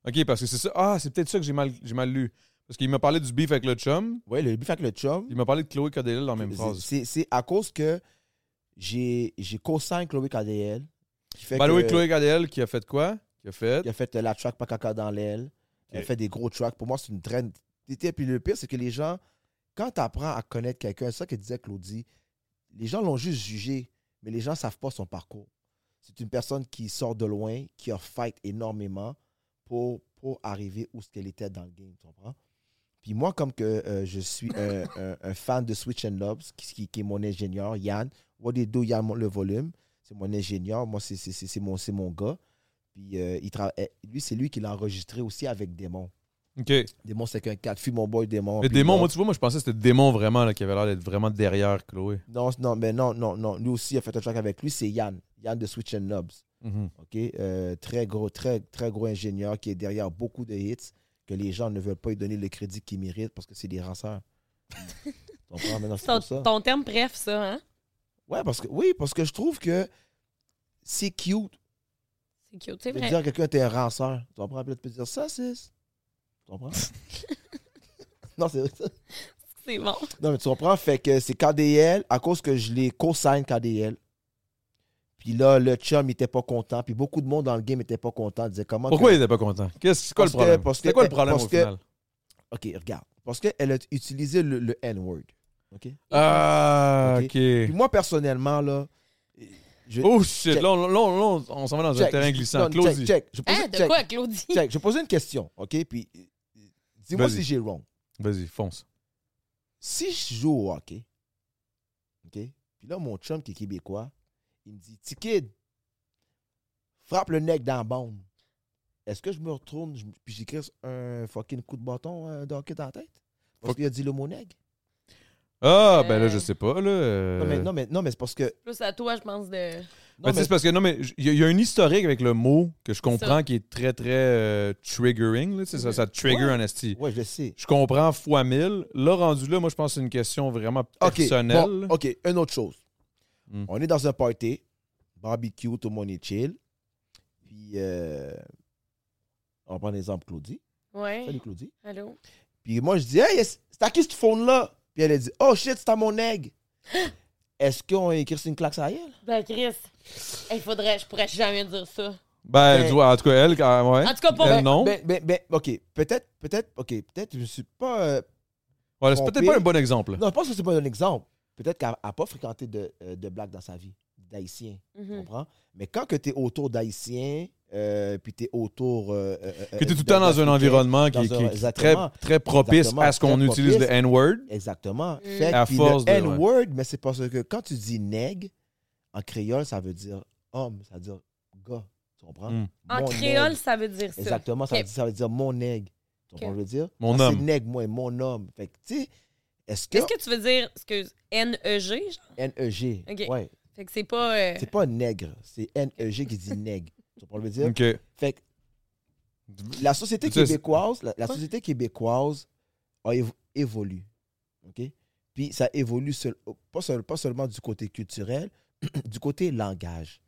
Speaker 4: OK, parce que c'est ça. Ah, c'est peut-être ça que j'ai mal, j'ai mal lu. Parce qu'il m'a parlé du beef avec le chum.
Speaker 6: Oui, le bif avec le chum.
Speaker 4: Il m'a parlé de Chloé KDL dans la même
Speaker 6: c'est-
Speaker 4: phrase.
Speaker 6: C'est c'est à cause que j'ai j'ai co-signé Chloé KDL. Qui fait
Speaker 4: By the way,
Speaker 6: que-
Speaker 4: Chloé KDL qui a fait quoi? Qui a fait.
Speaker 6: Il a fait euh, la track pas caca dans l'aile. Il a
Speaker 4: Ok.
Speaker 6: fait des gros tracks. Pour moi, c'est une traîne. Et puis le pire, c'est que les gens, quand tu apprends à connaître quelqu'un, c'est ça que disait Claudie, les gens l'ont juste jugé, mais les gens ne savent pas son parcours. C'est une personne qui sort de loin, qui a fight énormément pour, pour arriver où ce qu'elle était dans le game, tu comprends? Puis moi, comme que euh, je suis un, un- un fan de Switch and Lobs, qui, qui- qui est mon ingénieur, Yann, What do you do, Yann, le volume, c'est mon ingénieur, moi, c'est- c'est c'est- c'est mon, c'est mon gars. Puis euh, il tra- eh, lui, c'est lui qui l'a enregistré aussi avec Démon.
Speaker 4: OK. Mais
Speaker 6: Démon, c'est qu'un 4 fut mon boy Démon. puis
Speaker 4: démon,
Speaker 6: là-
Speaker 4: moi, tu vois, moi, je pensais que c'était démon vraiment là, qui avait l'air d'être vraiment derrière Chloé.
Speaker 6: Non, non, mais non, non, non. Lui aussi, il a fait un track avec lui, c'est Yann. Yann de Switch and Knobs.
Speaker 4: Mhm.
Speaker 6: OK? Euh, très gros, très, très gros ingénieur qui est derrière beaucoup de hits que les gens ne veulent pas lui donner le crédit qu'il mérite parce que c'est des ranceurs. tu comprends? Mais non, c'est
Speaker 5: Ton,
Speaker 6: pour ça.
Speaker 5: ton terme bref, ça, hein?
Speaker 6: Ouais, parce que, oui, parce que je trouve que c'est cute
Speaker 5: C'est cute, c'est
Speaker 6: de
Speaker 5: vrai.
Speaker 6: dire à quelqu'un t'es un ranceur. Tu comprends? Puis là, tu peux dire ça, c'est. Tu comprends? non, c'est vrai.
Speaker 5: C'est bon.
Speaker 6: Non, mais tu comprends? Fait que c'est KDL, à cause que je l'ai co-sign KDL. Puis là, le chum, il était pas content. Puis beaucoup de monde dans le game était pas content. disait comment.
Speaker 4: Pourquoi
Speaker 6: que-
Speaker 4: il était pas content? Qu'est-ce, c'est quoi
Speaker 6: Parce
Speaker 4: le
Speaker 6: que-
Speaker 4: problème?
Speaker 6: parce que-
Speaker 4: C'était quoi le problème
Speaker 6: parce
Speaker 4: au
Speaker 6: que-
Speaker 4: final?
Speaker 6: Ok, regarde. Parce qu'elle a utilisé le, le N-word. Ok?
Speaker 4: Ah,
Speaker 6: Ok.
Speaker 4: OK.
Speaker 6: Puis moi, personnellement, là. Je...
Speaker 4: Oh shit,
Speaker 6: Check.
Speaker 4: là, on, là, on- là, on- on s'en va dans un
Speaker 6: check.
Speaker 4: terrain glissant.
Speaker 6: Non, check,
Speaker 4: Claudie.
Speaker 6: check. Je posais,
Speaker 5: Hein, de
Speaker 6: check,
Speaker 5: quoi, Claudie?
Speaker 6: check. Je posais une question. Ok? Puis euh, dis-moi
Speaker 4: Vas-y.
Speaker 6: si j'ai wrong.
Speaker 4: Vas-y, fonce.
Speaker 6: Si je joue au hockey, OK? Puis là, mon chum qui est québécois, il me dit Tikid, frappe le nec dans la bande. Est-ce que je me retourne je- puis j'écris un fucking coup de bâton euh, de hockey dans la tête? Parce
Speaker 4: Fuck.
Speaker 6: qu'il a dit le mot nègre.
Speaker 4: Ah, ben là, je
Speaker 5: Euh.
Speaker 4: sais pas, là. euh.
Speaker 6: Non, mais, non, mais, non, mais c'est parce que.
Speaker 5: Plus à toi, je pense, de.
Speaker 4: Ben,
Speaker 6: Non,
Speaker 4: tu sais,
Speaker 6: mais,
Speaker 4: c'est parce que, non, mais il y, a- il y a un historique avec le mot que je comprends qui est très, très euh, triggering. Là, tu sais, ça, ça trigger en esti.
Speaker 6: ouais, je le sais.
Speaker 4: Je comprends fois mille. Là, rendu là, moi, je pense que c'est une question vraiment
Speaker 6: OK.
Speaker 4: personnelle.
Speaker 6: bon, OK, une autre chose.
Speaker 4: Hmm.
Speaker 6: On est dans un party, barbecue, tout le monde est chill. Puis, euh, on prend l'exemple Claudie.
Speaker 5: Ouais.
Speaker 6: Salut Claudie.
Speaker 5: Allô?
Speaker 6: Puis moi, je dis, hey, est-ce- c'est à qui ce phone-là? Puis elle a dit, oh shit, c'est à mon aigle. Est-ce qu'on a écrit sur une claque à elle?
Speaker 5: Ben, Chris, il faudrait, je pourrais jamais dire ça.
Speaker 4: Ben,
Speaker 6: Ben-
Speaker 4: tu vois, en tout cas, elle, quand- ouais.
Speaker 5: En tout cas, pour
Speaker 4: elle,
Speaker 5: moi-
Speaker 4: non.
Speaker 6: Ben, ben, ben, ok, peut-être, peut-être, ok, peut-être, je ne suis pas. euh,
Speaker 4: Ouais, c'est peut-être
Speaker 6: trompé.
Speaker 4: pas un bon exemple.
Speaker 6: Non, je pense que c'est pas un exemple. Peut-être qu'elle n'a pas fréquenté de, euh, de blagues dans sa vie, d'haïtiens, tu
Speaker 5: Mhm.
Speaker 6: comprends? Mais quand tu es autour d'haïtiens, euh, puis tu es autour. euh, euh, euh,
Speaker 4: Que tu es tout le temps dans un
Speaker 6: d'Africains,
Speaker 4: environnement qui,
Speaker 6: dans
Speaker 4: qui-
Speaker 6: un-
Speaker 4: qui est très,
Speaker 6: exactement.
Speaker 4: très propice
Speaker 6: Exactement,
Speaker 4: à ce qu'on
Speaker 6: très
Speaker 4: utilise le
Speaker 6: propice.
Speaker 4: N-word.
Speaker 6: Exactement.
Speaker 5: Mm.
Speaker 6: Fait
Speaker 4: À
Speaker 6: que- puis
Speaker 4: force de-
Speaker 6: le
Speaker 4: ouais.
Speaker 6: N-word, mais c'est parce que quand tu dis nègre, en créole, ça veut dire homme, ça veut dire gars. Tu comprends?
Speaker 4: Mm.
Speaker 5: En
Speaker 6: Mon
Speaker 5: créole,
Speaker 6: nègre.
Speaker 5: ça veut dire ça.
Speaker 6: Exactement, ça,
Speaker 5: Ok.
Speaker 6: veut dire, ça veut dire mon nègre. Tu comprends ce que je veux dire?
Speaker 4: Mon
Speaker 6: Ah,
Speaker 4: homme.
Speaker 6: C'est nègre, moi, mon homme. Fait que, tu sais, est-ce que,
Speaker 5: Est-ce que tu veux dire, excuse, N-E-G? genre?
Speaker 6: N-E-G?
Speaker 5: Ok.
Speaker 6: Ouais.
Speaker 5: Fait que c'est pas. euh,
Speaker 6: C'est pas nègre, c'est N-E-G qui dit nègre. Tu comprends ce que je veux dire?
Speaker 4: OK.
Speaker 6: Fait que la société
Speaker 4: Tu sais,
Speaker 6: québécoise, la, la société québécoise a évo- évolue. OK? Puis ça évolue seul- pas, seul- pas seulement du côté culturel, du côté langage.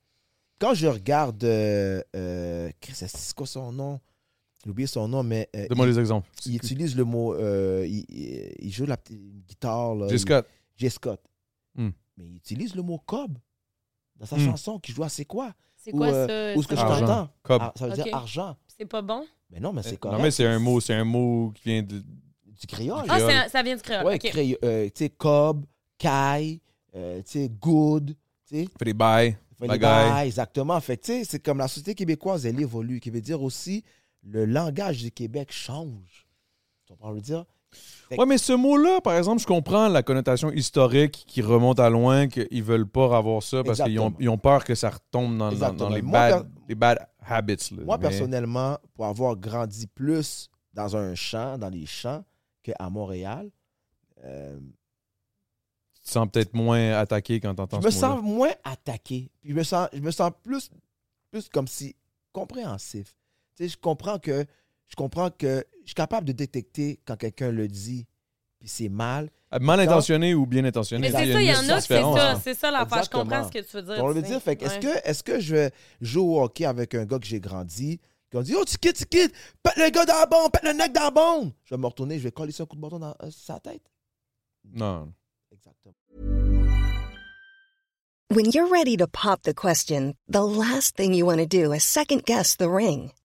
Speaker 6: quand je regarde. Euh, euh, Chris, c'est quoi son nom J'ai oublié son nom, mais. euh,
Speaker 4: Donne-moi des exemples.
Speaker 6: il, il utilise le mot. euh, il, il- il joue la petite guitare. là.
Speaker 4: J.
Speaker 6: Il-
Speaker 4: Scott.
Speaker 6: J. Scott.
Speaker 4: Hmm.
Speaker 6: Mais il utilise le mot cob dans sa
Speaker 4: Hmm.
Speaker 6: chanson qui joue à C'est quoi
Speaker 5: C'est
Speaker 6: Ou,
Speaker 5: quoi
Speaker 6: euh,
Speaker 5: ça?
Speaker 6: Ou ce que je
Speaker 5: C'est pas-
Speaker 4: Argent.
Speaker 6: t'entends
Speaker 4: Cobb.
Speaker 6: Ah, Ça veut
Speaker 5: Ok.
Speaker 6: dire argent.
Speaker 5: C'est pas bon?
Speaker 6: Mais non, mais c'est correct.
Speaker 4: Non, mais c'est un mot, c'est un mot qui vient de.
Speaker 6: Du créole.
Speaker 5: Ah,
Speaker 4: Créole.
Speaker 5: c'est un- ça vient du créole.
Speaker 6: Ouais,
Speaker 5: ok.
Speaker 6: cré- euh, tu sais, cob, kai, euh, tu sais, good, tu sais.
Speaker 4: Fait des bails.
Speaker 6: Fait
Speaker 4: Bagaille.
Speaker 6: des bails, exactement. Fait que, tu sais, c'est comme la société québécoise, elle évolue. Qui veut dire aussi, le langage du Québec change. Tu comprends le dire? Fait que-
Speaker 4: Ouais, mais ce mot-là, par exemple, je comprends la connotation historique qui remonte à loin, qu'ils veulent pas avoir ça parce qu'ils ont,
Speaker 6: Exactement.
Speaker 4: ils ont peur que ça retombe dans, dans- dans
Speaker 6: Exactement.
Speaker 4: les,
Speaker 6: Moi,
Speaker 4: bad,
Speaker 6: per-
Speaker 4: les bad habits. là.
Speaker 6: Moi,
Speaker 4: Mais-
Speaker 6: personnellement, pour avoir grandi plus dans un champ, dans les champs, qu'à Montréal, euh,
Speaker 4: Tu te sens peut-être moins attaqué quand t'entends
Speaker 6: je me
Speaker 4: ce mot-là.
Speaker 6: sens moins attaqué. Puis je me sens, je me sens plus, plus comme si compréhensif. Tu sais, je comprends que je comprends que je suis capable de détecter quand quelqu'un le dit, puis c'est mal.
Speaker 4: Ah, Mal intentionné ou bien intentionné.
Speaker 5: Mais c'est
Speaker 4: il y a
Speaker 5: ça,
Speaker 4: une
Speaker 5: il y en a que c'est
Speaker 4: différence,
Speaker 5: ça.
Speaker 4: hein.
Speaker 5: C'est ça l'affaire. Je
Speaker 6: Exactement.
Speaker 5: comprends ce que tu veux dire.
Speaker 6: On le
Speaker 5: tu
Speaker 6: dire,
Speaker 5: sais.
Speaker 6: fait que est-ce
Speaker 5: Ouais.
Speaker 6: que est-ce que je vais jouer au hockey avec un gars que j'ai grandi, qui on dit Oh tu quittes, tu quittes, pète le gars dans la bombe, pète le mec dans la bombe! Je vais me retourner, je vais coller ça un coup de bâton dans euh, sa tête.
Speaker 4: Non.
Speaker 6: Exactement.
Speaker 8: When you're ready to pop the question, the last thing you want to do is second guess the ring.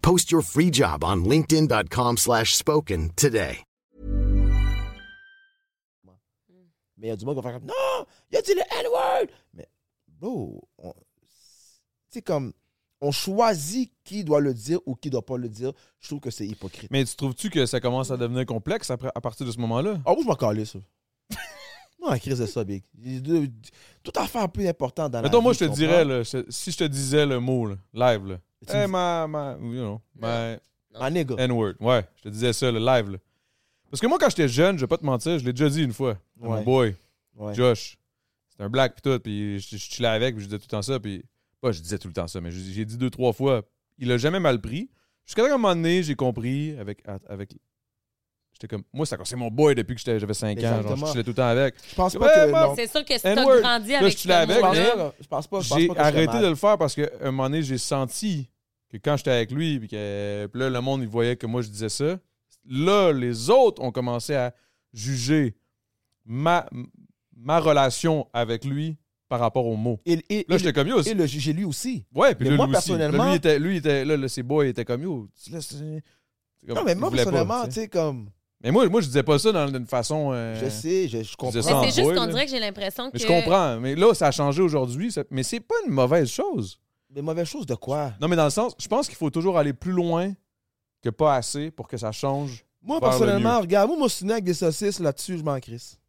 Speaker 1: Post your free job on linkedin.com/spoken slash spoken today.
Speaker 6: Mais il y a du monde qui va faire comme Non, il a dit le N-word! Mais bro, on- c'est comme on choisit qui doit le dire ou qui doit pas le dire. Je trouve que c'est hypocrite.
Speaker 4: Mais tu trouves-tu que ça commence à devenir complexe après- à partir de ce moment-là?
Speaker 6: Ah, moi, je m'en calais, ça. Non, la crise de ça, Big. J'ai deux- Toute affaire plus importante dans Ah, la
Speaker 4: Mettons, moi,
Speaker 6: vie,
Speaker 4: je te
Speaker 6: tu comprends?
Speaker 4: dirais, là, je- si je te disais le mot, là, live, là.
Speaker 6: Tu me
Speaker 4: Hey,
Speaker 6: dis-
Speaker 4: ma, ma, you know, my
Speaker 6: Ma nigga.
Speaker 4: N-word. Ouais, je te disais ça, le live, là. Parce que moi, quand j'étais jeune, je vais pas te mentir, je l'ai déjà dit une fois. à Mon
Speaker 6: Ouais.
Speaker 4: boy,
Speaker 6: Ouais.
Speaker 4: Josh. C'était un black, pis tout, pis je, je chillais avec, puis je disais tout le temps ça, puis pas je disais tout le temps ça, mais je- j'ai dit deux, trois fois. Il a jamais mal pris. Jusqu'à un moment donné, j'ai compris avec. à- avec J'étais comme, moi, ça- c'est mon boy depuis que j'étais- j'avais 5 ans. Genre, je
Speaker 6: Exactement.
Speaker 4: chillais tout le temps avec.
Speaker 6: Je pense
Speaker 4: Ouais,
Speaker 6: pas que.
Speaker 4: moi,
Speaker 6: non.
Speaker 5: C'est sûr que si t'as
Speaker 4: N-word.
Speaker 5: grandi
Speaker 4: Là,
Speaker 5: avec
Speaker 4: je suis là
Speaker 5: ce
Speaker 4: avec,
Speaker 5: mot-là,
Speaker 4: mais-
Speaker 6: Je pense pas. Je pense pas.
Speaker 4: J'ai
Speaker 6: que je serais
Speaker 4: arrêté
Speaker 6: mal.
Speaker 4: de le faire parce qu'à un moment donné, j'ai senti que quand j'étais avec lui, puis que puis là, le monde, il voyait que moi, je disais ça. Là, les autres ont commencé à juger ma, ma relation avec lui par rapport aux mots.
Speaker 6: Et, et,
Speaker 4: Là,
Speaker 6: et
Speaker 4: j'étais
Speaker 6: le-
Speaker 4: comme yo.
Speaker 6: et
Speaker 4: c'est-
Speaker 6: le juger lui aussi.
Speaker 4: Ouais, puis
Speaker 6: mais
Speaker 4: là,
Speaker 6: moi,
Speaker 4: lui aussi. Là,
Speaker 6: personnellement-
Speaker 4: lui, était, lui, était, là, là, ses boys étaient comme yo. tu laisses- c'est comme-
Speaker 6: Non, mais
Speaker 4: il
Speaker 6: moi,
Speaker 4: voulait pas,
Speaker 6: personnellement,
Speaker 4: tu
Speaker 6: tu
Speaker 4: sais.
Speaker 6: sais, comme.
Speaker 4: Mais moi, moi, je disais pas ça dans- d'une façon. euh,
Speaker 6: Je sais, je, je comprends.
Speaker 4: faisais ça en
Speaker 5: Mais c'est
Speaker 4: boy,
Speaker 5: juste qu'on
Speaker 4: là.
Speaker 5: dirait que j'ai l'impression que.
Speaker 4: Mais je comprends. Mais là, ça a changé aujourd'hui. ça- Mais c'est pas une mauvaise chose.
Speaker 6: Mais mauvaise chose de quoi
Speaker 4: Non, mais dans le sens, je pense qu'il faut toujours aller plus loin que pas assez pour que ça change.
Speaker 6: Moi,
Speaker 4: Vers le
Speaker 6: personnellement, regarde, moi, moi, je suis né avec des saucisses là-dessus, je m'en crisse.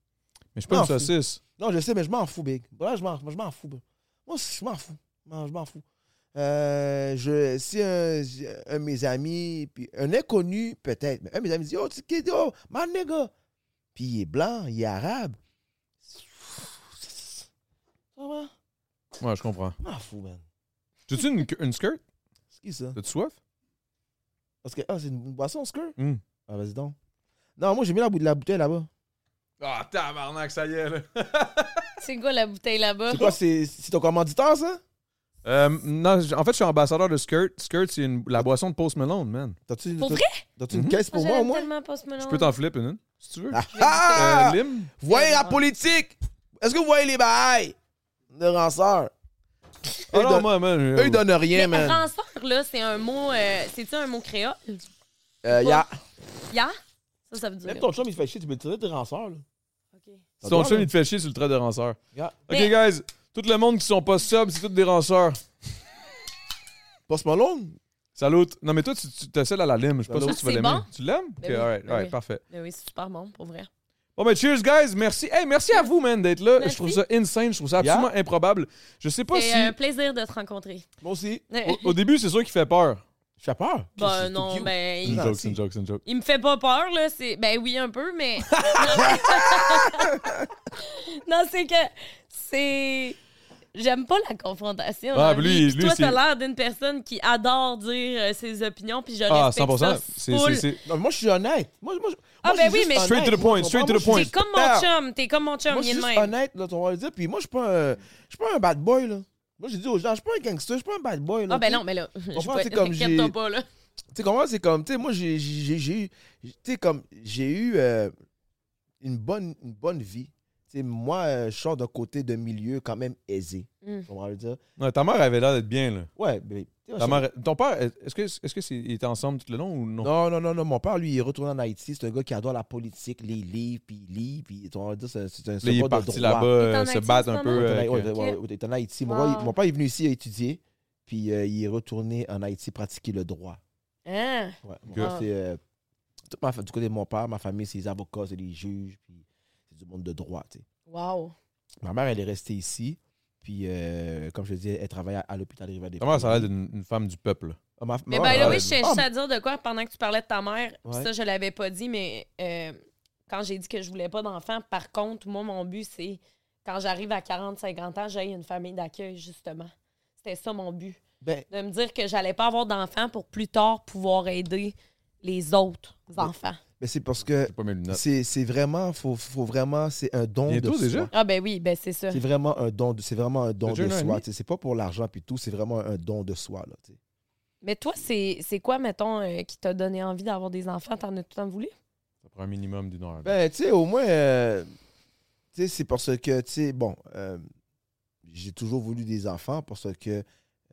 Speaker 4: Mais je suis pas
Speaker 6: Non,
Speaker 4: une saucisse.
Speaker 6: Non, je sais, mais je m'en fous, Big. Voilà, je m'en, je m'en fous. bro. Moi, je m'en fous. Je m'en- je m'en fous. Euh, je, si un, un de mes amis, puis un inconnu peut-être, mais un de mes amis dit Oh, tu kid, oh, my nigga. Puis il est blanc, il est arabe. Ça va?
Speaker 4: Ouais, je comprends.
Speaker 6: Je m'en fous, man.
Speaker 4: T'as-tu une, une skirt?
Speaker 6: C'est qui ça?
Speaker 4: T'as-tu soif?
Speaker 6: Parce que, ah, c'est une boisson, skirt?
Speaker 4: Hmm.
Speaker 6: Ah, vas-y donc. Non, moi, j'ai mis la, bout- la bouteille là-bas.
Speaker 4: Ah, tabarnak, ça y est, là.
Speaker 5: C'est quoi la bouteille là-bas?
Speaker 4: Ah.
Speaker 6: C'est quoi, c'est, c'est ton commanditeur, ça?
Speaker 4: Euh, non, j- en fait, je suis ambassadeur de Skirt. Skirt, c'est une- la boisson de Post Malone, man.
Speaker 6: T'as-tu,
Speaker 5: Pour
Speaker 6: t'as-
Speaker 5: vrai?
Speaker 6: t'as-tu une
Speaker 4: Mhm.
Speaker 6: caisse
Speaker 5: Moi,
Speaker 6: pour moi, au
Speaker 5: j'aime
Speaker 6: moins?
Speaker 5: Ah, tellement pas ce
Speaker 4: Je peux t'en flipper une, si tu veux.
Speaker 6: Ah!
Speaker 4: Euh,
Speaker 6: ah!
Speaker 4: lime?
Speaker 6: Voyez la politique! Est-ce que vous voyez les bails de ranceur?
Speaker 4: Ah
Speaker 6: Eux,
Speaker 4: non,
Speaker 6: donnent-
Speaker 4: moi, man.
Speaker 6: eux, ils donnent rien,
Speaker 5: Mais
Speaker 6: man.
Speaker 5: ranceur, là, c'est un mot. euh, C'est-tu un mot créole?
Speaker 6: Euh, y'a-
Speaker 5: Ya? Ça, ça veut dire.
Speaker 6: Même ton chum, il se fait chier, tu peux le tirer de ranceur, là.
Speaker 5: Ok.
Speaker 4: Son
Speaker 6: doit,
Speaker 4: chum,
Speaker 6: là.
Speaker 4: il te fait chier sur le trait de ranceur.
Speaker 6: Yeah.
Speaker 4: OK,
Speaker 5: Mais-
Speaker 4: guys, tout le monde qui sont pas subs, c'est tous des ranceurs.
Speaker 6: Post Malone?
Speaker 4: Salut. Non, mais toi, tu, tu t'as celle à la lime. Je pense
Speaker 6: Salut.
Speaker 4: que tu vas
Speaker 5: Ah,
Speaker 4: l'aimer.
Speaker 5: c'est bon?
Speaker 4: Tu l'aimes?
Speaker 5: Ben
Speaker 4: OK,
Speaker 5: oui,
Speaker 4: all right,
Speaker 5: ben
Speaker 4: all right,
Speaker 5: oui.
Speaker 4: parfait.
Speaker 5: Mais oui, c'est super bon, pour vrai.
Speaker 4: Bon, ben, cheers, guys. Merci. Hey, merci à vous, man, d'être là. Je
Speaker 5: Merci. euh,
Speaker 4: trouve ça insane. Je trouve ça
Speaker 6: Yeah.
Speaker 4: absolument improbable. Je sais pas
Speaker 5: C'est
Speaker 4: si.
Speaker 5: un plaisir de te rencontrer.
Speaker 6: Moi aussi.
Speaker 4: Au, au début, c'est sûr qu'il fait peur.
Speaker 6: J'ai peur.
Speaker 5: Ben non, ben...
Speaker 4: C'est une
Speaker 5: Il...
Speaker 4: joke, c'est une joke, c'est une joke.
Speaker 5: il me fait pas peur, là. C'est... Ben oui, un peu, mais... non, c'est que... C'est... J'aime pas la confrontation.
Speaker 4: Ah,
Speaker 5: dans
Speaker 4: puis
Speaker 5: la
Speaker 4: lui,
Speaker 5: vie. Puis
Speaker 4: lui,
Speaker 5: toi,
Speaker 4: c'est-
Speaker 5: t'as l'air d'une personne qui adore dire euh, ses opinions, puis je
Speaker 4: Ah,
Speaker 5: respecte
Speaker 4: 100
Speaker 5: ça
Speaker 4: C'est. c'est-
Speaker 5: full.
Speaker 4: c'est-
Speaker 6: Non, mais moi, je suis honnête. Moi, moi, je-
Speaker 5: Ah,
Speaker 6: moi, je
Speaker 5: ben
Speaker 6: suis
Speaker 5: oui,
Speaker 6: juste
Speaker 5: mais-
Speaker 4: Straight to the point,
Speaker 6: honnête,
Speaker 4: straight to
Speaker 6: moi,
Speaker 4: the
Speaker 6: je-
Speaker 4: point.
Speaker 5: T'es comme
Speaker 4: Ah.
Speaker 5: mon chum, t'es comme mon chum,
Speaker 6: Moi, je
Speaker 5: il
Speaker 6: suis
Speaker 5: est de
Speaker 6: juste
Speaker 5: même.
Speaker 6: honnête, là, tu vas le dire. Puis moi, je suis pas un. Je suis pas un bad boy, là. Moi, j'ai dit aux gens, je suis pas un gangster, je suis pas un bad boy, là.
Speaker 5: Ah ben
Speaker 6: tu
Speaker 5: non, mais là, je
Speaker 6: comprends,
Speaker 5: vais-
Speaker 6: c'est comme
Speaker 5: inquiète-toi
Speaker 6: j'ai-
Speaker 5: pas, là.
Speaker 6: Tu sais comment c'est comme, tu sais, moi j'ai j'ai- j'ai- j'ai eu, tu sais comme j'ai eu euh, une bonne une bonne vie. Tu sais, moi euh, je sors d'un côté d'un milieu quand même aisé.
Speaker 5: Mm.
Speaker 6: Tu comprends ce que je veux dire.
Speaker 4: Ouais, ta mère avait l'air d'être bien, là.
Speaker 6: Ouais, mais tu sais,
Speaker 4: Ta
Speaker 6: je-
Speaker 4: mère- Ton père, est-ce que est-ce que c'est- il était ensemble tout le long ou non?
Speaker 6: non, non, non, non, mon père, lui, il est retourné en Haïti. C'est un gars qui adore la politique, les livres, puis il lit, puis tu vois, dire, c'est c'est un
Speaker 4: Là, il est
Speaker 6: support de
Speaker 4: parti
Speaker 6: droit.
Speaker 4: là-bas
Speaker 5: Il est en
Speaker 4: euh, se
Speaker 5: Haïti,
Speaker 4: battre
Speaker 5: en
Speaker 4: un
Speaker 5: ce
Speaker 4: peu.
Speaker 5: moment?
Speaker 4: euh,
Speaker 6: Ouais, ouais,
Speaker 4: avec-
Speaker 6: ouais,
Speaker 5: Ok.
Speaker 6: ouais, il est en Haïti. Mon, père, il-
Speaker 5: Wow.
Speaker 6: mon père est venu ici à étudier, puis euh, il est retourné en Haïti pratiquer le droit.
Speaker 5: Hein?
Speaker 6: Ouais, mon
Speaker 4: Ok.
Speaker 6: père, c'est, euh, toute ma fa- du côté de mon père, ma famille, c'est les avocats, c'est les juges, puis c'est du monde de droit. tu sais.
Speaker 5: Wow.
Speaker 6: Ma mère, elle est restée ici, puis euh, comme je te disais, elle travaille à, à l'hôpital rivière des
Speaker 4: Ta mère, ça a l'air d'une une femme du peuple. là.
Speaker 5: Mais
Speaker 4: ouais,
Speaker 5: ben là,
Speaker 4: ouais.
Speaker 5: oui, je juste à dire de quoi pendant que tu parlais de ta mère.
Speaker 6: ah, Ouais.
Speaker 5: Ça, je l'avais pas dit, mais euh, quand j'ai dit que je voulais pas d'enfant, par contre, moi, mon but, c'est quand j'arrive à 40-50 ans, j'ai une famille d'accueil, justement. C'était ça mon but.
Speaker 6: Ben,
Speaker 5: De me dire que j'allais pas avoir d'enfant pour plus tard pouvoir aider les autres enfants.
Speaker 6: mais ben, c'est parce que
Speaker 4: J'ai pas mes lunettes.
Speaker 6: c'est c'est vraiment, faut, faut vraiment, c'est un don
Speaker 4: Bientôt
Speaker 6: de
Speaker 4: déjà?
Speaker 6: soi.
Speaker 5: Ah ben oui, ben c'est ça.
Speaker 6: C'est vraiment un don de, c'est vraiment un don
Speaker 4: Déjà
Speaker 6: de
Speaker 4: un an et
Speaker 6: soi.
Speaker 4: demi?
Speaker 6: tu sais. C'est pas pour l'argent puis tout, c'est vraiment un don de soi. Là, tu sais.
Speaker 5: Mais toi, c'est c'est quoi, mettons, euh, qui t'a donné envie d'avoir des enfants? T'en as tout le temps voulu?
Speaker 4: Ça prend un minimum d'une heure. là.
Speaker 6: Ben, tu sais, au moins, euh, tu sais, c'est parce que, tu sais, bon, euh, j'ai toujours voulu des enfants parce que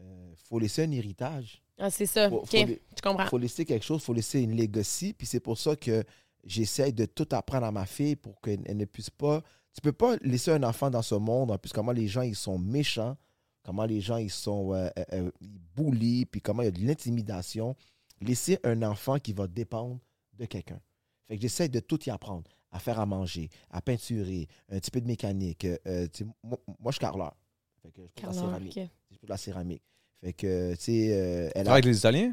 Speaker 6: euh, faut laisser un héritage.
Speaker 5: Ah, c'est ça.
Speaker 6: Faut-
Speaker 5: OK,
Speaker 6: faut les-
Speaker 5: je comprends.
Speaker 6: faut laisser quelque chose, faut laisser une legacy. Puis c'est pour ça que j'essaie de tout apprendre à ma fille pour qu'elle elle ne puisse pas. Tu peux pas laisser un enfant dans ce monde, en plus, comment les gens, ils sont méchants, comment les gens, ils sont euh, euh, euh, ils bullient, puis comment il y a de l'intimidation. Laisser un enfant qui va dépendre de quelqu'un. Fait que j'essaie de tout y apprendre, à faire à manger, à peinturer, un petit peu de mécanique. euh, euh, tu sais, moi, moi, je suis carreleur. Fait que je fais de la
Speaker 5: Carleur,
Speaker 6: céramique.
Speaker 5: ok.
Speaker 6: Je fais de la céramique. Fait que, tu sais, euh,
Speaker 4: Tu
Speaker 6: elle
Speaker 4: travailles
Speaker 6: a...
Speaker 4: avec les Italiens? euh,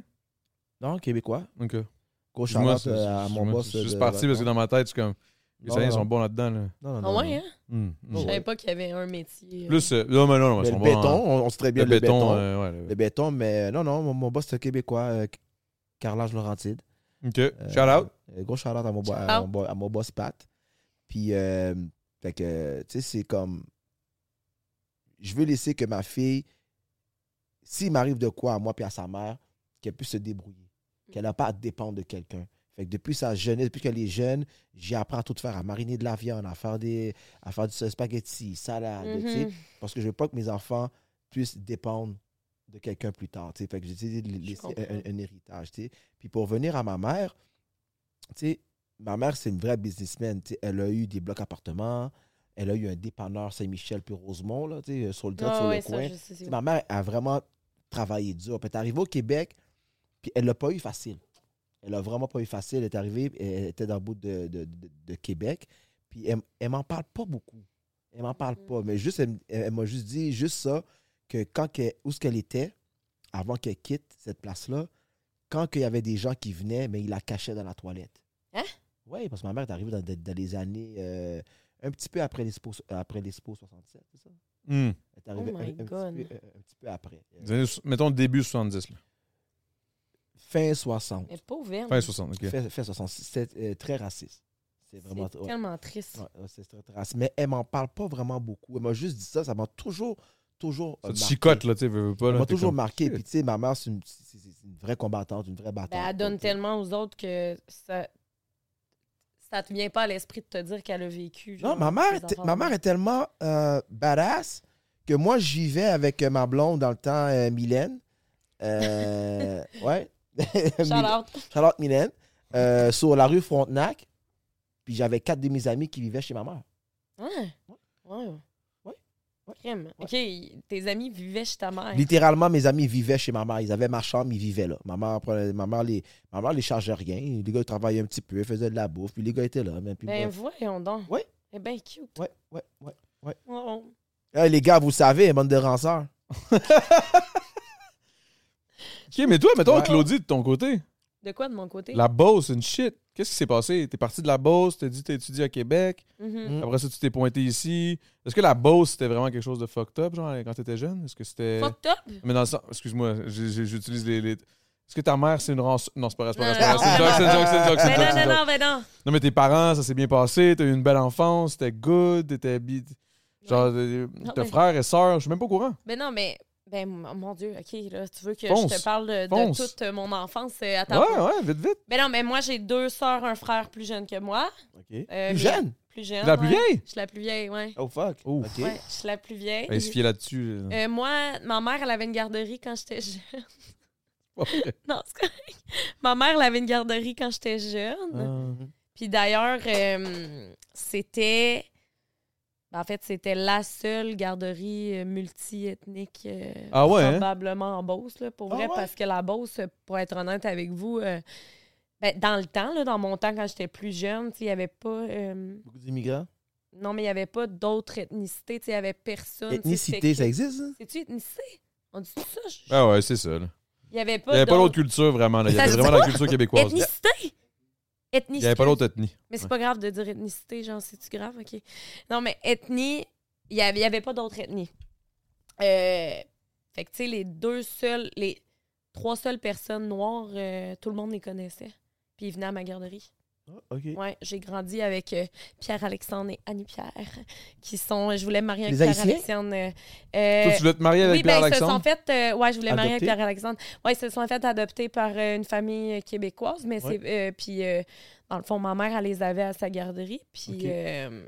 Speaker 6: Non, québécois.
Speaker 4: Ok.
Speaker 6: Gros
Speaker 4: Excuse-moi,
Speaker 6: shout-out, euh, à mon
Speaker 4: excuse-moi,
Speaker 6: boss.
Speaker 4: Je suis
Speaker 6: euh,
Speaker 4: juste
Speaker 6: de-
Speaker 4: parti parce que dans ma tête, c'est comme. Les
Speaker 6: Non,
Speaker 4: Italiens
Speaker 6: non.
Speaker 4: sont bons là-dedans. là.
Speaker 6: Non, non, non,
Speaker 5: Ah
Speaker 6: non.
Speaker 5: ouais, hein?
Speaker 4: Hum, hum.
Speaker 5: Je
Speaker 6: Ouais.
Speaker 5: savais pas qu'il y avait un métier. euh.
Speaker 4: Plus. euh, Non, mais non, non, ils
Speaker 6: Mais
Speaker 4: sont
Speaker 6: le
Speaker 4: bons
Speaker 6: béton,
Speaker 4: en-
Speaker 6: on, on se traite bien
Speaker 4: Le
Speaker 6: le, béton.
Speaker 4: béton. euh, ouais,
Speaker 6: Le béton, mais non, non, mon, mon boss, c'est un québécois, euh, Carlage Laurentide.
Speaker 4: le-
Speaker 6: Euh,
Speaker 4: Ok. Shout out.
Speaker 6: euh, gros shout-out à mon, bo- à
Speaker 5: Shout-out.
Speaker 6: mon bo- à mon boss Pat. Puis, euh, fait que, tu sais, c'est comme. Je veux laisser que ma fille, s'il m'arrive de quoi à moi puis à sa mère, qu'elle puisse se débrouiller. Qu'elle n'a pas à dépendre de quelqu'un. Fait que depuis sa jeunesse, depuis qu'elle est jeune, j'y apprends à tout faire, à mariner de la viande, à faire, des, à faire du spaghetti, salade, tu sais.
Speaker 5: Mhm.
Speaker 6: parce que je veux pas que mes enfants puissent dépendre de quelqu'un plus tard. tu sais. Fait que j'ai décidé de laisser
Speaker 5: comprends.
Speaker 6: un, un héritage. tu sais. Puis pour venir à ma mère, tu sais, ma mère, c'est une vraie businessman. tu sais. Elle a eu des blocs appartements, elle a eu un dépanneur Saint-Michel puis Rosemont, là, tu sais, sur le drop,
Speaker 5: Ah
Speaker 6: sur
Speaker 5: ouais,
Speaker 6: le
Speaker 5: ça,
Speaker 6: coin.
Speaker 5: je sais, c'est
Speaker 6: Tu sais,
Speaker 5: où.
Speaker 6: Ma mère a vraiment travaillé dur. Puis elle est arrivée au Québec, puis elle l'a pas eu facile. Elle l'a vraiment pas eu facile. Elle est arrivée, elle était dans le bout de, de- de- de Québec. Puis elle, elle m'en parle pas beaucoup. Elle m'en parle
Speaker 5: Mm.
Speaker 6: pas. Mais juste, elle, m- elle- elle m'a juste dit juste ça, que quand qu'elle- où ce qu'elle était, avant qu'elle quitte cette place-là, quand qu'il y avait des gens qui venaient, mais ils la cachaient dans la toilette.
Speaker 5: Hein?
Speaker 6: Oui, parce que ma mère est arrivée dans, dans- dans les années, euh, un petit peu après l'Expo après l'Expo 67, c'est ça?
Speaker 4: Hum.
Speaker 6: Elle est arrivée
Speaker 5: Oh
Speaker 6: un,
Speaker 5: my
Speaker 6: un petit peu,
Speaker 5: God.
Speaker 6: euh, un petit peu après. Euh,
Speaker 4: Des années so- Mettons début 70. là.
Speaker 6: Fin 60.
Speaker 5: Mais pas ouverte.
Speaker 4: Fin 60. ok.
Speaker 6: Fin, fin 60. C'est euh, très raciste. C'est vraiment.
Speaker 5: C'est
Speaker 6: ouais.
Speaker 5: tellement triste.
Speaker 6: Ouais, ouais, c'est très, très raciste. Mais elle m'en parle pas vraiment beaucoup. Elle m'a juste dit ça. Ça m'a toujours, toujours. euh,
Speaker 4: Ça te
Speaker 6: marqué.
Speaker 4: chicote, là, tu sais, veux, veux pas.
Speaker 6: Elle
Speaker 4: là,
Speaker 6: m'a
Speaker 4: t'es
Speaker 6: toujours
Speaker 4: comme-
Speaker 6: marqué.
Speaker 4: shit.
Speaker 6: Puis, tu sais, ma mère, c'est une, c'est- c'est- c'est une vraie combattante, une vraie bataille.
Speaker 5: Ben, elle donne tellement aux autres que ça ça te vient pas à l'esprit de te dire qu'elle a vécu.
Speaker 6: euh, Non,
Speaker 5: genre,
Speaker 6: ma mère,
Speaker 5: des
Speaker 6: était-
Speaker 5: enfants.
Speaker 6: ma mère est tellement euh, badass que moi, j'y vais avec euh, ma blonde dans le temps, euh, Mylène. Euh, ouais. Mylène.
Speaker 5: Shout out.
Speaker 6: Charlotte Mylène, euh, sur la rue Frontenac. Puis j'avais quatre de mes amis qui vivaient chez ma mère.
Speaker 5: Ouais. Ouais.
Speaker 6: Ouais. Ouais.
Speaker 5: Crime. OK, tes amis vivaient chez ta mère.
Speaker 6: Littéralement, mes amis vivaient chez ma mère. Ils avaient ma chambre, ils vivaient là. Ma mère, prenait- ma mère, les, ma mère les chargeait rien. Les gars, ils travaillaient un petit peu, ils faisaient de la bouffe, puis les gars étaient là. mais puis
Speaker 5: Ben
Speaker 6: moi-
Speaker 5: voyons donc.
Speaker 6: Ouais.
Speaker 5: C'est bien cute.
Speaker 6: ouais, ouais, ouais.
Speaker 5: Oh.
Speaker 6: Hey, les gars, vous savez, bande de ranceurs.
Speaker 4: Ok, mais toi, mettons,
Speaker 6: Ouais.
Speaker 4: Claudie, de ton côté,
Speaker 5: De quoi de mon côté?
Speaker 4: la Beauce, une shit. Qu'est-ce qui s'est passé? T'es parti de la Beauce, t'as dit t'as étudié à Québec,
Speaker 5: Mhm.
Speaker 6: Mm.
Speaker 4: après ça, tu t'es pointé ici. Est-ce que la Beauce, c'était vraiment quelque chose de fucked up, genre, quand t'étais jeune? Est-ce que c'était.
Speaker 5: Fucked up.
Speaker 4: Mais dans le sens. Excuse-moi, j'ai- j'ai- j'utilise les. les- Est-ce que ta mère, c'est une rançon. Non, c'est pas vrai, c'est pas vrai, c'est pas vrai,
Speaker 5: Non, non,
Speaker 4: c'est une joke, c'est une joke, c'est une joke, c'est une
Speaker 5: Ben
Speaker 4: joke, c'est une
Speaker 5: non,
Speaker 4: joke.
Speaker 5: non, non, ben non.
Speaker 4: Non, mais tes parents, ça s'est bien passé, t'as eu une belle enfance, c'était good, t'étais bi... Genre, euh,
Speaker 5: Non,
Speaker 4: t'as
Speaker 5: mais-
Speaker 4: frères et sœurs, je suis même pas au courant.
Speaker 5: Ben non, mais. Ben, mon mon Dieu, OK, là, tu veux que
Speaker 4: Fonce.
Speaker 5: je te parle de, de
Speaker 4: Fonce.
Speaker 5: toute euh, mon enfance euh, à
Speaker 4: Ouais,
Speaker 5: ta
Speaker 4: ouais, vite, vite.
Speaker 5: Ben non, mais moi, j'ai deux sœurs, un frère plus jeune que moi.
Speaker 6: OK.
Speaker 5: Euh,
Speaker 6: Plus
Speaker 5: mais-
Speaker 6: jeune?
Speaker 5: Plus jeune.
Speaker 4: La plus
Speaker 5: Ah ouais.
Speaker 4: vieille?
Speaker 5: Je suis la plus vieille, oui.
Speaker 6: Oh fuck.
Speaker 4: Ouf.
Speaker 6: OK.
Speaker 5: Ouais, je suis la plus vieille.
Speaker 4: Elle se fiait là-dessus. là.
Speaker 5: Euh, moi, ma mère, elle avait une garderie quand j'étais jeune. non, c'est correct. Ma mère, elle avait une garderie quand j'étais jeune.
Speaker 4: Ah.
Speaker 6: Euh,
Speaker 5: Puis d'ailleurs, euh, c'était. ben, En fait, c'était la seule garderie euh, multiethnique. euh,
Speaker 4: Ah ouais, hein?
Speaker 5: Probablement en Beauce, là, pour
Speaker 6: Ah
Speaker 5: vrai,
Speaker 6: ouais?
Speaker 5: parce que la Beauce, euh, pour être honnête avec vous, euh, ben, dans le temps, là, dans mon temps, quand j'étais plus jeune, tu sais, il n'y avait pas. euh,
Speaker 6: Beaucoup d'immigrants.
Speaker 5: non, mais il n'y avait pas d'autres ethnicités. tu sais, Il n'y avait personne. tu sais,
Speaker 6: Ethnicité, ça
Speaker 5: c'était-
Speaker 6: existe, hein? ça?
Speaker 5: C'est-tu ethnicité? On dit ça? Je-
Speaker 4: Ah ouais, c'est ça. là.
Speaker 5: Il n'y avait pas
Speaker 4: Il n'y avait pas l'autre
Speaker 5: d'autres-
Speaker 4: culture vraiment. Là. Il y
Speaker 5: Ça
Speaker 4: avait
Speaker 5: se
Speaker 4: vraiment
Speaker 5: dit
Speaker 4: la
Speaker 5: pas?
Speaker 4: culture québécoise. là.
Speaker 5: Ethnicité?
Speaker 4: Il
Speaker 5: Ethnicité.
Speaker 4: n'y avait pas l'autre ethnie.
Speaker 5: Mais c'est pas grave de dire ethnicité, genre, c'est-tu grave? OK. Non, mais ethnie, il n'y avait, il y avait pas d'autre ethnie. Euh, fait que, tu sais, les deux seules, les trois seules personnes noires, euh, tout le monde les connaissait. Puis ils venaient à ma garderie.
Speaker 6: Ah, OK.
Speaker 5: Ouais, j'ai grandi avec euh, Pierre-Alexandre et Annie-Pierre, qui sont. Je voulais me marier avec
Speaker 6: Les Haïtiens?
Speaker 5: Pierre-Alexandre. euh, euh,
Speaker 4: Toi, tu voulais te marier avec
Speaker 5: oui, ben, ils se sont
Speaker 4: Pierre-Alexandre?
Speaker 5: fait. euh, ouais, je voulais marier avec
Speaker 6: Adoptés.
Speaker 5: Pierre-Alexandre. Ouais, ils se sont fait adopter par euh, une famille euh, québécoise, mais
Speaker 6: Ouais.
Speaker 5: c'est. euh, puis, euh, dans le fond, ma mère, elle les avait à sa garderie. Puis,
Speaker 6: Ok.
Speaker 5: euh,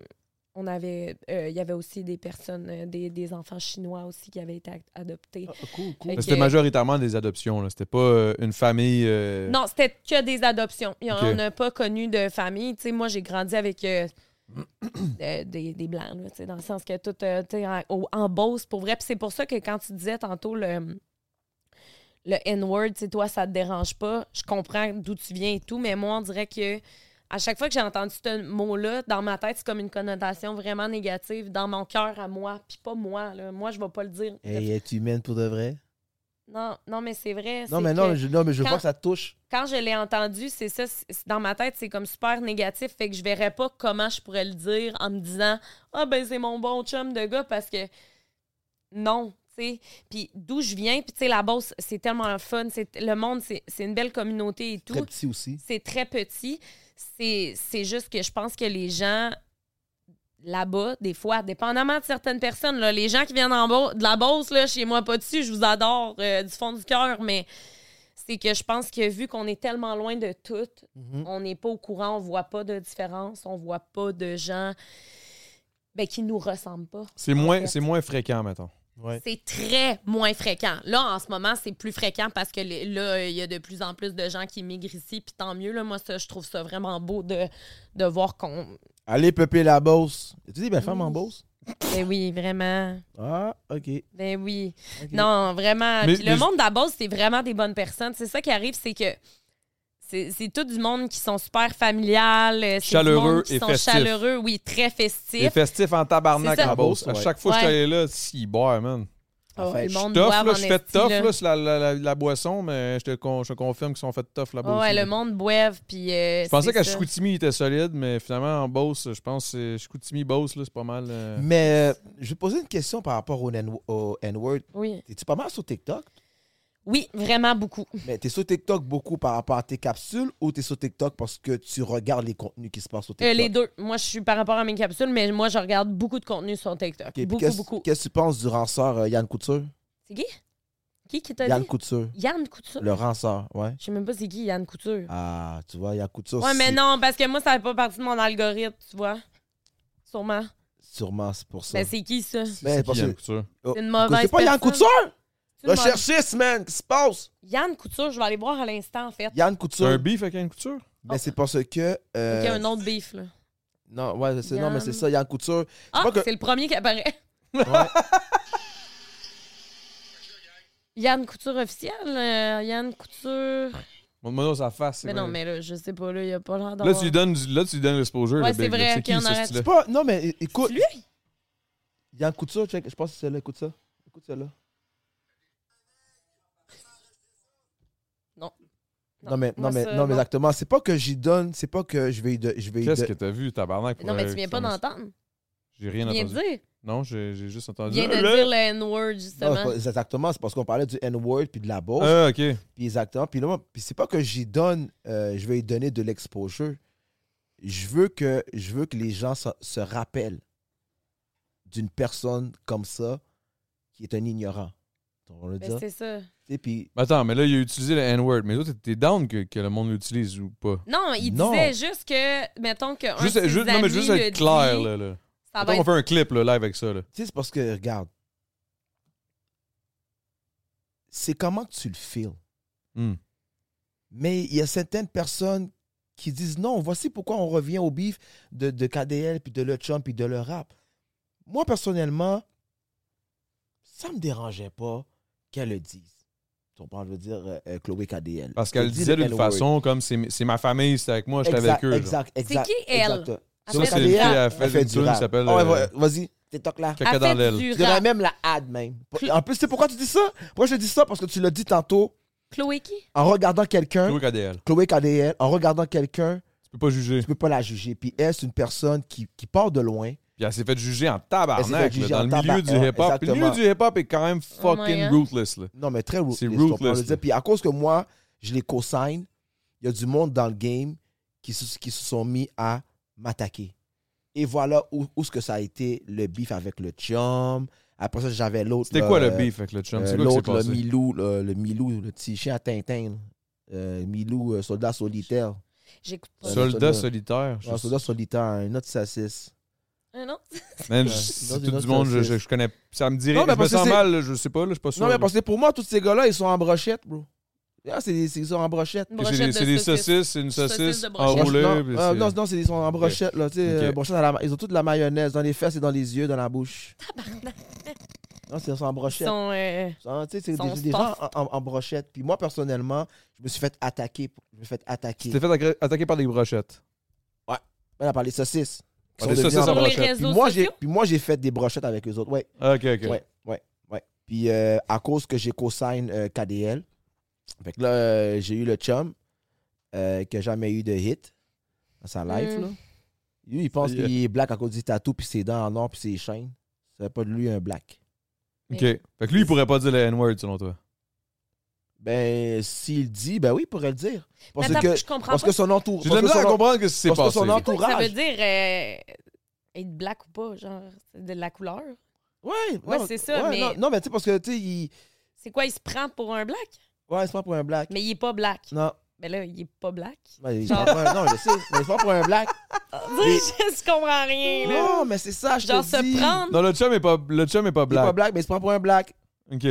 Speaker 5: on avait. euh, Il y avait aussi des personnes, euh, des, des enfants chinois aussi qui avaient été ad- adoptés.
Speaker 6: Ah, cool, cool.
Speaker 5: Fait
Speaker 4: Mais
Speaker 5: que-
Speaker 4: C'était majoritairement des adoptions. là. C'était pas euh, une famille. euh,
Speaker 5: Non, c'était que des adoptions. Il y en-
Speaker 4: Ok.
Speaker 5: On n'a pas connu de famille. Tu sais, moi, j'ai grandi avec euh, euh, des, des Blancs, là, tu sais, dans le sens que tout euh, tu sais, en, au- en Beauce, pour vrai. Puis c'est pour ça que quand tu disais tantôt le, le N-word, tu sais, toi, ça te dérange pas. Je comprends d'où tu viens et tout, mais moi, on dirait que à chaque fois que j'ai entendu ce mot-là, dans ma tête, c'est comme une connotation vraiment négative dans mon cœur à moi. Puis pas moi, là. Moi, je vais pas le dire.
Speaker 6: Hey, es-tu humaine pour de vrai?
Speaker 5: Non, non, mais c'est vrai.
Speaker 6: Non,
Speaker 5: Ah, c'est
Speaker 6: mais non,
Speaker 5: que-
Speaker 6: je, non, mais je veux
Speaker 5: quand-
Speaker 6: pas que ça te touche.
Speaker 5: quand je l'ai entendu, c'est ça, c'est- c'est- dans ma tête, c'est comme super négatif, fait que je verrais pas comment je pourrais le dire en me disant Ah ben c'est mon bon chum de gars parce que non, tu sais. Puis d'où je viens, puis tu sais, la Beauce, c'est tellement le fun, c'est le monde, c'est c'est une belle communauté et tout.
Speaker 6: Très petit aussi.
Speaker 5: C'est très petit. C'est c'est juste que je pense que les gens là-bas, des fois, dépendamment de certaines personnes, là, les gens qui viennent en Beau- de la Beauce, là, chez moi pas dessus, je vous adore euh, du fond du cœur, mais c'est que je pense que vu qu'on est tellement loin de tout, on n'est pas au courant, on voit pas de différence, on voit pas de gens ben, qui nous ressemblent pas.
Speaker 4: C'est moins, c'est moins fréquent, mettons.
Speaker 6: Ouais.
Speaker 5: C'est très moins fréquent. Là, en ce moment, c'est plus fréquent parce que les- là, il y a de plus en plus de gens qui migrent ici, puis tant mieux. Là, moi, ça, je trouve ça vraiment beau de, de voir qu'on.
Speaker 6: Allez peupler la Beauce. Tu dis, ben, femme en Beauce?
Speaker 5: Ben oui, vraiment.
Speaker 6: Ah, OK.
Speaker 5: Ben oui.
Speaker 6: Ok.
Speaker 5: Non, vraiment.
Speaker 4: Mais-
Speaker 5: Puis le
Speaker 4: mais-
Speaker 5: monde d'abord, c'est vraiment des bonnes personnes. C'est ça qui arrive, c'est que c'est c'est tout du monde qui sont super familial, euh, c'est du
Speaker 4: Chaleureux
Speaker 5: monde qui
Speaker 4: et
Speaker 5: sont
Speaker 4: festifs.
Speaker 5: chaleureux, oui, très
Speaker 4: Les
Speaker 5: festifs.
Speaker 4: festifs en tabarnak
Speaker 5: C'est ça.
Speaker 4: en Beauce. À
Speaker 6: Ouais.
Speaker 4: chaque fois que je
Speaker 5: Ouais.
Speaker 4: suis allé là, si boire, man.
Speaker 5: Oh,
Speaker 6: Enfin,
Speaker 5: le
Speaker 6: je
Speaker 4: Je suis
Speaker 5: monde
Speaker 4: tough,
Speaker 5: boive
Speaker 4: là,
Speaker 5: en
Speaker 4: je fais
Speaker 5: esti,
Speaker 4: tough,
Speaker 5: là.
Speaker 4: là, sur la, la, la, la boisson, mais je te con- je confirme qu'ils sont faits tough là-bas.
Speaker 5: Ouais,
Speaker 4: aussi, là.
Speaker 5: le monde boive, puis. euh,
Speaker 4: Je pensais
Speaker 5: c'est
Speaker 4: qu'à
Speaker 5: ça.
Speaker 4: Chicoutimi, il était solide, mais finalement, en Beauce, je pense que Chicoutimi-Beauce, là, c'est pas mal. euh,
Speaker 6: Mais euh, je vais te poser une question par rapport au N- au N-word.
Speaker 5: Oui.
Speaker 6: T'es-tu pas mal sur TikTok?
Speaker 5: oui, vraiment beaucoup.
Speaker 6: Mais t'es sur TikTok beaucoup par rapport à tes capsules ou t'es sur TikTok parce que tu regardes les contenus qui se passent sur
Speaker 5: Euh,
Speaker 6: TikTok?
Speaker 5: les deux. Moi, je suis par rapport à mes capsules, mais moi, je regarde beaucoup de contenu sur TikTok.
Speaker 6: Ok, puis
Speaker 5: beaucoup,
Speaker 6: qu'est-ce,
Speaker 5: beaucoup.
Speaker 6: Qu'est-ce que tu penses du ranceur euh, Yann Couture?
Speaker 5: C'est qui? Qui qui t'a
Speaker 6: Yann
Speaker 5: dit?
Speaker 6: Couture.
Speaker 5: Yann Couture.
Speaker 6: Le ranceur, ouais.
Speaker 5: Je sais même pas c'est qui Yann Couture.
Speaker 6: Ah, tu vois, Yann Couture.
Speaker 5: ouais, mais
Speaker 6: c'est-
Speaker 5: non, parce que moi, ça fait pas partie de mon algorithme, tu vois. Sûrement.
Speaker 6: Sûrement, c'est pour ça. Ben,
Speaker 5: Mais Ben, c'est qui, ça? C'est
Speaker 6: Mais
Speaker 4: c'est qui,
Speaker 6: parce que-
Speaker 4: Yann Couture?
Speaker 6: Oh,
Speaker 5: une mauvaise
Speaker 6: C'est pas Yann
Speaker 5: personne.
Speaker 6: Couture?
Speaker 5: une
Speaker 6: Le
Speaker 5: mauvaise-
Speaker 6: cherchiste, man! Qu'est-ce qui se passe?
Speaker 5: Yann Couture, je vais aller voir à l'instant, en fait.
Speaker 6: Yann
Speaker 4: C'est un
Speaker 6: Couture. Ben,
Speaker 4: beef avec Yann Couture?
Speaker 6: Mais c'est parce que. euh,
Speaker 5: Il y a un autre beef, là.
Speaker 6: Non, ouais, c'est, non,
Speaker 5: Yann.
Speaker 6: mais c'est ça, Yann Couture. C'est
Speaker 5: Ah,
Speaker 6: pas que-
Speaker 5: c'est le premier qui apparaît.
Speaker 6: Ouais.
Speaker 5: Yann Couture officiel. euh, Yann Couture.
Speaker 4: Montre-moi sa face.
Speaker 5: Mais
Speaker 4: c'est
Speaker 5: non,
Speaker 4: bien.
Speaker 5: mais là, je sais pas, là, il a pas l'air
Speaker 4: Là,
Speaker 5: d'avoir...
Speaker 4: tu lui donnes, du- là, tu lui donnes l'exposure.
Speaker 5: Ouais,
Speaker 4: là,
Speaker 5: c'est
Speaker 4: Big, là.
Speaker 5: vrai,
Speaker 4: C'est
Speaker 5: ok,
Speaker 4: qui,
Speaker 5: on
Speaker 4: ce
Speaker 5: arrête.
Speaker 4: style-là?
Speaker 6: C'est pas, non, mais é- écoute,
Speaker 5: C'est lui?
Speaker 6: Yann Couture, check, je pense que c'est celle-là, écoute ça. Écoute celle-là.
Speaker 5: Non.
Speaker 6: Non, mais, non,
Speaker 5: moi,
Speaker 6: mais,
Speaker 5: ça,
Speaker 6: non, mais exactement. C'est pas que j'y donne, c'est pas que je vais. y De, je vais y
Speaker 4: Qu'est-ce
Speaker 6: de-
Speaker 4: que t'as vu, tabarnak? pour
Speaker 5: Non, mais
Speaker 4: un-
Speaker 5: tu viens pas d'entendre.
Speaker 4: J'ai rien
Speaker 5: Tu viens de
Speaker 4: entendu.
Speaker 5: dire.
Speaker 4: Non, j'ai j'ai juste
Speaker 5: Tu
Speaker 4: entendu.
Speaker 5: viens de
Speaker 4: Ah, là.
Speaker 5: dire le
Speaker 6: Non,
Speaker 5: N-word,
Speaker 6: c'est
Speaker 5: justement.
Speaker 6: pas- c'est exactement, c'est parce qu'on parlait du N-word puis de la bourse.
Speaker 4: Ah, ok.
Speaker 6: Puis exactement. Puis là, moi, puis c'est pas que j'y donne, euh, je vais y donner de l'exposure. Je veux que, je veux que les gens se, se rappellent d'une personne comme ça qui est un ignorant. On va le
Speaker 5: Ben,
Speaker 6: dire.
Speaker 5: c'est ça.
Speaker 6: Tu sais, Puis
Speaker 4: Mais Attends, mais là, il a utilisé le N-word. Mais toi, t'es- t'es down que, que le monde l'utilise ou pas?
Speaker 5: Non, il
Speaker 6: Non.
Speaker 5: disait juste que, mettons que un
Speaker 4: Juste,
Speaker 5: de ses
Speaker 4: juste, non, mais
Speaker 5: amis
Speaker 4: juste
Speaker 5: le
Speaker 4: être clair,
Speaker 5: dit,
Speaker 4: là. là.
Speaker 5: Ça va
Speaker 4: Attends, on
Speaker 5: être...
Speaker 4: fait un clip, là, live avec ça, là.
Speaker 6: Tu sais, c'est parce que, regarde, c'est comment que tu le feels.
Speaker 4: Hmm.
Speaker 6: Mais il y a certaines personnes qui disent non, voici pourquoi on revient au bif de, de KDL, puis de le chum, puis de le rap. Moi, personnellement, ça me dérangeait pas qu'elle le dise. Tu comprends, je veux dire, euh, euh, Chloé KDL.
Speaker 4: Parce qu'elle
Speaker 6: Elle
Speaker 4: le
Speaker 6: dit
Speaker 4: disait
Speaker 6: le
Speaker 4: d'une
Speaker 6: N-word.
Speaker 4: façon comme c'est c'est ma famille, c'est avec moi, j'étais
Speaker 6: Exact,
Speaker 4: avec eux. genre.
Speaker 6: Exact, exact.
Speaker 5: qui, elle?
Speaker 6: exact.
Speaker 5: Elle
Speaker 4: Ça,
Speaker 6: Chloé
Speaker 5: fait
Speaker 4: c'est
Speaker 5: du
Speaker 6: KDL,
Speaker 4: le fait
Speaker 5: rap.
Speaker 4: à
Speaker 6: elle fait
Speaker 4: fait
Speaker 6: du
Speaker 4: une qui
Speaker 6: rap.
Speaker 4: s'appelle.
Speaker 6: Ah ouais,
Speaker 4: euh,
Speaker 6: va- Vas-y, TikTok là.
Speaker 4: Caca
Speaker 5: Elle
Speaker 4: dans
Speaker 5: fait
Speaker 4: l'aile.
Speaker 5: du
Speaker 6: Je dirais
Speaker 5: rap.
Speaker 6: même la ad même. En plus, c'est pourquoi tu dis ça? Pourquoi je te dis ça? Parce que tu l'as dit tantôt,
Speaker 5: Chloé qui?
Speaker 6: en regardant quelqu'un,
Speaker 4: Chloé KDL. Tu
Speaker 6: Chloé KDL, en regardant quelqu'un,
Speaker 4: peux pas juger.
Speaker 6: tu peux pas la juger. Puis elle, c'est une personne qui, qui part de loin.
Speaker 4: Puis elle s'est fait juger en
Speaker 6: Elle s'est fait
Speaker 4: tabarnak, là,
Speaker 6: juger
Speaker 4: dans
Speaker 6: en
Speaker 4: le
Speaker 6: tabarnak,
Speaker 4: milieu du hip-hop. Puis Le milieu
Speaker 6: exactement.
Speaker 4: du hip-hop est quand même
Speaker 5: Oh my
Speaker 4: fucking
Speaker 5: God.
Speaker 4: ruthless, là.
Speaker 6: Non, mais très ruthless.
Speaker 4: C'est
Speaker 6: tu comprends,
Speaker 4: ruthless,
Speaker 6: je veux dire.
Speaker 4: là.
Speaker 6: Puis à cause que moi, je les co-signe, il y a du monde dans le game qui se, qui se sont mis à m'attaquer. Et voilà où, où ce que ça a été le beef avec le chum. Après ça, j'avais l'autre.
Speaker 4: C'était
Speaker 6: là,
Speaker 4: quoi le
Speaker 6: euh,
Speaker 4: beef avec le chum?
Speaker 6: Euh,
Speaker 4: C'est quoi qui s'est
Speaker 6: L'autre, le
Speaker 4: passé?
Speaker 6: Milou, le, le Milou, le petit chien à Tintin. là. Euh, Milou, euh, soldat solitaire.
Speaker 5: J'écoute pas.
Speaker 6: Euh,
Speaker 4: Soldat
Speaker 6: soldat.
Speaker 4: solitaire.
Speaker 6: Un soldat solitaire, un autre saucisse.
Speaker 5: Ah non?
Speaker 4: Man,
Speaker 6: Ouais.
Speaker 4: je- c'est
Speaker 6: Dans une
Speaker 4: tout du
Speaker 6: autre
Speaker 4: monde, je,
Speaker 6: saucisse.
Speaker 4: je- je connais. Ça me dirait.
Speaker 6: Non, mais
Speaker 4: je me
Speaker 6: parce que
Speaker 4: sens
Speaker 6: c'est-
Speaker 4: mal, là, je sais pas, là, je suis pas sûr.
Speaker 6: Non, mais
Speaker 4: là.
Speaker 6: parce que pour moi, tous ces gars-là, ils sont en brochette, bro. Ah, c'est des, c'est- ils sont en brochette.
Speaker 5: Une
Speaker 4: C'est des-
Speaker 5: brochette de
Speaker 4: C'est des
Speaker 5: saucisse.
Speaker 4: saucisses, c'est une
Speaker 5: Saucisse
Speaker 4: saucisse
Speaker 5: de brochette.
Speaker 4: enroulée.
Speaker 6: non,
Speaker 4: puis
Speaker 6: euh,
Speaker 4: c'est-
Speaker 6: non, non, c'est- ils sont en brochette, là, tu sais,
Speaker 4: Ok.
Speaker 6: euh, brochette à la ma- ils ont toute la mayonnaise dans les fesses et dans les yeux, dans la bouche. Non, c'est- ils sont en
Speaker 5: Ils
Speaker 6: brochette.
Speaker 5: sont... euh,
Speaker 6: Ah, tu sais, c'est
Speaker 5: Ils sont
Speaker 6: des, des gens en, en- en brochette. Puis moi, personnellement, je me suis fait attaquer. pour- Je me suis fait
Speaker 4: Tu
Speaker 6: attaquer.
Speaker 4: t'es fait agra- attaquer par des brochettes.
Speaker 6: Voilà, par les saucisses. qui
Speaker 4: Par
Speaker 6: sont
Speaker 4: des
Speaker 6: devenues
Speaker 4: saucisses
Speaker 6: en
Speaker 4: en
Speaker 5: Sur les
Speaker 4: brochette.
Speaker 6: Puis
Speaker 5: réseaux
Speaker 6: moi, j'ai,
Speaker 5: sociaux?
Speaker 6: puis moi, j'ai fait des brochettes avec eux autres. Ouais,
Speaker 4: Ok, ok.
Speaker 6: ouais, ouais, ouais. Puis euh, à cause que j'ai co-sign euh, KDL, fait que là, euh, j'ai eu le chum euh, qui n'a jamais eu de hit dans sa life.
Speaker 5: Mm.
Speaker 6: Là. Lui, il pense
Speaker 4: Yeah.
Speaker 6: qu'il est black à cause du tatou, puis ses dents en or, puis ses chaînes. Ça fait pas de lui un black.
Speaker 4: Ok. Fait que lui, il pourrait pas dire le N-word selon toi.
Speaker 6: Ben, s'il dit, ben oui, il pourrait le dire. Parce
Speaker 5: attends,
Speaker 6: que,
Speaker 5: je comprends
Speaker 6: parce
Speaker 5: pas.
Speaker 6: que son entourage.
Speaker 4: J'ai de la misère à comprendre que c'est
Speaker 6: parce que
Speaker 4: passé.
Speaker 6: son
Speaker 5: Quoi que ça
Speaker 6: entourage.
Speaker 5: veut dire euh, être black ou pas, genre c'est de la couleur.
Speaker 6: Ouais,
Speaker 5: Ouais,
Speaker 6: non,
Speaker 5: c'est ça,
Speaker 6: ouais,
Speaker 5: mais-
Speaker 6: Non, non, mais tu sais, parce que, tu sais, il.
Speaker 5: C'est quoi, il se prend pour un black?
Speaker 6: Ouais, c'est pas pour un black.
Speaker 5: Mais il est pas black.
Speaker 6: Non.
Speaker 5: Mais là, il est pas black.
Speaker 6: Ouais, Ben, il se
Speaker 5: Genre-
Speaker 6: prend pour un- non, je sais, mais c'est pas pour un black.
Speaker 5: je comprends rien, là.
Speaker 6: Non, mais c'est ça, je
Speaker 5: genre
Speaker 6: te
Speaker 5: se
Speaker 6: dis.
Speaker 5: prendre.
Speaker 4: Non, le chum est pas, le chum est pas
Speaker 6: Il est pas
Speaker 4: black.
Speaker 6: black, mais il se prend pour un black.
Speaker 4: Ok.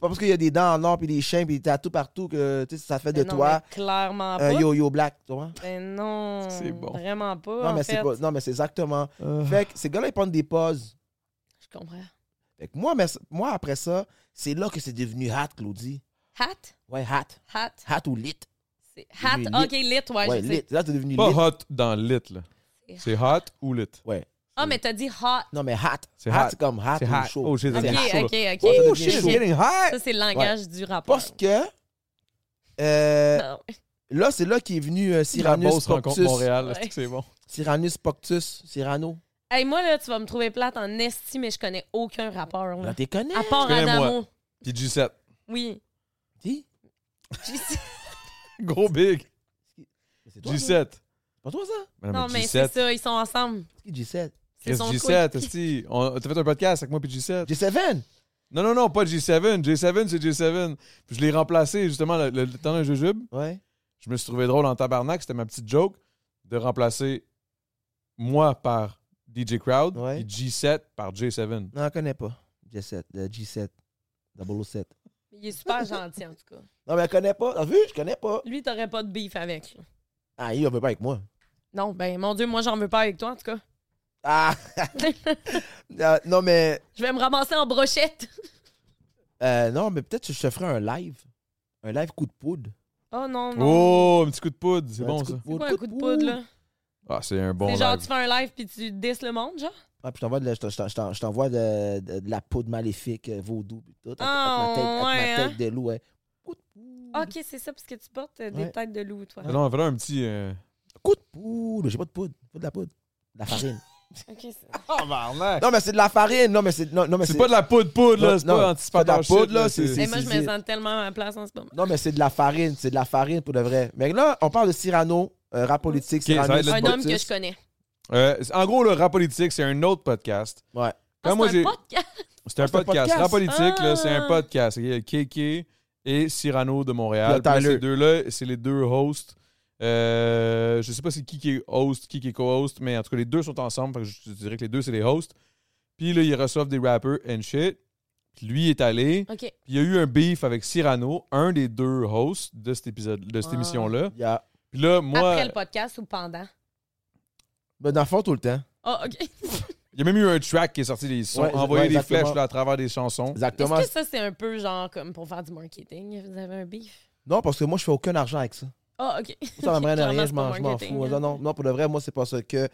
Speaker 6: Pas parce qu'il y a des dents en or, puis des chaînes, puis des tatous partout que tu sais, ça fait
Speaker 5: Mais
Speaker 6: de
Speaker 5: non,
Speaker 6: toi Euh,
Speaker 5: mais clairement
Speaker 6: un
Speaker 5: pas.
Speaker 6: yo-yo black, tu vois.
Speaker 5: Mais non.
Speaker 4: C'est bon.
Speaker 5: Vraiment pas.
Speaker 6: Non
Speaker 5: en
Speaker 6: mais,
Speaker 5: fait.
Speaker 6: c'est pas, non, mais c'est exactement.
Speaker 4: Euh,
Speaker 6: Fait que ces gars-là, ils prennent des pauses.
Speaker 5: Je comprends.
Speaker 6: Fait que moi, mais, moi, après ça, c'est là que c'est devenu hat, Claudie.
Speaker 5: Hat?
Speaker 6: Ouais, hat.
Speaker 5: Hat?
Speaker 6: Hat ou lit.
Speaker 5: c'est- Hat?
Speaker 6: Lit.
Speaker 5: Ok, lit, ouais,
Speaker 6: ouais,
Speaker 5: je
Speaker 6: lit.
Speaker 5: sais.
Speaker 6: Là, c'est devenu
Speaker 4: Pas
Speaker 6: lit.
Speaker 4: hot dans lit, là. C'est hot ou lit.
Speaker 6: Ouais.
Speaker 5: Ah, mais t'as dit hot.
Speaker 6: Non, mais hat.
Speaker 4: C'est
Speaker 6: hat,
Speaker 4: hot.
Speaker 6: c'est comme hat
Speaker 4: C'est
Speaker 6: ou
Speaker 4: hot.
Speaker 6: chaud.
Speaker 4: Oh, shit,
Speaker 5: Ok,
Speaker 4: c'est hot.
Speaker 5: ok, ok.
Speaker 6: Oh,
Speaker 5: Ok.
Speaker 6: shit, it's getting
Speaker 5: Ça, c'est le langage du rapport.
Speaker 6: Parce que. euh,
Speaker 5: Non.
Speaker 6: là, c'est là qu'est venu euh,
Speaker 4: La
Speaker 6: Cyranus
Speaker 4: bosse rencontre
Speaker 6: Poctus.
Speaker 4: Montréal, est-ce
Speaker 5: Ouais.
Speaker 4: que c'est bon.
Speaker 6: Cyranus Poctus. Cyrano.
Speaker 5: Hey, moi, là, tu vas me trouver plate en esti, mais je connais aucun rapport.
Speaker 6: Là,
Speaker 5: Là.
Speaker 6: t'es connu.
Speaker 5: À part
Speaker 4: connais moi.
Speaker 5: Adamo.
Speaker 4: Puis G7.
Speaker 5: Oui.
Speaker 6: Qui?
Speaker 4: Gros big.
Speaker 6: C'est toi, ça?
Speaker 4: G7.
Speaker 6: Pas toi, ça?
Speaker 4: Mais
Speaker 5: non, mais c'est
Speaker 4: G7.
Speaker 5: ça, ils sont ensemble.
Speaker 6: C'est qui G7?
Speaker 5: C'est
Speaker 4: Chris
Speaker 5: son
Speaker 4: G7,
Speaker 5: coéquipier.
Speaker 4: esti. On- T'as fait un podcast avec moi puis G7.
Speaker 6: G7?
Speaker 4: Non, non, non, pas G7. G7, c'est G7. Puis je l'ai remplacé, justement, le, le, le temps d'un jujube.
Speaker 6: Ouais.
Speaker 4: Je me suis trouvé drôle en tabarnak. C'était ma petite joke de remplacer moi par DJ Crowd
Speaker 6: Ouais.
Speaker 4: et G7 par J7.
Speaker 6: Non, on connaît pas. G7. euh, G7. 007.
Speaker 5: Il est super gentil, en tout cas.
Speaker 6: Non, mais elle connaît pas. T'as vu? Je connais pas.
Speaker 5: Lui, t'aurais pas de beef avec. là.
Speaker 6: Ah, il en veut pas avec moi.
Speaker 5: Non, ben, mon Dieu, moi, j'en veux pas avec toi, en tout cas.
Speaker 6: Ah! Euh, non, mais.
Speaker 5: Je vais me ramasser en brochette.
Speaker 6: euh, non, mais peut-être que je te ferai un live. Un live coup de poudre.
Speaker 5: Oh non, non.
Speaker 4: Oh, un petit coup de poudre, c'est
Speaker 6: Un
Speaker 4: bon
Speaker 6: petit coup
Speaker 4: ça.
Speaker 6: de
Speaker 5: C'est
Speaker 6: poudre,
Speaker 5: quoi un coup de poudre, là?
Speaker 4: Ah, c'est un bon
Speaker 5: C'est genre, tu
Speaker 4: live.
Speaker 5: fais un live puis tu disses le monde, genre?
Speaker 6: Ah, puis je t'envoie de, la- je t'en- je t'en- je t'envoie de, de- de la poudre maléfique, euh, vaudou, puis tout. Avec,
Speaker 5: Ah,
Speaker 6: avec ma tête, avec ma
Speaker 5: ouais,
Speaker 6: tête de loup, ouais. Coup de poudre.
Speaker 5: Ah, Ok, c'est ça, parce que tu portes euh, des
Speaker 6: Ouais.
Speaker 5: têtes de loup, toi.
Speaker 4: Ah Non, fais un petit. euh,
Speaker 6: Coup de poudre. J'ai pas de poudre. Pas de la poudre. De la farine.
Speaker 5: Ok, c'est-
Speaker 6: non, mais c'est de la farine. Non, mais c'est. Non, non, mais
Speaker 4: C'est pas de la poudre poudre, là.
Speaker 6: Non,
Speaker 4: C'est
Speaker 6: non,
Speaker 4: pas
Speaker 6: c'est pas de la
Speaker 4: anticipateur shit,
Speaker 6: poudre, là, c'est-
Speaker 5: Mais
Speaker 6: c'est-
Speaker 5: moi, je me sens tellement à ma place en ce moment.
Speaker 6: Non, mais c'est de la farine. C'est de la farine pour de vrai. Mais là, on parle de Cyrano, euh, rap politique,
Speaker 4: ça
Speaker 6: Cyrano.
Speaker 4: va être le
Speaker 5: Un homme que je
Speaker 6: Baptiste.
Speaker 5: connais.
Speaker 4: Euh, c'est- en gros, le rap politique, c'est un autre podcast.
Speaker 6: Ouais.
Speaker 5: Ah,
Speaker 4: Quand moi,
Speaker 5: c'est
Speaker 4: j'ai-
Speaker 5: un podcast.
Speaker 4: C'est un
Speaker 6: Ah, c'est un
Speaker 4: podcast.
Speaker 6: podcast.
Speaker 4: Rap politique, là, c'est un
Speaker 5: Ah.
Speaker 4: podcast. Il y a KK et Cyrano de
Speaker 6: Là,
Speaker 4: Montréal. Puis là,
Speaker 6: Tyler.
Speaker 4: ces deux-là, c'est les deux hosts. Euh, je sais pas c'est qui qui est host, qui qui est co-host, mais en tout cas, les deux sont ensemble. Fait que je te dirais que les deux, c'est les hosts. Puis là, ils reçoivent des rappers and shit. Puis lui est allé.
Speaker 5: Ok.
Speaker 4: Puis il y a eu un beef avec Cyrano, un des deux hosts de cet épisode, de cette
Speaker 5: Ah.
Speaker 4: émission-là.
Speaker 6: Il y a-
Speaker 4: Puis là, moi,
Speaker 5: Après le podcast ou pendant?
Speaker 6: Ben, dans le fond, tout le temps.
Speaker 5: Ah, ok.
Speaker 4: il y a même eu un track qui est sorti. Ils se sont
Speaker 6: Ouais,
Speaker 4: envoyés
Speaker 6: ouais,
Speaker 4: des
Speaker 6: exactement.
Speaker 4: flèches là, à travers des chansons.
Speaker 6: Exactement.
Speaker 5: Est-ce que ça, c'est un peu genre comme pour faire du marketing? Vous avez un beef?
Speaker 6: Non, parce que moi, je fais aucun argent avec ça.
Speaker 5: Ah, ok.
Speaker 6: Ça m'amène à
Speaker 5: Clairement,
Speaker 6: rien,
Speaker 5: c'est
Speaker 6: je m'en
Speaker 5: pas
Speaker 6: je m'en
Speaker 5: marketing,
Speaker 6: fous.
Speaker 5: hein.
Speaker 6: Non, non, non, pour de vrai, moi, c'est parce que. euh,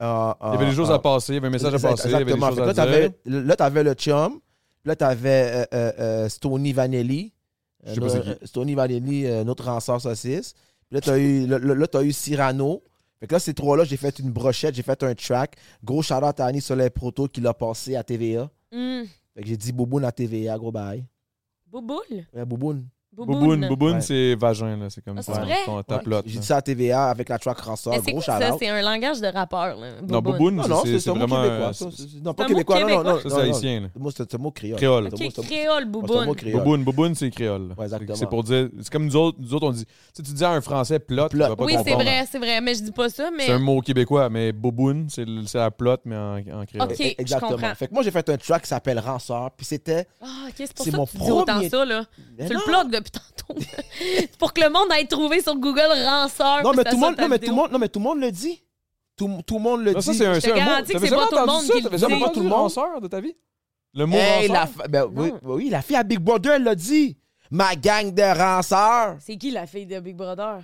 Speaker 4: Il y avait
Speaker 6: euh,
Speaker 4: des choses
Speaker 6: euh,
Speaker 4: à passer, il y avait un message à passer, il y avait des
Speaker 6: Exactement.
Speaker 4: choses
Speaker 6: Fait que
Speaker 4: à
Speaker 6: Là,
Speaker 4: dire.
Speaker 6: t'avais- là, t'avais le chum, puis là, t'avais euh, euh, euh, Stoney Vanelli.
Speaker 4: Je sais pas c'est qui.
Speaker 6: Euh, Stoney Vanelli, euh, notre ranceur saucisse. Puis là, t'as eu, là, là, là, t'as eu Cyrano. Fait que là, ces trois-là, j'ai fait une brochette, j'ai fait un track. Gros shout-out à Annie Soleil Proto qui l'a passé à TVA.
Speaker 5: Hum.
Speaker 6: Fait que j'ai dit Bouboune à TVA, gros bail.
Speaker 5: Bouboule?
Speaker 6: Ouais, Bouboune.
Speaker 4: Bouboune,
Speaker 5: Bouboule.
Speaker 4: Bouboune,
Speaker 6: Ouais.
Speaker 4: c'est vagin, là. C'est comme
Speaker 5: Ah, c'est
Speaker 4: ça.
Speaker 5: vrai?
Speaker 4: Ton tapelote.
Speaker 6: J'ai dit ça à TVA avec la track ranceur.
Speaker 5: Mais c'est
Speaker 6: Ah, Gros
Speaker 5: quoi
Speaker 6: shout-out.
Speaker 5: ça? C'est un langage de rappeur, là.
Speaker 4: Non,
Speaker 5: Bouboune.
Speaker 4: Bouboune,
Speaker 6: Ah, Non, non,
Speaker 4: c'est
Speaker 6: c'est
Speaker 4: c'est
Speaker 6: un mot
Speaker 4: vraiment.
Speaker 6: québécois.
Speaker 4: euh,
Speaker 6: ça.
Speaker 4: c'est-
Speaker 6: C'est- Non, pas
Speaker 5: un mot
Speaker 6: québécois, non, non,
Speaker 5: québécois.
Speaker 6: non.
Speaker 4: Ça,
Speaker 6: non,
Speaker 4: c'est
Speaker 6: non.
Speaker 4: haïtien, là.
Speaker 6: Moi, c'est un mot créole.
Speaker 4: Créole.
Speaker 6: C'est un mot-
Speaker 5: Ok,
Speaker 6: c'est un mot-
Speaker 5: créole,
Speaker 6: c'est un mot
Speaker 5: Bouboune.
Speaker 6: créole.
Speaker 4: Bouboune, Bouboune, c'est créole. là.
Speaker 6: Ouais, exactement.
Speaker 4: C'est pour dire. C'est comme nous autres, nous autres on dit. Tu sais, tu dis à un français plot, tu
Speaker 6: Plot.
Speaker 4: vas pas
Speaker 5: Oui, c'est
Speaker 4: comprendre.
Speaker 5: vrai, c'est vrai. Mais je dis pas ça, mais.
Speaker 4: C'est un mot québécois, mais Bouboune, c'est le- c'est la plot, mais en, en créole.
Speaker 5: Ok.
Speaker 6: E-
Speaker 5: je comprends.
Speaker 6: Fait que moi, j'ai fait un track qui s'appelle Ranceur, puis c'était.
Speaker 5: Ah, ok, c'est pour
Speaker 6: C'est
Speaker 5: ça
Speaker 6: mon
Speaker 5: que tu dis autant
Speaker 6: premier-
Speaker 5: ça, là.
Speaker 6: Mais
Speaker 5: tu
Speaker 6: non.
Speaker 5: le plugues depuis tantôt. c'est pour que le monde aille trouver sur Google Ranceur.
Speaker 6: Non,
Speaker 5: puis
Speaker 6: mais
Speaker 5: ça
Speaker 6: tout le
Speaker 5: sorte
Speaker 6: monde,
Speaker 5: ta
Speaker 6: non, mais tout
Speaker 5: vidéo.
Speaker 6: le monde, non, mais tout le monde le dit. Tout, tout le monde le
Speaker 4: Non,
Speaker 6: dit.
Speaker 4: ça, c'est un,
Speaker 5: Je te
Speaker 4: c'est un mot.
Speaker 5: garantis que
Speaker 4: T'avais
Speaker 5: c'est pas
Speaker 4: jamais
Speaker 5: tout le
Speaker 4: entendu
Speaker 5: monde
Speaker 4: ça?
Speaker 5: qui
Speaker 4: T'avais
Speaker 5: le
Speaker 4: jamais
Speaker 5: dit.
Speaker 4: entendu
Speaker 6: Tout le monde.
Speaker 4: ranceur de ta vie? Le mot
Speaker 6: Hey, la
Speaker 4: ranceur?
Speaker 6: fa- ben, oui, oui, la fille à Big Brother l'a dit. Ma gang de ranceurs.
Speaker 5: C'est qui la fille de Big Brother?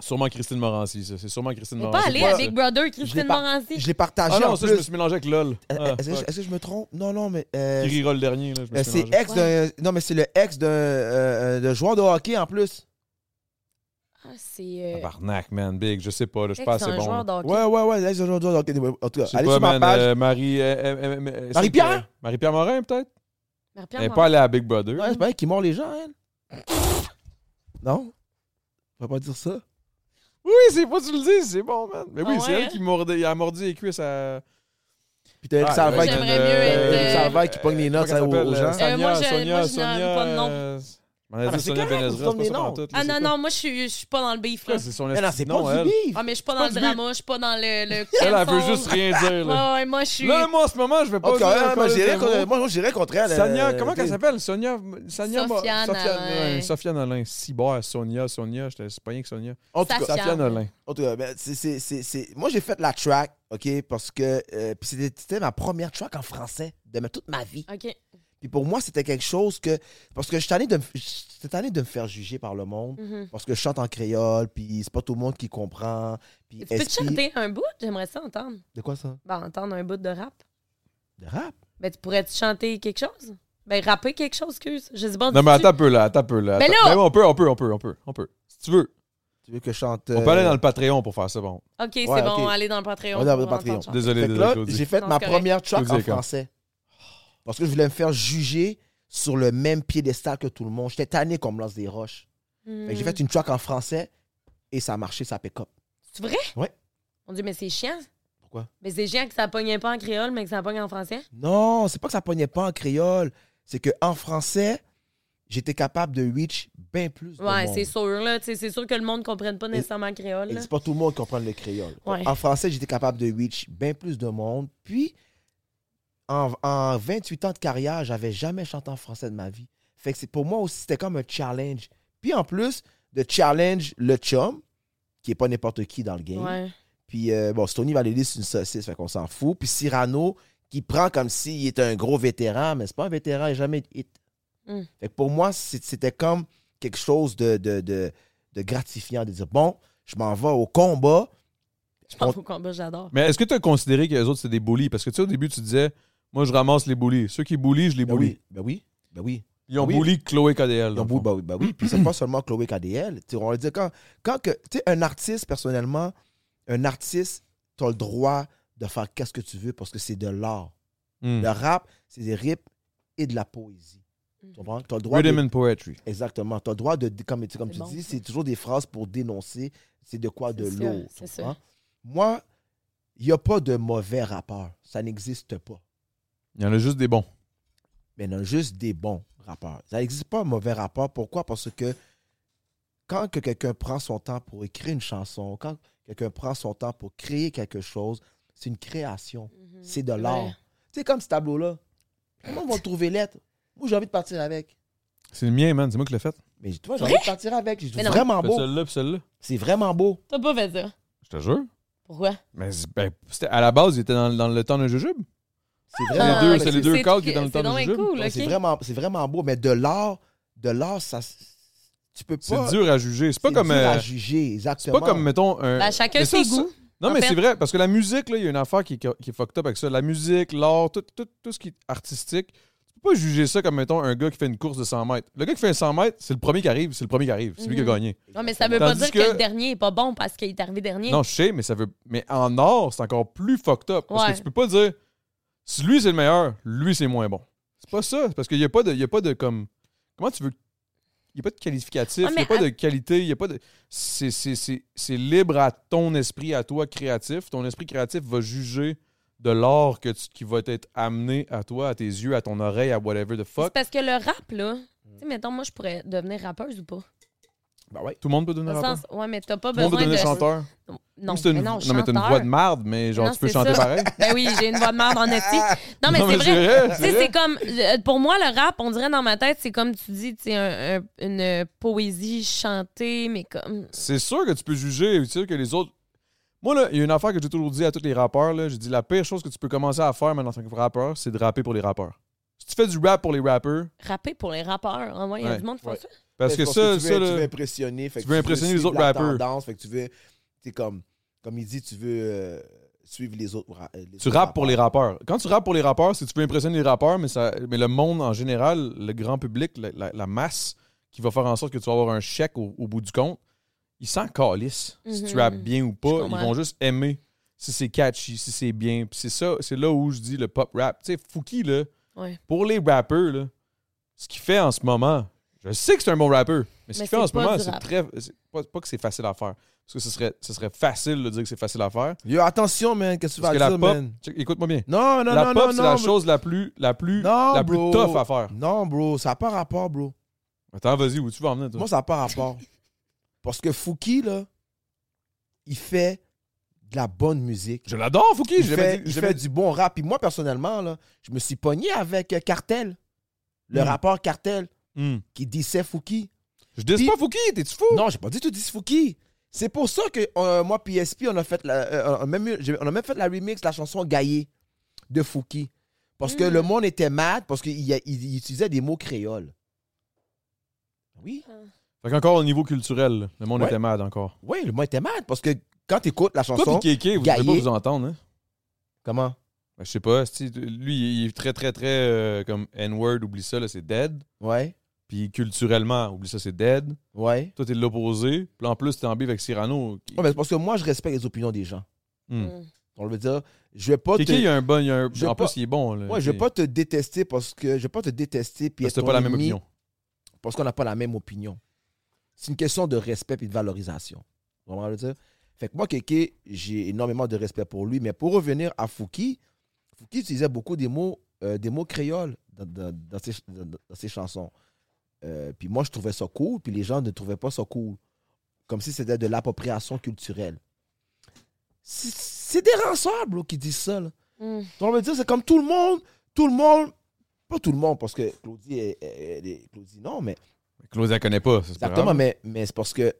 Speaker 4: Sûrement Christine Morancy, ça. C'est sûrement Christine
Speaker 5: On est
Speaker 4: Morancy.
Speaker 5: pas allé
Speaker 4: Ouais.
Speaker 5: à Big Brother,
Speaker 6: Je l'ai
Speaker 5: Christine
Speaker 6: par-
Speaker 5: Morancy.
Speaker 6: Ah, Je l'ai partagé
Speaker 4: Ah non,
Speaker 6: en
Speaker 4: ça,
Speaker 6: plus.
Speaker 4: je me suis mélangé avec LOL.
Speaker 6: Euh,
Speaker 4: Ah,
Speaker 6: Est-ce que,
Speaker 4: fuck.
Speaker 6: est-ce que je me trompe? Non, non, mais. euh,
Speaker 4: Qui rira le dernier, là? je me
Speaker 6: euh,
Speaker 4: suis
Speaker 6: c'est
Speaker 4: mélangé.
Speaker 6: ex d'un. Non, mais c'est le ex d'un euh, euh, de joueur de hockey en plus.
Speaker 5: Ah, c'est. euh,
Speaker 4: Tabarnak, man, big, je sais pas, là, je suis
Speaker 5: Ex
Speaker 4: pas assez
Speaker 5: d'un
Speaker 4: bon.
Speaker 5: joueur
Speaker 4: là.
Speaker 5: de hockey.
Speaker 6: Ouais, ouais, ouais. l'ex d'un joueur de hockey. En tout
Speaker 4: Je
Speaker 6: cas,
Speaker 4: sais
Speaker 6: allez
Speaker 4: pas,
Speaker 6: sur ma
Speaker 4: man,
Speaker 6: page.
Speaker 4: euh, Marie. euh, euh, euh, euh,
Speaker 6: Marie-Pierre?
Speaker 4: c'est que- Marie-Pierre Morin, peut-être? Elle
Speaker 5: Marie-Pierre
Speaker 4: n'est
Speaker 5: Morin.
Speaker 4: pas allée à Big Brother.
Speaker 6: Ouais, c'est pas elle qui mord les gens, elle. non? On va pas dire ça.
Speaker 4: Oui, c'est pas tu le dis, c'est bon, man. Mais oui,
Speaker 5: Ah
Speaker 4: c'est
Speaker 5: ouais,
Speaker 4: elle
Speaker 5: hein?
Speaker 4: qui mordait, elle a mordu les cuisses à.
Speaker 6: Puis t'as Eric
Speaker 4: Ah,
Speaker 6: Salvaille
Speaker 4: man,
Speaker 6: qui-
Speaker 5: J'aimerais mieux
Speaker 6: être,
Speaker 4: euh,
Speaker 6: euh, Salvaille qui pogne les
Speaker 4: euh,
Speaker 6: notes,
Speaker 4: comment
Speaker 6: hein,
Speaker 4: qu'elle
Speaker 6: aux
Speaker 4: s'appelle,
Speaker 6: gens.
Speaker 4: euh,
Speaker 5: Euh, moi,
Speaker 4: Sonia, Sonia,
Speaker 5: je- moi, je n'ai
Speaker 4: Sonia.
Speaker 5: pas de nom.
Speaker 4: euh, On a
Speaker 6: Ah,
Speaker 4: dit
Speaker 6: mais
Speaker 4: Sonia
Speaker 6: c'est correct,
Speaker 4: Benezra,
Speaker 6: on
Speaker 4: c'est pas
Speaker 6: se
Speaker 4: ça
Speaker 6: donne
Speaker 4: pantoute, là,
Speaker 5: Ah
Speaker 4: c'est
Speaker 5: non,
Speaker 4: quoi?
Speaker 5: non, moi, je suis je suis pas dans le beef, là.
Speaker 4: Ouais, C'est son
Speaker 6: Mais euh, non, c'est
Speaker 4: non,
Speaker 6: pas
Speaker 4: elle.
Speaker 6: du bif.
Speaker 5: Ah, mais je suis pas dans le
Speaker 4: du but.
Speaker 5: drama, je suis pas dans le. le
Speaker 4: Elle, elle veut
Speaker 5: cancel.
Speaker 4: juste rien dire,
Speaker 5: Ouais,
Speaker 4: là.
Speaker 5: ouais, moi, Oh, je suis.
Speaker 4: Là, moi, en ce moment, je vais pas.
Speaker 6: En tout
Speaker 4: dire
Speaker 6: cas,
Speaker 4: encore
Speaker 6: moi,
Speaker 4: le
Speaker 6: j'irais
Speaker 4: mot.
Speaker 6: contre- moi, j'irais contre elle.
Speaker 4: Sonia,
Speaker 6: euh,
Speaker 4: comment
Speaker 6: t'es-
Speaker 4: qu'elle s'appelle? Sonia. Sonia. Mo-
Speaker 5: Sofiane Alain.
Speaker 4: Alain. Sofiane Alain. Cyber, Sonia, Sonia. J'étais c'est pas rien que Sonia.
Speaker 6: En tout cas,
Speaker 5: Safia.
Speaker 4: Sofiane Alain.
Speaker 6: en tout cas, ben, c'est- c'est- c'est- c'est- moi, j'ai fait la track, OK, parce que... euh, puis c'était- c'était ma première track en français de ma- toute ma vie.
Speaker 5: Ok.
Speaker 6: Puis pour moi, c'était quelque chose que... Parce que je suis tanné de me- j'étais tanné de me faire juger par le monde,
Speaker 5: Mhm.
Speaker 6: parce que je chante en créole, puis c'est pas tout le monde qui comprend. Puis
Speaker 5: Tu peux te
Speaker 6: est-ce qu'il-
Speaker 5: chanter un bout? J'aimerais ça entendre.
Speaker 6: De quoi, ça?
Speaker 5: Ben, entendre un bout de rap.
Speaker 6: De rap?
Speaker 5: Ben, tu pourrais-tu chanter quelque chose? Ben, rapper quelque chose, excuse. Je sais pas.
Speaker 4: Non, mais
Speaker 5: dis-tu-
Speaker 4: attends un peu là, attends un peu là.
Speaker 5: Ah, Mais
Speaker 4: attends.
Speaker 5: là!
Speaker 4: oui, on peut, on peut, on peut, on peut, on peut. Si tu veux.
Speaker 6: Tu veux que je chante...
Speaker 4: On peut aller dans le Patreon pour faire ça, bon.
Speaker 5: Ok, c'est
Speaker 6: Ouais,
Speaker 5: bon,
Speaker 6: ok.
Speaker 5: allez dans le Patreon.
Speaker 6: euh, On est dans
Speaker 5: pour
Speaker 6: le
Speaker 5: entendre
Speaker 6: Patreon.
Speaker 5: chanter.
Speaker 4: Désolé,
Speaker 6: Fait que
Speaker 4: désolé,
Speaker 6: là,
Speaker 4: Claudie.
Speaker 6: j'ai fait
Speaker 5: Non,
Speaker 6: ma
Speaker 5: c'est correct.
Speaker 6: première track
Speaker 4: Claudie
Speaker 6: en
Speaker 4: est comme-
Speaker 6: français. Parce que je voulais me faire juger sur le même piédestal que tout le monde. J'étais tanné qu'on me lance des roches.
Speaker 5: Hmm.
Speaker 6: Fait que J'ai fait une track en français et ça a marché, ça pick up.
Speaker 5: C'est vrai?
Speaker 6: Ouais.
Speaker 5: On dit, mais c'est chiant.
Speaker 6: Pourquoi?
Speaker 5: Mais c'est chiant que ça pognait pas en créole, mais que ça pogne en français.
Speaker 6: Non, c'est pas que ça pognait pas en créole. C'est que en français, j'étais capable de reach bien plus. de
Speaker 5: Ouais,
Speaker 6: monde.
Speaker 5: c'est sûr, là. tu sais, C'est sûr que le monde ne comprenne pas nécessairement créole.
Speaker 6: Et
Speaker 5: Là.
Speaker 6: c'est pas tout le monde qui comprend le créole.
Speaker 5: Ouais.
Speaker 6: En français, j'étais capable de reach bien plus de monde. Puis, en, en 28 ans de carrière, j'avais jamais chanté en français de ma vie. Fait que c'est, pour moi aussi, c'était comme un challenge. Puis en plus, de challenge le chum, qui est pas n'importe qui dans le game,
Speaker 5: Ouais.
Speaker 6: Puis, euh, bon, Stoney Valley, c'est une saucisse, fait qu'on s'en fout. Puis Cyrano, qui prend comme s'il était un gros vétéran, mais c'est pas un vétéran, il n'a jamais été hit.
Speaker 5: Mm.
Speaker 6: Fait que pour moi, c'est- c'était comme quelque chose de, de, de, de gratifiant de dire bon, je m'en vais au combat.
Speaker 5: Je pense au combat, j'adore.
Speaker 4: Mais est-ce que tu as considéré que les autres, c'est des bullies? Parce que tu sais, au début, tu disais, moi, je ramasse les bullies. Ceux qui bullient, je les
Speaker 6: Ben
Speaker 4: bully.
Speaker 6: oui, ben oui, ben oui.
Speaker 4: Ils ont
Speaker 6: Oui.
Speaker 4: bully Chloé KDL.
Speaker 6: Ils ont bou- bah oui, bah oui. Puis c'est pas seulement Chloé KDL. Tu sais, on le dit quand, quand que, tu sais, un artiste, personnellement, un artiste, tu as le droit de faire qu'est-ce que tu veux parce que c'est de l'art.
Speaker 4: Hmm.
Speaker 6: Le rap, c'est des rips et de la poésie.
Speaker 5: Mhm.
Speaker 6: Tu comprends? T'as le droit
Speaker 4: Rhythm
Speaker 6: de-
Speaker 4: and Poetry.
Speaker 6: Exactement. Tu as le droit de, comme, tu- comme
Speaker 5: C'est
Speaker 6: tu
Speaker 5: bon,
Speaker 6: dis,
Speaker 5: ça.
Speaker 6: c'est toujours des phrases pour dénoncer c'est de quoi de
Speaker 5: C'est
Speaker 6: lourd.
Speaker 5: sûr,
Speaker 6: tu
Speaker 5: c'est
Speaker 6: comprends?
Speaker 5: sûr.
Speaker 6: Moi, il n'y a pas de mauvais rappeur. Ça n'existe pas.
Speaker 4: Il y en a juste des bons.
Speaker 6: mais il y en a juste des bons rappeurs. Ça n'existe pas un mauvais rappeur. Pourquoi? Parce que quand que quelqu'un prend son temps pour écrire une chanson, quand quelqu'un prend son temps pour créer quelque chose, c'est une création. C'est de
Speaker 5: C'est
Speaker 6: l'art.
Speaker 5: vrai.
Speaker 6: C'est comme ce tableau-là. Comment on va le trouver lettre? Moi, j'ai envie de partir avec.
Speaker 4: C'est le mien, man. C'est moi qui l'ai fait.
Speaker 6: Mais toi, j'ai envie de partir avec. Je
Speaker 5: Mais
Speaker 6: trouve
Speaker 5: non.
Speaker 6: vraiment
Speaker 4: Fait
Speaker 6: beau.
Speaker 4: Celle-là, puis celle-là.
Speaker 6: C'est vraiment beau.
Speaker 5: T'as pas fait ça.
Speaker 4: Je te jure.
Speaker 5: Pourquoi?
Speaker 4: Mais c'est- ben, c'était- à la base, il était dans, dans le temps d'un jujube.
Speaker 6: C'est
Speaker 4: les
Speaker 6: vraiment
Speaker 4: deux,
Speaker 6: mais
Speaker 4: c'est les
Speaker 6: c'est-
Speaker 4: deux
Speaker 5: C'est-
Speaker 4: cadres qui étaient dans le
Speaker 5: c'est
Speaker 4: temps du
Speaker 5: donc
Speaker 4: jeu.
Speaker 5: cool,
Speaker 6: mais
Speaker 5: Ah, ok.
Speaker 6: C'est vraiment, c'est vraiment beau. Mais de l'art, de l'art, ça. Tu peux pas.
Speaker 4: C'est dur à juger. C'est pas
Speaker 6: c'est
Speaker 4: comme.
Speaker 6: dur à
Speaker 4: euh,
Speaker 6: juger, exactement.
Speaker 4: pas comme, mettons. Un...
Speaker 5: Ben, chacun
Speaker 4: Mais ça,
Speaker 5: ses
Speaker 4: ça-
Speaker 5: goûts.
Speaker 4: Non,
Speaker 5: en
Speaker 4: mais
Speaker 5: fait.
Speaker 4: c'est vrai, parce que la musique, là, il y a une affaire qui, est- qui est fucked up avec ça. La musique, l'art, tout, tout, tout ce qui est artistique. Tu peux pas juger ça comme, mettons, un gars qui fait une course de 100 mètres. Le gars qui fait un 100 mètres, c'est le premier qui arrive, c'est le premier qui arrive, c'est lui qui a
Speaker 5: Mhm.
Speaker 4: gagné.
Speaker 5: Non, mais ça veut pas
Speaker 4: Tandis
Speaker 5: dire que...
Speaker 4: que
Speaker 5: le dernier est pas bon parce qu'il est arrivé dernier.
Speaker 4: Non, je sais, mais ça veut. Mais en or, c'est encore plus fucked up. Parce
Speaker 5: Ouais.
Speaker 4: que tu peux pas dire si lui c'est le meilleur, lui c'est moins bon. C'est pas ça. Parce qu'il y a pas de. Il y a pas de comme. Comment tu veux. Il n'y a pas de qualificatif, il
Speaker 5: Ouais,
Speaker 4: n'y
Speaker 5: mais
Speaker 4: a pas
Speaker 5: à-
Speaker 4: de qualité, il n'y a pas de. C'est- C'est c'est- c'est libre à ton esprit, à toi créatif. Ton esprit créatif va juger de l'art que tu- qui va être amené à toi, à tes yeux, à ton oreille, à whatever the
Speaker 5: C'est
Speaker 4: fuck.
Speaker 5: parce que le rap, là,
Speaker 6: Mm.
Speaker 5: tu sais, mettons, moi, je pourrais devenir rappeuse ou pas?
Speaker 6: Ben ouais.
Speaker 4: Tout le monde peut devenir
Speaker 5: Dans le
Speaker 4: rappeur.
Speaker 5: sens, ouais, mais t'as pas
Speaker 4: Tout le monde peut
Speaker 5: besoin de.
Speaker 4: devenir chanteur.
Speaker 5: Non,
Speaker 4: Ou c'est une-
Speaker 5: mais non,
Speaker 4: non, mais t'as une
Speaker 5: chanteur.
Speaker 4: voix de marde, mais genre
Speaker 5: Non,
Speaker 4: tu peux
Speaker 5: c'est
Speaker 4: chanter
Speaker 5: ça.
Speaker 4: pareil.
Speaker 5: Ben oui, j'ai une voix de merde en esti. Non, mais,
Speaker 4: Non,
Speaker 5: c'est
Speaker 4: mais c'est
Speaker 5: vrai.
Speaker 4: vrai, c'est
Speaker 5: Tu sais,
Speaker 4: vrai.
Speaker 5: c'est comme. euh, Pour moi, le rap, on dirait dans ma tête, c'est comme tu dis, tu sais, un- un- une poésie chantée, mais comme.
Speaker 4: c'est sûr que tu peux juger. C'est sûr que les autres. Moi, là, il y a une affaire que j'ai toujours dit à tous les rappeurs. Là, j'ai dit la pire chose que tu peux commencer à faire maintenant en tant que rappeur, c'est de rapper pour les rappeurs. Si tu fais du rap pour les rappeurs,
Speaker 5: Rapper pour les rappeurs. hein, ouais, il y a
Speaker 4: Ouais.
Speaker 5: du monde qui font
Speaker 6: Ouais.
Speaker 5: ça.
Speaker 4: parce que
Speaker 6: Parce
Speaker 4: ça,
Speaker 6: tu veux,
Speaker 4: ça,
Speaker 6: tu
Speaker 4: là-
Speaker 6: veux impressionner, fait
Speaker 4: tu
Speaker 6: que
Speaker 4: veux impressionner les
Speaker 6: suivre
Speaker 4: autres
Speaker 6: la
Speaker 4: rappeurs.
Speaker 6: Tendance, fait que tu veux, t'es comme, comme il dit, tu veux euh, suivre les autres. ra- euh, les
Speaker 4: tu
Speaker 6: autres
Speaker 4: rappes pour les
Speaker 6: rappeurs.
Speaker 4: rappeurs. Quand tu rappes pour les rappeurs, c'est que tu veux impressionner les rappeurs, mais, ça, mais le monde en général, le grand public, la, la- la masse qui va faire en sorte que tu vas avoir un chèque au, au bout du compte, ils s'en calissent. Si tu
Speaker 5: Mhm.
Speaker 4: rappes bien ou
Speaker 5: Je
Speaker 4: pas, ils
Speaker 5: comprends.
Speaker 4: vont juste aimer si c'est catchy, si c'est bien. Puis c'est ça, c'est là où je dis le pop rap. Tu sais, Fouki, là,
Speaker 5: Ouais.
Speaker 4: pour les rappeurs, là, ce qu'il fait en ce moment, je sais que c'est un bon rappeur, mais ce
Speaker 5: Mais
Speaker 4: qu'il fait en
Speaker 5: c'est
Speaker 4: ce
Speaker 5: pas
Speaker 4: moment,
Speaker 5: du
Speaker 4: c'est
Speaker 5: rap.
Speaker 4: très. c'est Pas, pas que c'est facile à faire. Parce que ce serait, ce serait facile de dire que c'est facile à faire.
Speaker 6: Yo, attention, man, qu'est-ce que tu vas
Speaker 4: Parce que
Speaker 6: dire,
Speaker 4: la pop.
Speaker 6: man?
Speaker 4: check, Écoute-moi bien.
Speaker 6: Non, non,
Speaker 4: la
Speaker 6: non,
Speaker 4: pop,
Speaker 6: non,
Speaker 4: c'est
Speaker 6: non.
Speaker 4: la
Speaker 6: bro.
Speaker 4: chose la plus, la plus,
Speaker 6: non,
Speaker 4: la plus
Speaker 6: bro.
Speaker 4: tough à faire.
Speaker 6: Non, bro, ça n'a pas rapport, bro.
Speaker 4: Attends, vas-y, où tu vas en venir, toi?
Speaker 6: Moi, ça n'a pas rapport. Parce que Fouki, là, il fait de la bonne musique.
Speaker 4: je l'adore, Fouki.
Speaker 6: il
Speaker 4: j'ai
Speaker 6: fait,
Speaker 4: jamais dit-
Speaker 6: il
Speaker 4: j'ai jamais
Speaker 6: fait
Speaker 4: dit-
Speaker 6: du bon rap. Puis moi, personnellement, là, je me suis pogné avec euh, Cartel, le
Speaker 4: Mm.
Speaker 6: rappeur Cartel,
Speaker 4: Hmm.
Speaker 6: qui disait Fouki.
Speaker 4: Je dis
Speaker 6: Puis-
Speaker 4: pas Fouki, t'es-tu fou?
Speaker 6: Non, j'ai pas dit tout Fouki. C'est pour ça que euh, moi, PSP, on a fait la, euh, on a même, eu- j'ai- on a même fait la remix, la chanson Gaillé de Fouki. Parce que
Speaker 4: Hmm.
Speaker 5: Mm.
Speaker 6: le monde était mad parce qu'il y a- il- il utilisait des mots créoles. Oui.
Speaker 4: Fait qu'encore au niveau culturel, là, le monde
Speaker 6: Ouais.
Speaker 4: était mad encore.
Speaker 6: Oui, le monde était mad parce que quand tu écoutes la
Speaker 4: Toi
Speaker 6: chanson.
Speaker 4: pis Kéké, vous devez pas
Speaker 6: Gaillé.
Speaker 4: vous entendre, hein?
Speaker 6: Comment
Speaker 4: Ben, je sais pas, si tu- lui, il est très, très, très euh, comme N-word, oublie ça, là, c'est dead.
Speaker 6: Ouais.
Speaker 4: Puis culturellement, oublie ça, c'est dead.
Speaker 6: Ouais.
Speaker 4: Toi, t'es de l'opposé. Puis là, en plus, t'es en bif avec Cyrano. Qui-
Speaker 6: Ouais, mais c'est parce que moi, je respecte les opinions des gens.
Speaker 4: Hmm.
Speaker 5: Mm.
Speaker 6: On veut dire, je vais pas te.
Speaker 4: Kéké, il y a un bon. il y a un-
Speaker 6: Je
Speaker 4: En
Speaker 6: veux pas-
Speaker 4: plus, il est bon. Là,
Speaker 6: Ouais, je vais
Speaker 4: T'es-
Speaker 6: pas te détester parce que. Je vais pas te détester. Puis
Speaker 4: Parce que
Speaker 6: être
Speaker 4: t'as pas la
Speaker 6: ton
Speaker 4: même
Speaker 6: ennemi
Speaker 4: opinion.
Speaker 6: parce qu'on n'a pas la même opinion. C'est une question de respect et de valorisation. Vous comprenez ce que je veux dire? Fait que moi, Keke, j'ai énormément de respect pour lui. Mais pour revenir à Fouki, Fouki utilisait beaucoup des mots, euh, des mots créoles dans, dans- dans ses, dans- dans ses chansons. Euh, puis moi, je trouvais ça cool, puis les gens ne trouvaient pas ça cool. Comme si c'était de l'appropriation culturelle. C'est- C'est des rançons, bro, qui disent ça. là.
Speaker 5: Mm.
Speaker 6: Tu vas me dire, c'est comme tout le monde, tout le monde, pas tout le monde, parce que Claudie, est- est- elle est- Claudie non, mais
Speaker 4: Claudia connaît pas. ça, c'est pas
Speaker 6: Exactement,
Speaker 4: grave.
Speaker 6: mais, mais c'est parce que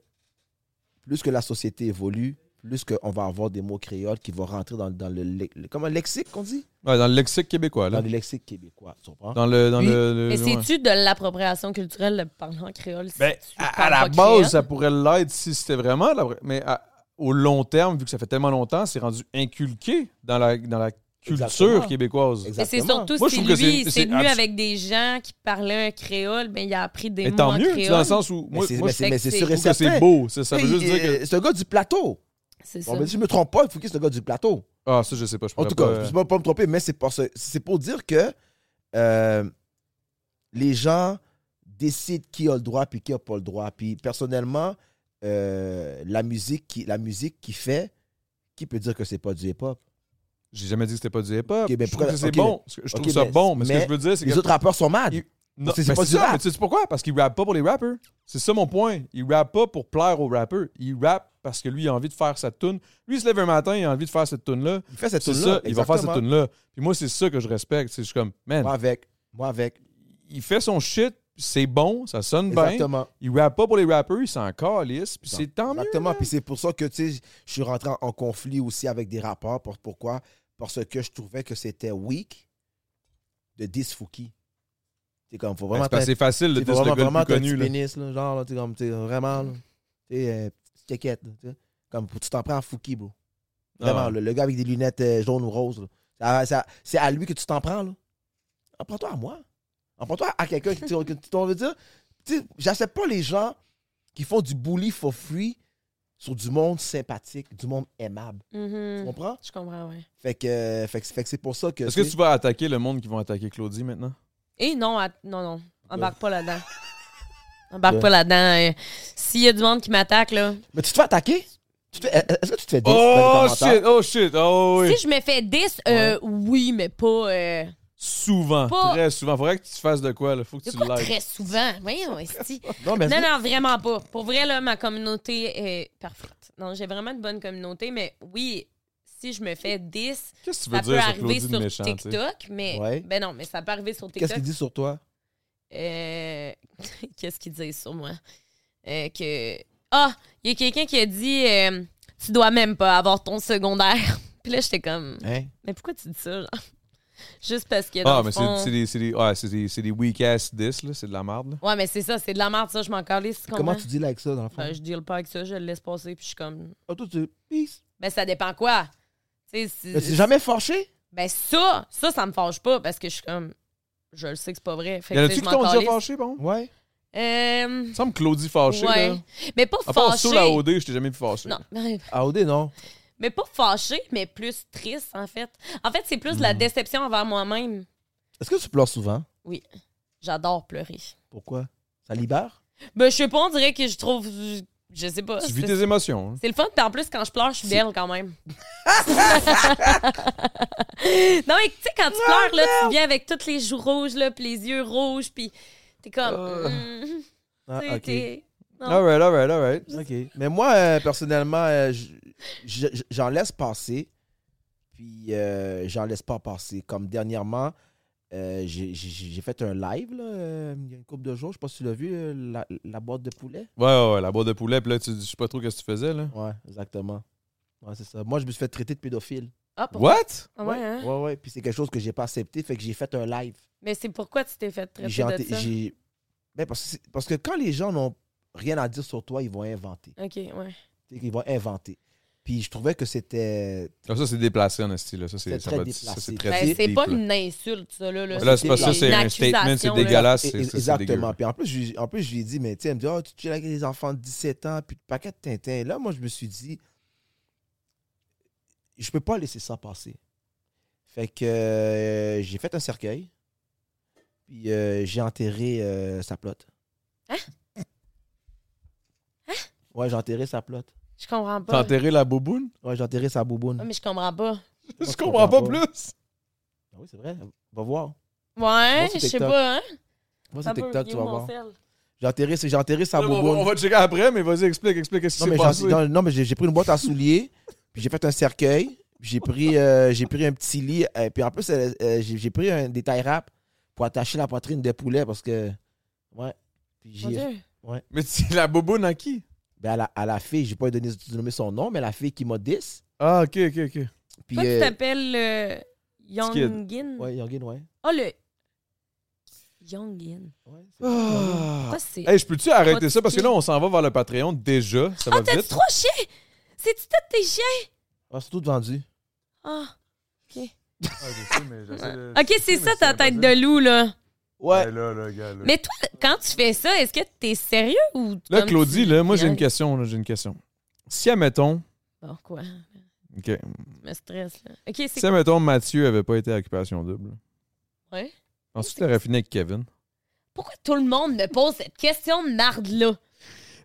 Speaker 6: plus que la société évolue, plus qu'on va avoir des mots créoles qui vont rentrer dans, dans le, le- le- Comment lexique qu'on dit
Speaker 4: Ouais, dans le lexique québécois, là.
Speaker 6: Dans le lexique québécois, tu comprends
Speaker 4: Dans le. Dans
Speaker 6: Oui.
Speaker 4: le, le-
Speaker 5: Mais
Speaker 4: Euh, ouais.
Speaker 5: c'est-tu de l'appropriation culturelle de parler en créole? si
Speaker 4: Ben,
Speaker 5: tu
Speaker 4: à, à
Speaker 5: parles
Speaker 4: la
Speaker 5: pas créole?
Speaker 6: hein?
Speaker 4: base, ça pourrait l'être si c'était vraiment. la vraie- mais à- au long terme, vu que ça fait tellement longtemps, c'est rendu inculqué dans la, dans la culture
Speaker 6: Exactement.
Speaker 4: québécoise.
Speaker 5: Mais c'est
Speaker 6: Exactement.
Speaker 5: surtout
Speaker 4: Moi, je
Speaker 5: si
Speaker 4: trouve que
Speaker 5: lui,
Speaker 4: c'est-
Speaker 5: c'est,
Speaker 4: c'est
Speaker 5: venu
Speaker 4: abs-
Speaker 5: avec des gens qui parlaient un créole, mais il a appris des
Speaker 4: Mais
Speaker 5: mots
Speaker 4: tant
Speaker 5: en
Speaker 4: mieux, tu sais,
Speaker 5: créole.
Speaker 4: dans le sens où. Moi,
Speaker 6: mais c'est-
Speaker 4: moi,
Speaker 6: mais
Speaker 4: je
Speaker 6: c'est- mais c'est
Speaker 5: c'est-
Speaker 6: sûr et
Speaker 4: trouve que c'est
Speaker 6: certain.
Speaker 4: beau. Ça, ça veut
Speaker 6: Hey,
Speaker 4: juste dire que.
Speaker 6: euh, C'est un gars du plateau.
Speaker 5: C'est ça.
Speaker 4: ben,
Speaker 6: Bon, mais si je me trompe pas, il faut qu'il soit un gars du plateau.
Speaker 4: Ah, ça, je sais pas. Je
Speaker 6: En
Speaker 4: pourrais
Speaker 6: tout
Speaker 4: pas,
Speaker 6: cas, je ne pas me tromper, mais c'est pour, ce- c'est pour dire que euh, les gens décident qui a le droit puis qui n'a pas le droit. Puis personnellement, euh, la musique qui, la musique qui fait, qui peut dire que c'est pas du hip-hop?
Speaker 4: J'ai jamais dit que c'était pas du hip-hop.
Speaker 6: Ok, ben
Speaker 4: je trouve
Speaker 6: pourquoi-
Speaker 4: que c'est
Speaker 6: ok,
Speaker 4: bon. Je trouve
Speaker 6: ok,
Speaker 4: ça
Speaker 6: mais-
Speaker 4: bon, mais, ce que
Speaker 6: mais
Speaker 4: je veux dire, c'est que.
Speaker 6: Les autres rappeurs sont mad.
Speaker 4: Ils-
Speaker 6: Parce que c'est
Speaker 4: ben,
Speaker 6: pas du
Speaker 4: ça,
Speaker 6: rap.
Speaker 4: mais tu sais pourquoi? Parce qu'il rappe pas pour les rappers. C'est ça mon point. Il rappe pas pour plaire aux rappeurs. Il rappe parce que lui, il a envie de faire sa tune. Lui, il se lève un matin, il a envie de faire cette tune-là.
Speaker 6: Il fait cette
Speaker 4: C'est
Speaker 6: tune-là.
Speaker 4: ça, il va faire cette
Speaker 6: exactement.
Speaker 4: tune-là. Puis moi, c'est ça que je respecte. C'est- Je suis comme, man,
Speaker 6: Moi avec. Moi avec.
Speaker 4: il fait son shit, c'est bon, ça sonne bien.
Speaker 6: Exactement.
Speaker 4: Il rappe pas pour les rappeurs, il s'en calisse, puis c'est tant mieux.
Speaker 6: Exactement.
Speaker 4: là. Ben,
Speaker 6: Puis c'est pour ça que tu sais, je suis rentré en, en conflit aussi avec des rappeurs. Pour- pourquoi? Parce que je trouvais que c'était weak de 10 Fouki. C'est comme, faut
Speaker 4: Ben,
Speaker 6: vraiment.
Speaker 4: c'est parce que c'est facile de
Speaker 6: T'sais,
Speaker 4: dire
Speaker 6: vraiment,
Speaker 4: le gars
Speaker 6: vraiment,
Speaker 4: le plus
Speaker 6: t'as un petit
Speaker 4: connu. là.
Speaker 6: pénis, là, genre, là, t'es comme, t'es vraiment, là, t'es euh, petite caquette, là, t'sais. comme, tu t'en prends à Fouki, bro. Vraiment,
Speaker 4: Ah.
Speaker 6: là, le gars avec des lunettes euh, jaunes ou roses, là. Ça- ça- c'est à lui que tu t'en prends, là. En prends-toi à moi. En prends-toi à quelqu'un qui, tu- que tu t'en veux dire. Tu sais, j'accepte pas les gens qui font du bully for free sur du monde sympathique, du monde aimable. Tu
Speaker 5: Mhm.
Speaker 6: comprends?
Speaker 5: Je comprends, ouais.
Speaker 6: Fait que, euh, fait que, fait que c'est pour ça que.
Speaker 4: Est-ce que
Speaker 6: t'sais,
Speaker 4: tu vas attaquer le monde qui vont attaquer Claudie maintenant?
Speaker 5: Et Eh, non, att- non, non. Embarque pas là-dedans. Embarque pas là-dedans. euh. S'il y a du monde qui m'attaque, là.
Speaker 6: Mais tu te fais attaquer? Tu te fais- Est-ce que tu te fais dire
Speaker 4: Oh shit, oh shit, oh oui.
Speaker 5: Si je me fais 10, euh, oui, mais pas. euh,
Speaker 4: Souvent,
Speaker 5: Pas-
Speaker 4: très souvent. Faudrait que tu fasses de quoi, là. Faut que
Speaker 5: de
Speaker 4: tu
Speaker 5: quoi
Speaker 4: l'aides.
Speaker 5: très souvent? Voyons, esti.
Speaker 6: Non, mais
Speaker 5: Non, non, vraiment pas. Pour vrai, là, ma communauté est parfaite. Non, j'ai vraiment une bonne communauté, mais oui, si je me fais 10,
Speaker 4: Qu'est-ce que tu veux
Speaker 5: ça peut
Speaker 4: dire sur
Speaker 5: arriver
Speaker 4: Claudie de
Speaker 5: sur
Speaker 4: méchant, tu sais?
Speaker 5: TikTok, mais.
Speaker 6: Ouais.
Speaker 5: Ben non, mais ça peut arriver sur
Speaker 6: qu'est-ce
Speaker 5: TikTok.
Speaker 6: qu'il dit sur toi?
Speaker 5: Euh, Qu'est-ce qu'ils disent sur moi? Euh, que. Ah, il y a quelqu'un qui a dit euh, Tu dois même pas avoir ton secondaire. Puis là, j'étais comme
Speaker 6: Hein?
Speaker 5: Mais pourquoi tu dis ça, genre? Juste parce que. Dans
Speaker 4: Ah,
Speaker 5: le
Speaker 4: mais c'est
Speaker 5: fond-
Speaker 4: c'est des, c'est des, ouais, c'est des, c'est des weak ass dis, là. C'est de la merde, là.
Speaker 5: Ouais, mais c'est ça, c'est de la merde, ça, je m'en calisse.
Speaker 6: Comment tu dis là avec ça, dans le fond?
Speaker 5: Ben, je deal pas avec ça, je le laisse passer, puis je suis comme.
Speaker 6: Ah, toi, tu- Peace.
Speaker 5: Ben, ça dépend quoi? Tu sais,
Speaker 6: Mais
Speaker 5: si-
Speaker 6: c'est jamais fâché?
Speaker 5: Ben, ça, ça, ça me fâche pas, parce que je suis comme. Je le sais que c'est pas vrai. Fait
Speaker 4: Y en a-tu
Speaker 5: tu sais, je
Speaker 4: qui
Speaker 5: m'en
Speaker 4: t'ont déjà
Speaker 5: calisse.
Speaker 4: fâché, bon?
Speaker 6: Ouais.
Speaker 5: Euh,
Speaker 4: Il me semble Claudie fâchée,
Speaker 5: ouais.
Speaker 4: là.
Speaker 5: Mais pas
Speaker 4: À part
Speaker 5: fâché.
Speaker 4: sur la OD, je t'ai jamais vu fâché.
Speaker 5: non,
Speaker 6: AOD, Ah, non.
Speaker 5: Mais pas fâché, mais plus triste, en fait. En fait, c'est plus de la déception envers moi-même.
Speaker 6: Est-ce que tu pleures souvent?
Speaker 5: Oui, j'adore pleurer.
Speaker 6: Pourquoi? Ça libère?
Speaker 5: Ben, je sais pas, on dirait que je trouve. Je sais pas.
Speaker 4: Tu
Speaker 5: C'est
Speaker 4: vis tes émotions. hein.
Speaker 5: c'est le fun, puis en plus, quand je pleure, je suis belle quand même. non, mais tu sais, quand tu pleures, là, tu viens avec tous les joues rouges, là, puis les yeux rouges, puis t'es comme. hmm,
Speaker 6: Ah,
Speaker 5: t'sais, t'es- Non.
Speaker 4: All right, all right, all right.
Speaker 6: OK. Mais moi, euh, personnellement, euh, je- je- j'en laisse passer. Puis, euh, j'en laisse pas passer. Comme dernièrement, euh, j'ai j'ai- j'ai fait un live, là, euh, il y a une couple de jours. Je sais pas si tu l'as vu, euh, la, la boîte de poulet.
Speaker 4: Ouais, ouais, ouais, la boîte de poulet, puis là, tu, je sais pas trop qu'est-ce que tu faisais, là.
Speaker 6: Ouais, exactement. Ouais, c'est ça. Moi, je me suis fait traiter de pédophile.
Speaker 5: Ah, pourquoi?
Speaker 4: What?
Speaker 5: Ah ouais, hein?
Speaker 6: ouais, ouais. Puis c'est quelque chose que j'ai pas accepté, fait que j'ai fait un live.
Speaker 5: Mais c'est pourquoi tu t'es fait traiter
Speaker 6: J'ai enté-
Speaker 5: de ça.
Speaker 6: j'ai- Ben, parce, que c'est- parce que quand les gens n'ont rien à dire sur toi, ils vont inventer.
Speaker 5: Ok, ouais.
Speaker 6: Ils vont inventer. Puis je trouvais que c'était.
Speaker 4: Ah, ça, c'est déplacé en style, là. Ça, c'est
Speaker 6: C'est
Speaker 4: ça
Speaker 6: très
Speaker 4: va- ça,
Speaker 6: déplacé.
Speaker 4: c'est très
Speaker 5: Ben, c'est
Speaker 4: deep,
Speaker 5: pas
Speaker 4: là.
Speaker 5: une insulte, ça, là. là.
Speaker 4: Là, c'est pas ça, c'est
Speaker 5: une
Speaker 4: un statement, c'est
Speaker 5: accusation, là.
Speaker 4: dégueulasse. c'est-
Speaker 6: Et-
Speaker 4: c'est- c'est
Speaker 6: exactement.
Speaker 4: dégueu.
Speaker 6: Puis en plus, je, lui- en plus, je lui ai dit, mais tu sais, elle me dit, oh, tu chilles avec les enfants de 17 ans, puis le paquet de Tintin. Là, moi, je me suis dit, je peux pas laisser ça passer. Fait que euh, j'ai fait un cercueil, puis euh, j'ai enterré euh, sa plotte.
Speaker 5: Hein?
Speaker 6: Ouais, j'ai enterré sa plotte.
Speaker 5: Je comprends
Speaker 4: T'as
Speaker 5: pas.
Speaker 4: enterré la bouboune?
Speaker 6: Ouais, j'ai enterré sa bouboune.
Speaker 5: Ouais, Ah, mais je comprends pas.
Speaker 4: Je
Speaker 6: je
Speaker 4: comprends pas
Speaker 6: comprends pas.
Speaker 4: plus.
Speaker 6: Ah oui, c'est vrai. Va voir.
Speaker 5: Ouais,
Speaker 6: sur
Speaker 5: je sais
Speaker 6: TikTok.
Speaker 5: pas, hein?
Speaker 6: Va
Speaker 5: Ça
Speaker 6: sur
Speaker 5: peut,
Speaker 6: TikTok,
Speaker 5: il est
Speaker 6: tu vas
Speaker 5: où mon
Speaker 6: voir.
Speaker 5: sel?
Speaker 6: J'ai enterré, j'ai enterré sa
Speaker 4: Là, on, va,
Speaker 6: bouboune.
Speaker 4: on va checker après, mais vas-y, explique, explique qu'est-ce
Speaker 6: Non,
Speaker 4: qui s'est
Speaker 6: mais
Speaker 4: passé.
Speaker 6: j'en- non, non, mais j'ai j'ai pris une boîte à souliers, puis j'ai fait un cercueil, puis j'ai pris, euh, j'ai pris un petit lit, euh, puis en plus, euh, euh, j'ai j'ai pris un, des tailles rap pour attacher la poitrine de poulet parce que. Ouais. Puis
Speaker 5: Mon
Speaker 6: j'ai.
Speaker 5: Dieu.
Speaker 4: Mais tu- la bouboune à qui?
Speaker 6: ben, à, la, à la fille, j'ai pas donné nommé son nom, mais la fille qui m'a 10.
Speaker 4: Ah, ok, ok, ok.
Speaker 6: Puis,
Speaker 5: Toi, tu
Speaker 6: euh,
Speaker 5: t'appelles euh,
Speaker 4: Skid.
Speaker 5: Youngin.
Speaker 6: ouais, Yorgin, ouais.
Speaker 5: Oh, le. Youngin.
Speaker 6: Ouais, c'est-
Speaker 4: Ah.
Speaker 5: Pourquoi c'est.
Speaker 4: Hey, je peux-tu arrêter
Speaker 5: Pas
Speaker 4: ça? Parce que
Speaker 5: tiqué.
Speaker 4: là, on s'en va vers le Patreon déjà. Ça
Speaker 5: Ah,
Speaker 4: va
Speaker 5: t'as-tu
Speaker 4: vite.
Speaker 5: trois chiens? C'est-tu tous tes chiens?
Speaker 6: Ah, c'est tout vendu.
Speaker 5: Ah.
Speaker 4: Ah, de-
Speaker 5: Ok, c'est
Speaker 4: mais
Speaker 5: ça
Speaker 4: Euh, c'est
Speaker 5: ta tête
Speaker 4: impossible. Euh.
Speaker 5: de loup, là.
Speaker 6: Ouais.
Speaker 4: là, là, gars, là.
Speaker 5: Mais toi, quand tu fais ça, est-ce que t'es sérieux ou.
Speaker 4: Là,
Speaker 5: comme tu- hein.
Speaker 4: Claudie, là, moi, j'ai une
Speaker 5: Ouais.
Speaker 4: question. là, J'ai une question. Si, admettons,
Speaker 5: Bon, quoi?
Speaker 4: OK.
Speaker 5: Tu me stresses, là. Ok, c'est
Speaker 4: si, admettons, Mathieu avait pas été à Occupation Double,
Speaker 5: quoi? Ouais.
Speaker 4: ensuite, tu aurais fini avec Kevin.
Speaker 5: Pourquoi tout le monde me pose cette question de marde-là?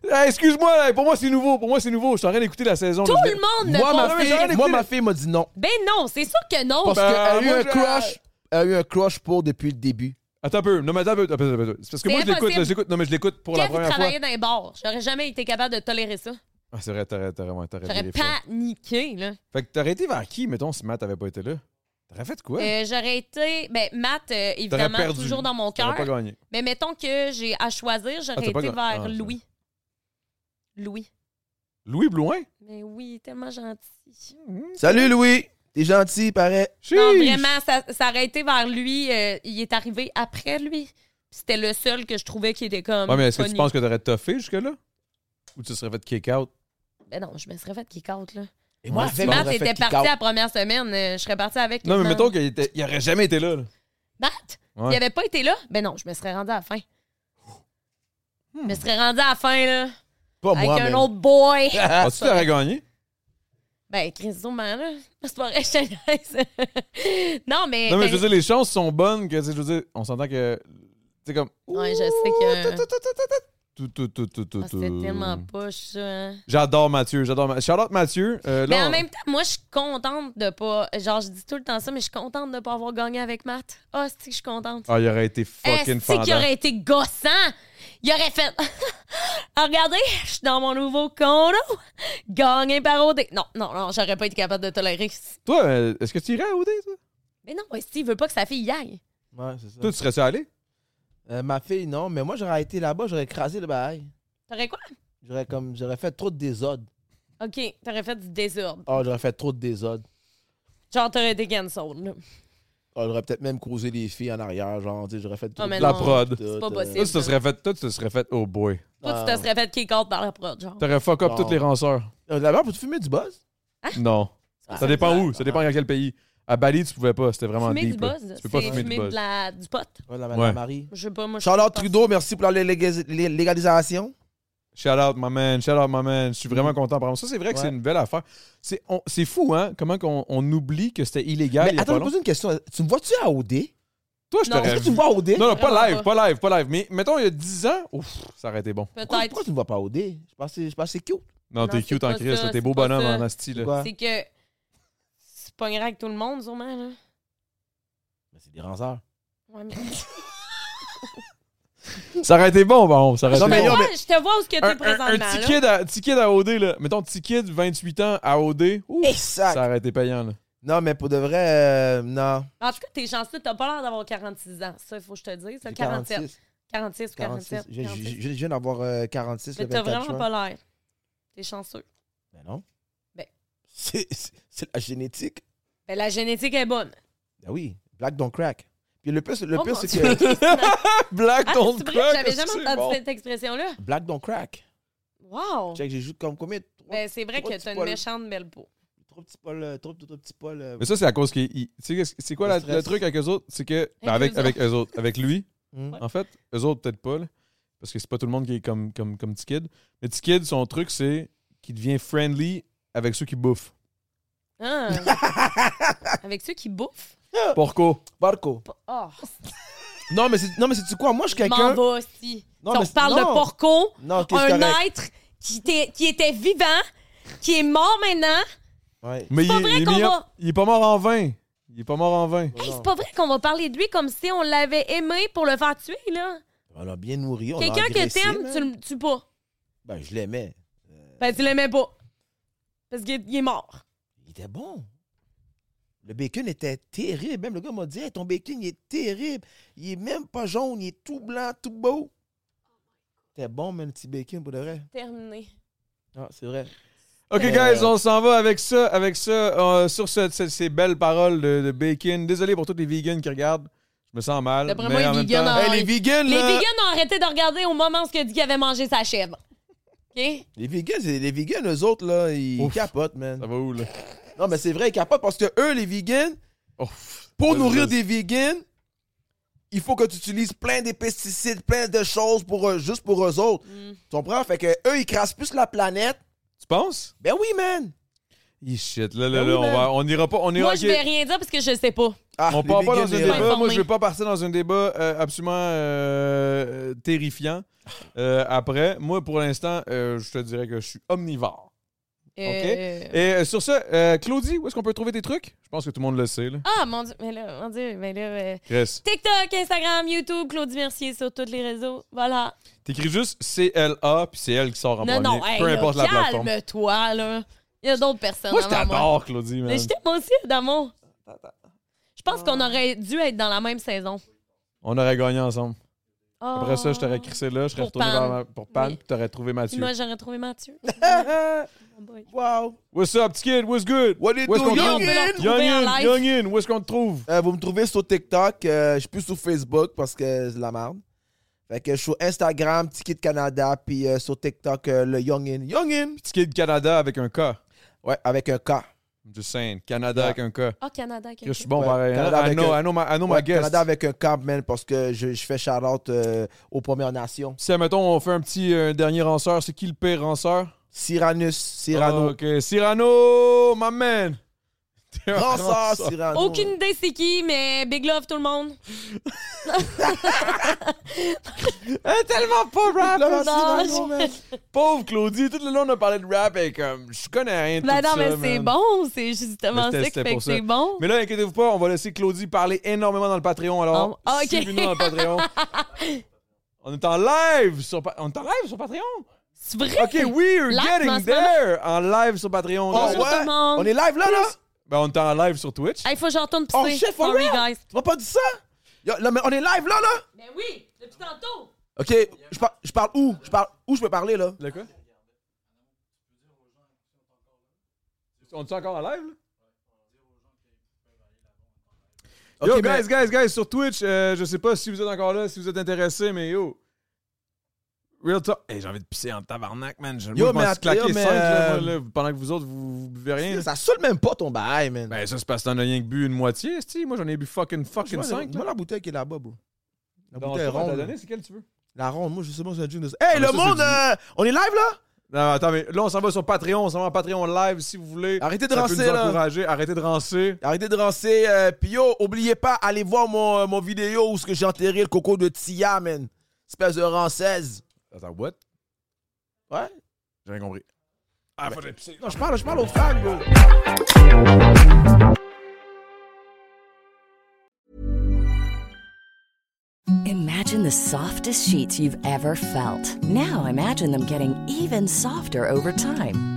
Speaker 4: Hey, Ah, Excuse-moi, là, pour moi, c'est nouveau. Pour moi, c'est nouveau. Je suis en train d'écouter la saison.
Speaker 5: Tout
Speaker 4: là, je
Speaker 5: le
Speaker 4: l'ai-
Speaker 5: monde me
Speaker 6: Moi,
Speaker 5: pose
Speaker 6: ma
Speaker 4: mais j'en ai
Speaker 6: fille,
Speaker 4: écouté
Speaker 6: moi, ma
Speaker 4: le-
Speaker 6: fille m'a dit non.
Speaker 5: Ben non, c'est sûr que non.
Speaker 6: Parce
Speaker 4: Ben,
Speaker 6: qu'elle a eu
Speaker 4: moi,
Speaker 6: un
Speaker 4: je-
Speaker 6: crush. Elle a eu un crush pour depuis le début.
Speaker 4: Attends un peu. Non, mais attends un peu. attends un peu, attends un peu. C'est parce que
Speaker 5: C'est
Speaker 4: moi, je l'écoute.
Speaker 5: impossible.
Speaker 4: là, je l'écoute. Non, mais je l'écoute pour la
Speaker 5: Quand il
Speaker 4: première fois.
Speaker 5: travaillait dans les bars, j'aurais jamais été capable de tolérer ça.
Speaker 4: Ah, c'est vrai, t'aurais t'aurais- ouais, t'aurais
Speaker 5: J'aurais
Speaker 4: viré fort.
Speaker 5: paniqué, là.
Speaker 4: Fait que t'aurais été vers qui, mettons, si Matt avait pas été là? T'aurais fait quoi?
Speaker 5: Euh, j'aurais été. Ben, Matt, euh,
Speaker 4: T'aurais
Speaker 5: évidemment,
Speaker 4: perdu.
Speaker 5: toujours dans mon cœur.
Speaker 4: T'aurais pas gagné.
Speaker 5: Mais mettons que j'ai à choisir,
Speaker 4: Ah,
Speaker 5: j'aurais
Speaker 4: t'as pas
Speaker 5: été
Speaker 4: gagné.
Speaker 5: vers
Speaker 4: Ah,
Speaker 5: Louis. Louis.
Speaker 4: Louis Blouin?
Speaker 5: Mais oui, tellement gentil.
Speaker 6: Salut, Louis. T'es gentil, paraît.
Speaker 5: Non,
Speaker 4: Chiche!
Speaker 5: vraiment, ça, ça aurait été vers lui. euh, il est arrivé après lui. C'était le seul que je trouvais qui était comme.
Speaker 4: Ouais, mais est-ce que tu
Speaker 5: funny.
Speaker 4: penses que t'aurais toffé jusque-là? Ou tu serais fait kick-out?
Speaker 5: Ben non, je me serais fait kick out, là.
Speaker 6: Et moi,
Speaker 5: Si
Speaker 6: avec
Speaker 5: Matt était parti la première semaine, euh, je serais parti avec.
Speaker 4: Non, mais
Speaker 5: quasiment-
Speaker 4: mettons qu'il était- il aurait jamais été là. là.
Speaker 5: Matt,
Speaker 4: Ouais.
Speaker 5: il avait pas été là? Ben non, je me serais rendu à la fin. Je
Speaker 4: Hmm.
Speaker 5: me serais rendu à la fin, là.
Speaker 6: Pas
Speaker 5: avec
Speaker 6: moi,
Speaker 5: un
Speaker 6: mais-
Speaker 5: autre boy.
Speaker 4: Ah, tu t'aurais gagné?
Speaker 5: ben, Chris Zouman, là. C'est pas vrai, je te niaise. Non, mais.
Speaker 4: Non, mais
Speaker 5: ben,
Speaker 4: je veux dire, les chances sont bonnes que, tu sais, je veux dire, on s'entend que. Tu sais, comme.
Speaker 5: Ouais, je sais que-
Speaker 4: Tout, tout, tout, tout, tout,
Speaker 5: ah,
Speaker 4: tout.
Speaker 5: c'était tellement pas ça. hein.
Speaker 4: J'adore Mathieu, j'adore Mathieu. Charlotte Mathieu. euh,
Speaker 5: Mais
Speaker 4: là,
Speaker 5: en
Speaker 4: on-
Speaker 5: même temps, moi, je suis contente de pas. Genre, je dis tout le temps ça, mais je suis contente de pas avoir gagné avec Matt. Ah, c'est que je suis contente.
Speaker 4: Ah, il aurait été fucking
Speaker 5: Est-ce qu'il
Speaker 4: fendant.
Speaker 5: aurait été gossant? Il aurait fait. Ah, regardez, je suis dans mon nouveau condo. Gagné par OD. Non, non, non, j'aurais pas été capable de tolérer.
Speaker 4: Toi, euh, est-ce que tu irais à OD, toi?
Speaker 5: Mais non, s'il veut pas que sa fille y aille.
Speaker 6: Ouais, c'est ça.
Speaker 4: Toi, tu serais-tu allé?
Speaker 6: Euh, ma fille, non, mais moi, j'aurais été là-bas, j'aurais écrasé le bail.
Speaker 5: T'aurais quoi?
Speaker 6: J'aurais comme, j'aurais fait trop de désordre.
Speaker 5: OK, t'aurais fait du désordre.
Speaker 6: Ah, j'aurais fait trop de désordre.
Speaker 5: Genre, t'aurais été cancelled. là.
Speaker 6: Ah, j'aurais peut-être même causé les filles en arrière, genre, tu sais, j'aurais fait trop
Speaker 5: Oh, mais
Speaker 6: de
Speaker 4: La
Speaker 5: non,
Speaker 4: prod.
Speaker 5: C'est pas
Speaker 6: Tout, euh,
Speaker 5: possible.
Speaker 4: Toi, tu te
Speaker 5: là.
Speaker 4: serais fait. Toi, tu te serais fait. Oh boy.
Speaker 5: Toi, tu te serais fait kick out par la prod, genre.
Speaker 4: T'aurais fuck up
Speaker 6: Bon.
Speaker 4: toutes les ranceurs.
Speaker 6: Euh, Là-bas, peux-tu fumer du buzz?
Speaker 5: Ah.
Speaker 4: Non. Ça dépend où. Ça dépend dans quel pays. À Bali, tu pouvais pas. C'était vraiment
Speaker 5: Fumer du
Speaker 4: deep. là.
Speaker 5: buzz,
Speaker 4: Tu peux pas
Speaker 5: c'est
Speaker 4: fumer du
Speaker 5: fumer de
Speaker 4: buzz.
Speaker 5: la, du pot.
Speaker 6: Ouais, la
Speaker 4: Ouais.
Speaker 6: madame Marie.
Speaker 5: Je sais pas, moi. je-
Speaker 6: Charlotte Trudeau, merci pour la lég- lég- légalisation.
Speaker 4: Shout out, my man. Shout out, my man. Je suis vraiment content. Par exemple. ça, c'est vrai que c'est
Speaker 6: Ouais.
Speaker 4: une belle affaire. C'est on- c'est fou, hein? Comment qu'on on oublie que c'était illégal. il
Speaker 6: Mais
Speaker 4: y a
Speaker 6: attends, je
Speaker 4: pas
Speaker 6: vais
Speaker 4: longtemps.
Speaker 6: poser une question. Tu me vois-tu à OD? Est-ce
Speaker 4: Toi, je
Speaker 5: Non.
Speaker 4: t'aurais
Speaker 6: que tu
Speaker 4: vu.
Speaker 6: me vois à OD?
Speaker 4: Non, non, pas
Speaker 5: Vraiment
Speaker 4: live, pas live, pas live. Mais mettons, il y a 10 ans, ouf, ça aurait été bon.
Speaker 6: Pourquoi,
Speaker 5: Peut-être.
Speaker 6: pourquoi tu me vois pas à OD? Je pense que je pense que c'est cute.
Speaker 4: Non,
Speaker 5: Non,
Speaker 4: t'es
Speaker 5: c'est
Speaker 4: cute en
Speaker 5: pas
Speaker 4: Christ.
Speaker 5: ça,
Speaker 4: là. T'es
Speaker 5: c'est
Speaker 4: beau
Speaker 5: pas
Speaker 4: bonhomme
Speaker 5: ça.
Speaker 4: en asti, là.
Speaker 6: Quoi?
Speaker 5: C'est que. C'est pas grave avec tout le monde, sûrement, là.
Speaker 6: Mais c'est des ranzards.
Speaker 5: Ouais, mais.
Speaker 4: Ça aurait été bon, bon. Ça aurait
Speaker 6: Non,
Speaker 4: été
Speaker 6: mais
Speaker 4: bon.
Speaker 6: yo,
Speaker 5: Ouais, je te vois où ce que
Speaker 4: Un,
Speaker 5: t'es
Speaker 4: un,
Speaker 5: présentement,
Speaker 4: un petit
Speaker 5: là.
Speaker 4: kid à, petit kid à OD, là. Mettons, petit kid, 28 ans, à OD. Ouf,
Speaker 6: Eh, sac!
Speaker 4: ça aurait été payant, là.
Speaker 6: Non, mais pour de vrai, euh, non.
Speaker 5: En tout cas, t'es chanceux, t'as pas l'air d'avoir 46 ans. Ça, il faut que je te dise. ça,
Speaker 6: J'ai
Speaker 5: 47. 46 ou 47.
Speaker 6: 46. Je, je-
Speaker 5: 46.
Speaker 6: je- je viens d'avoir euh, 46
Speaker 5: Mais
Speaker 6: le
Speaker 5: t'as
Speaker 6: 24 juin.
Speaker 5: vraiment pas l'air. T'es chanceux.
Speaker 6: Mais non.
Speaker 5: Ben.
Speaker 6: C'est c'est- c'est la génétique.
Speaker 5: Ben, la génétique est bonne.
Speaker 6: Ben oui. Black don't crack. Puis le plus, le
Speaker 5: Oh
Speaker 6: plus
Speaker 5: mon
Speaker 6: c'est
Speaker 5: Dieu.
Speaker 6: que
Speaker 4: Black
Speaker 5: Ah,
Speaker 4: don't
Speaker 5: c'est vrai,
Speaker 4: crack,
Speaker 5: j'avais
Speaker 4: est-ce que
Speaker 5: jamais
Speaker 4: c'est
Speaker 5: entendu
Speaker 4: bon?
Speaker 5: cette expression-là.
Speaker 6: Black don't crack.
Speaker 5: Wow!
Speaker 6: Check, j'ai juste comme combien de- trois,
Speaker 5: Ben, c'est vrai
Speaker 6: trois
Speaker 5: que
Speaker 6: petits
Speaker 5: t'as une
Speaker 6: poils.
Speaker 5: méchante belle peau.
Speaker 6: Trop petit Paul, euh, trop trop petit Paul. euh,
Speaker 4: Mais ça, c'est à cause qu'ils. ils- tu sais qu'est-ce- C'est quoi
Speaker 6: Le
Speaker 4: la- le
Speaker 6: stress.
Speaker 4: truc avec eux autres? C'est que. ben, avec,
Speaker 5: eux
Speaker 4: avec eux autres. Avec lui,
Speaker 6: hmm.
Speaker 4: en fait. Eux autres, peut-être pas, là, Parce que c'est pas tout le monde qui est comme, comme, comme T-Kid. Mais T-Kid, son truc, c'est qu'il devient friendly avec ceux qui bouffent.
Speaker 5: Hein? avec ceux qui bouffent.
Speaker 4: Porco.
Speaker 6: Barco.
Speaker 5: Oh,
Speaker 6: Non, mais c'est non, mais c'est-tu quoi? Moi, je suis
Speaker 5: m'en
Speaker 6: quelqu'un.
Speaker 5: va aussi.
Speaker 6: Non, mais
Speaker 5: Si on
Speaker 6: c'est-
Speaker 5: parle de
Speaker 6: non.
Speaker 5: porco,
Speaker 6: Non, ok, c'est
Speaker 5: un
Speaker 6: correct.
Speaker 5: être qui, était- qui était vivant, qui est mort maintenant.
Speaker 6: Ouais.
Speaker 4: Mais il,
Speaker 5: pas
Speaker 4: est-
Speaker 5: vrai
Speaker 4: il est
Speaker 5: qu'on
Speaker 4: mis en-
Speaker 5: va-
Speaker 4: il est pas mort en vain. Il est pas mort en vain.
Speaker 5: Hey, c'est pas vrai qu'on va parler de lui comme si on l'avait aimé pour le faire tuer, là.
Speaker 6: On l'a bien nourri. on l'a
Speaker 5: Quelqu'un que
Speaker 6: engraissé,
Speaker 5: t'aimes,
Speaker 6: man.
Speaker 5: tu le tues pas.
Speaker 6: Ben, je l'aimais.
Speaker 5: Ben, tu l'aimais pas. Parce qu'il est- il est mort.
Speaker 6: Il était bon. Le bacon était terrible. Même le gars m'a dit Hey, ton bacon, il est terrible. Il est même pas jaune, il est tout blanc, tout beau. C'était bon, même le petit bacon, pour de vrai.
Speaker 5: Terminé.
Speaker 6: Ah, c'est vrai.
Speaker 4: OK,
Speaker 6: Euh,
Speaker 4: guys, on s'en va avec ça, avec ça, euh, sur ce- ce- ces belles paroles de, de bacon. Désolé pour tous les vegans qui regardent. Je me sens mal.
Speaker 5: D'après
Speaker 4: mais
Speaker 5: moi, les
Speaker 4: en même
Speaker 5: vegans
Speaker 4: temps-
Speaker 5: en-
Speaker 6: Hey, les vegans,
Speaker 5: Les
Speaker 6: là-
Speaker 5: vegans ont arrêté de regarder au moment où il a dit qu'il avait mangé sa chèvre. OK?
Speaker 6: Les vegans, c'est- les vegans, eux autres, là, ils
Speaker 4: Ouf.
Speaker 6: capotent, man.
Speaker 4: Ça va où, là?
Speaker 6: Non, mais c'est vrai, ils capotent parce que eux, les vegans,
Speaker 4: Oh,
Speaker 6: pour
Speaker 4: vas-y,
Speaker 6: nourrir des
Speaker 4: vas-y.
Speaker 6: vegans, il faut que tu utilises plein de pesticides, plein de choses pour eux- juste pour eux autres. Tu comprends? Fait que eux, ils crassent plus la planète.
Speaker 4: Tu penses?
Speaker 6: Ben oui, man!
Speaker 4: Ih, shit, là, là,
Speaker 6: Ben
Speaker 4: là,
Speaker 6: oui,
Speaker 4: on
Speaker 6: ben.
Speaker 4: va, on ira pas, on ira...
Speaker 5: Moi,
Speaker 4: ok.
Speaker 5: je vais rien dire parce que je sais pas.
Speaker 6: Ah,
Speaker 4: On
Speaker 6: les
Speaker 4: part pas
Speaker 6: vegans,
Speaker 4: dans un
Speaker 6: les-
Speaker 4: débat.
Speaker 5: informés.
Speaker 4: Moi, je vais pas partir dans un débat euh, absolument euh, terrifiant euh, après. Moi, pour l'instant, euh, je te dirais que je suis omnivore.
Speaker 5: Euh,
Speaker 4: Et euh, sur ce, euh, Claudie, où est-ce qu'on peut trouver tes trucs? Je pense que tout le monde le sait, là.
Speaker 5: Ah, mon Dieu, mais là, mon Dieu, mais là... euh,
Speaker 4: Chris,
Speaker 5: TikTok, Instagram, YouTube, Claudie Mercier sur tous les réseaux. Voilà.
Speaker 4: t'écris juste CLA, puis c'est elle qui sort en
Speaker 5: non,
Speaker 4: premier.
Speaker 5: non, hey,
Speaker 4: peu
Speaker 5: là,
Speaker 4: importe la plateforme.
Speaker 5: calme-toi, là. Il y a d'autres personnes.
Speaker 4: Moi, je
Speaker 5: avant
Speaker 4: t'adore, Claudie, man.
Speaker 5: Mais je t'aime aussi, Adamo. Je pense qu'on aurait dû être dans la même saison.
Speaker 4: On aurait gagné ensemble. Après ça, je t'aurais
Speaker 5: crié.
Speaker 4: crissé là, je serais
Speaker 5: Pour
Speaker 4: retourné
Speaker 5: Pan.
Speaker 4: vers ma- pour Pan,
Speaker 5: Oui.
Speaker 4: puis t'aurais trouvé Mathieu.
Speaker 5: Oh. Moi, j'aurais trouvé Mathieu. Oh boy.
Speaker 6: Wow!
Speaker 4: What's up, petit kid? What's good?
Speaker 6: What it
Speaker 4: Où est-ce
Speaker 6: do,
Speaker 4: qu'on te
Speaker 6: young
Speaker 4: trouve?
Speaker 5: on peut leur
Speaker 4: Young
Speaker 5: trouver en
Speaker 4: In,
Speaker 5: live.
Speaker 4: Young In, où est-ce qu'on te trouve?
Speaker 6: Euh, vous me trouvez sur TikTok. euh, je suis plus sur Facebook parce que c'est de la merde. Fait que je suis sur Instagram, Ticket Canada, puis euh, sur TikTok, euh, le Youngin. Youngin!
Speaker 4: Petit kid Canada avec un K.
Speaker 6: Ouais, avec un K.
Speaker 4: I'm just saying. Canada
Speaker 6: Yeah.
Speaker 4: avec un K.
Speaker 5: Ah, Canada.
Speaker 4: Je suis
Speaker 5: quelqu'un.
Speaker 4: bon,
Speaker 6: Ouais,
Speaker 4: pareil. hein?
Speaker 6: Canada
Speaker 4: I
Speaker 6: avec
Speaker 4: know,
Speaker 6: un-
Speaker 4: I know my, I know my
Speaker 6: Ouais,
Speaker 4: guest.
Speaker 6: Canada avec un K, man, parce que je, je fais shout-out euh, aux Premières Nations.
Speaker 4: Si, admettons, on fait un petit euh, dernier ranceur, c'est qui le pire ranceur?
Speaker 6: Cyranus, Cyrano.
Speaker 4: Ah, ok, Cyrano, my man. T'es un
Speaker 6: Ranceur, Cyrano.
Speaker 5: Aucune idée c'est qui, mais big love tout le monde.
Speaker 4: Eh, tellement pas rap!
Speaker 6: Là,
Speaker 5: Non,
Speaker 6: Cyrano,
Speaker 5: je-
Speaker 6: man.
Speaker 4: Pauvre Claudie, tout le long on a parlé de rap et comme je connais rien de
Speaker 5: Ben
Speaker 4: tout
Speaker 5: non,
Speaker 4: ça,
Speaker 5: mais c'est
Speaker 4: man.
Speaker 5: bon. C'est justement
Speaker 4: Mais c'était-
Speaker 5: ça qui
Speaker 4: c'était
Speaker 5: fait
Speaker 4: pour
Speaker 5: que
Speaker 4: ça.
Speaker 5: c'est bon.
Speaker 4: Mais là, inquiétez-vous pas, on va laisser Claudie parler énormément dans le Patreon. Alors,
Speaker 5: Ah, ok.
Speaker 4: suivez-nous dans le Patreon. on est en live sur, Pa- on est en live sur Patreon.
Speaker 5: C'est vrai?
Speaker 4: Ok, we're
Speaker 5: Live en
Speaker 4: getting
Speaker 5: ce moment?
Speaker 4: there en live sur Patreon.
Speaker 6: Oh,
Speaker 4: Guys.
Speaker 5: Bonjour tout
Speaker 6: ouais?
Speaker 5: le monde.
Speaker 6: On est live là, là?
Speaker 4: Ben, on est en live sur Twitch.
Speaker 5: Hey, faut que je retourne pisser.
Speaker 6: Oh, shit, for
Speaker 5: Sorry,
Speaker 6: real?
Speaker 5: guys.
Speaker 6: Tu m'as pas dit ça? Yo, là, mais on est live là, là?
Speaker 5: Ben oui, depuis tantôt.
Speaker 6: Ok, je, par- je parle où? Je parle où je peux parler là?
Speaker 4: Le quoi? On est encore en live, là? Yo,
Speaker 6: Ok, mais-
Speaker 4: guys, guys, guys, sur Twitch, euh, je sais pas si vous êtes encore là, si vous êtes intéressés, mais yo. Real talk. Hey, j'ai envie de pisser en tabarnak, man. J'ai
Speaker 6: Yo,
Speaker 4: moi, je
Speaker 6: mais
Speaker 4: m'en suis claqué
Speaker 6: attends, yo, mais,
Speaker 4: cinq, là,
Speaker 6: euh,
Speaker 4: moi, là, pendant que vous autres, vous, vous buvez rien.
Speaker 6: Ça saoule même pas ton bail, man.
Speaker 4: Ben, ça, c'est parce que t'en as rien que bu une moitié, esti. Moi, j'en ai bu fucking fucking
Speaker 6: Moi, la-
Speaker 4: 5.
Speaker 6: Moi, la bouteille qui est là-bas, bro. La bouteille ronde. là.
Speaker 4: c'est quelle tu veux?
Speaker 6: La ronde, moi, je sais pas, c'est un drink de ça. Hey,
Speaker 4: Ah, mais
Speaker 6: le
Speaker 4: ça, c'est
Speaker 6: monde,
Speaker 4: du-
Speaker 6: euh, on est live là?
Speaker 4: Non, attends, mais là, on s'en va sur Patreon. On s'en va en Patreon live si vous voulez.
Speaker 6: Arrêtez de
Speaker 4: Ça peut
Speaker 6: rancer
Speaker 4: nous
Speaker 6: là.
Speaker 4: encourager. Arrêtez de rancer.
Speaker 6: Arrêtez de rancer. Euh, Puis yo, oubliez pas, allez voir mon, euh, mon vidéo où ce que j'ai enterré le coco de Tia, man. Espèce de ranceuse.
Speaker 4: Attends, what?
Speaker 6: Ouais?
Speaker 4: J'ai rien compris. Ah, faut que j'aille pisser.
Speaker 6: Non, je parle, je parle aux femmes, bro.
Speaker 9: Imagine the softest sheets you've ever felt. Now imagine them getting even softer over time.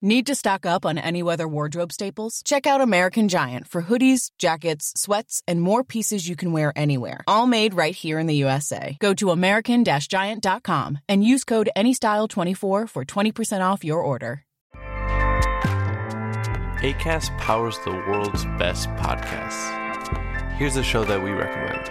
Speaker 10: Need to stock up on any weather wardrobe staples? Check out American Giant for hoodies, jackets, sweats, and more pieces you can wear anywhere. All made right here in the USA. Go to american-giant.com and use code ANYSTYLE24 for 20% off your order.
Speaker 11: ACAST powers the world's best podcasts. Here's a show that we recommend.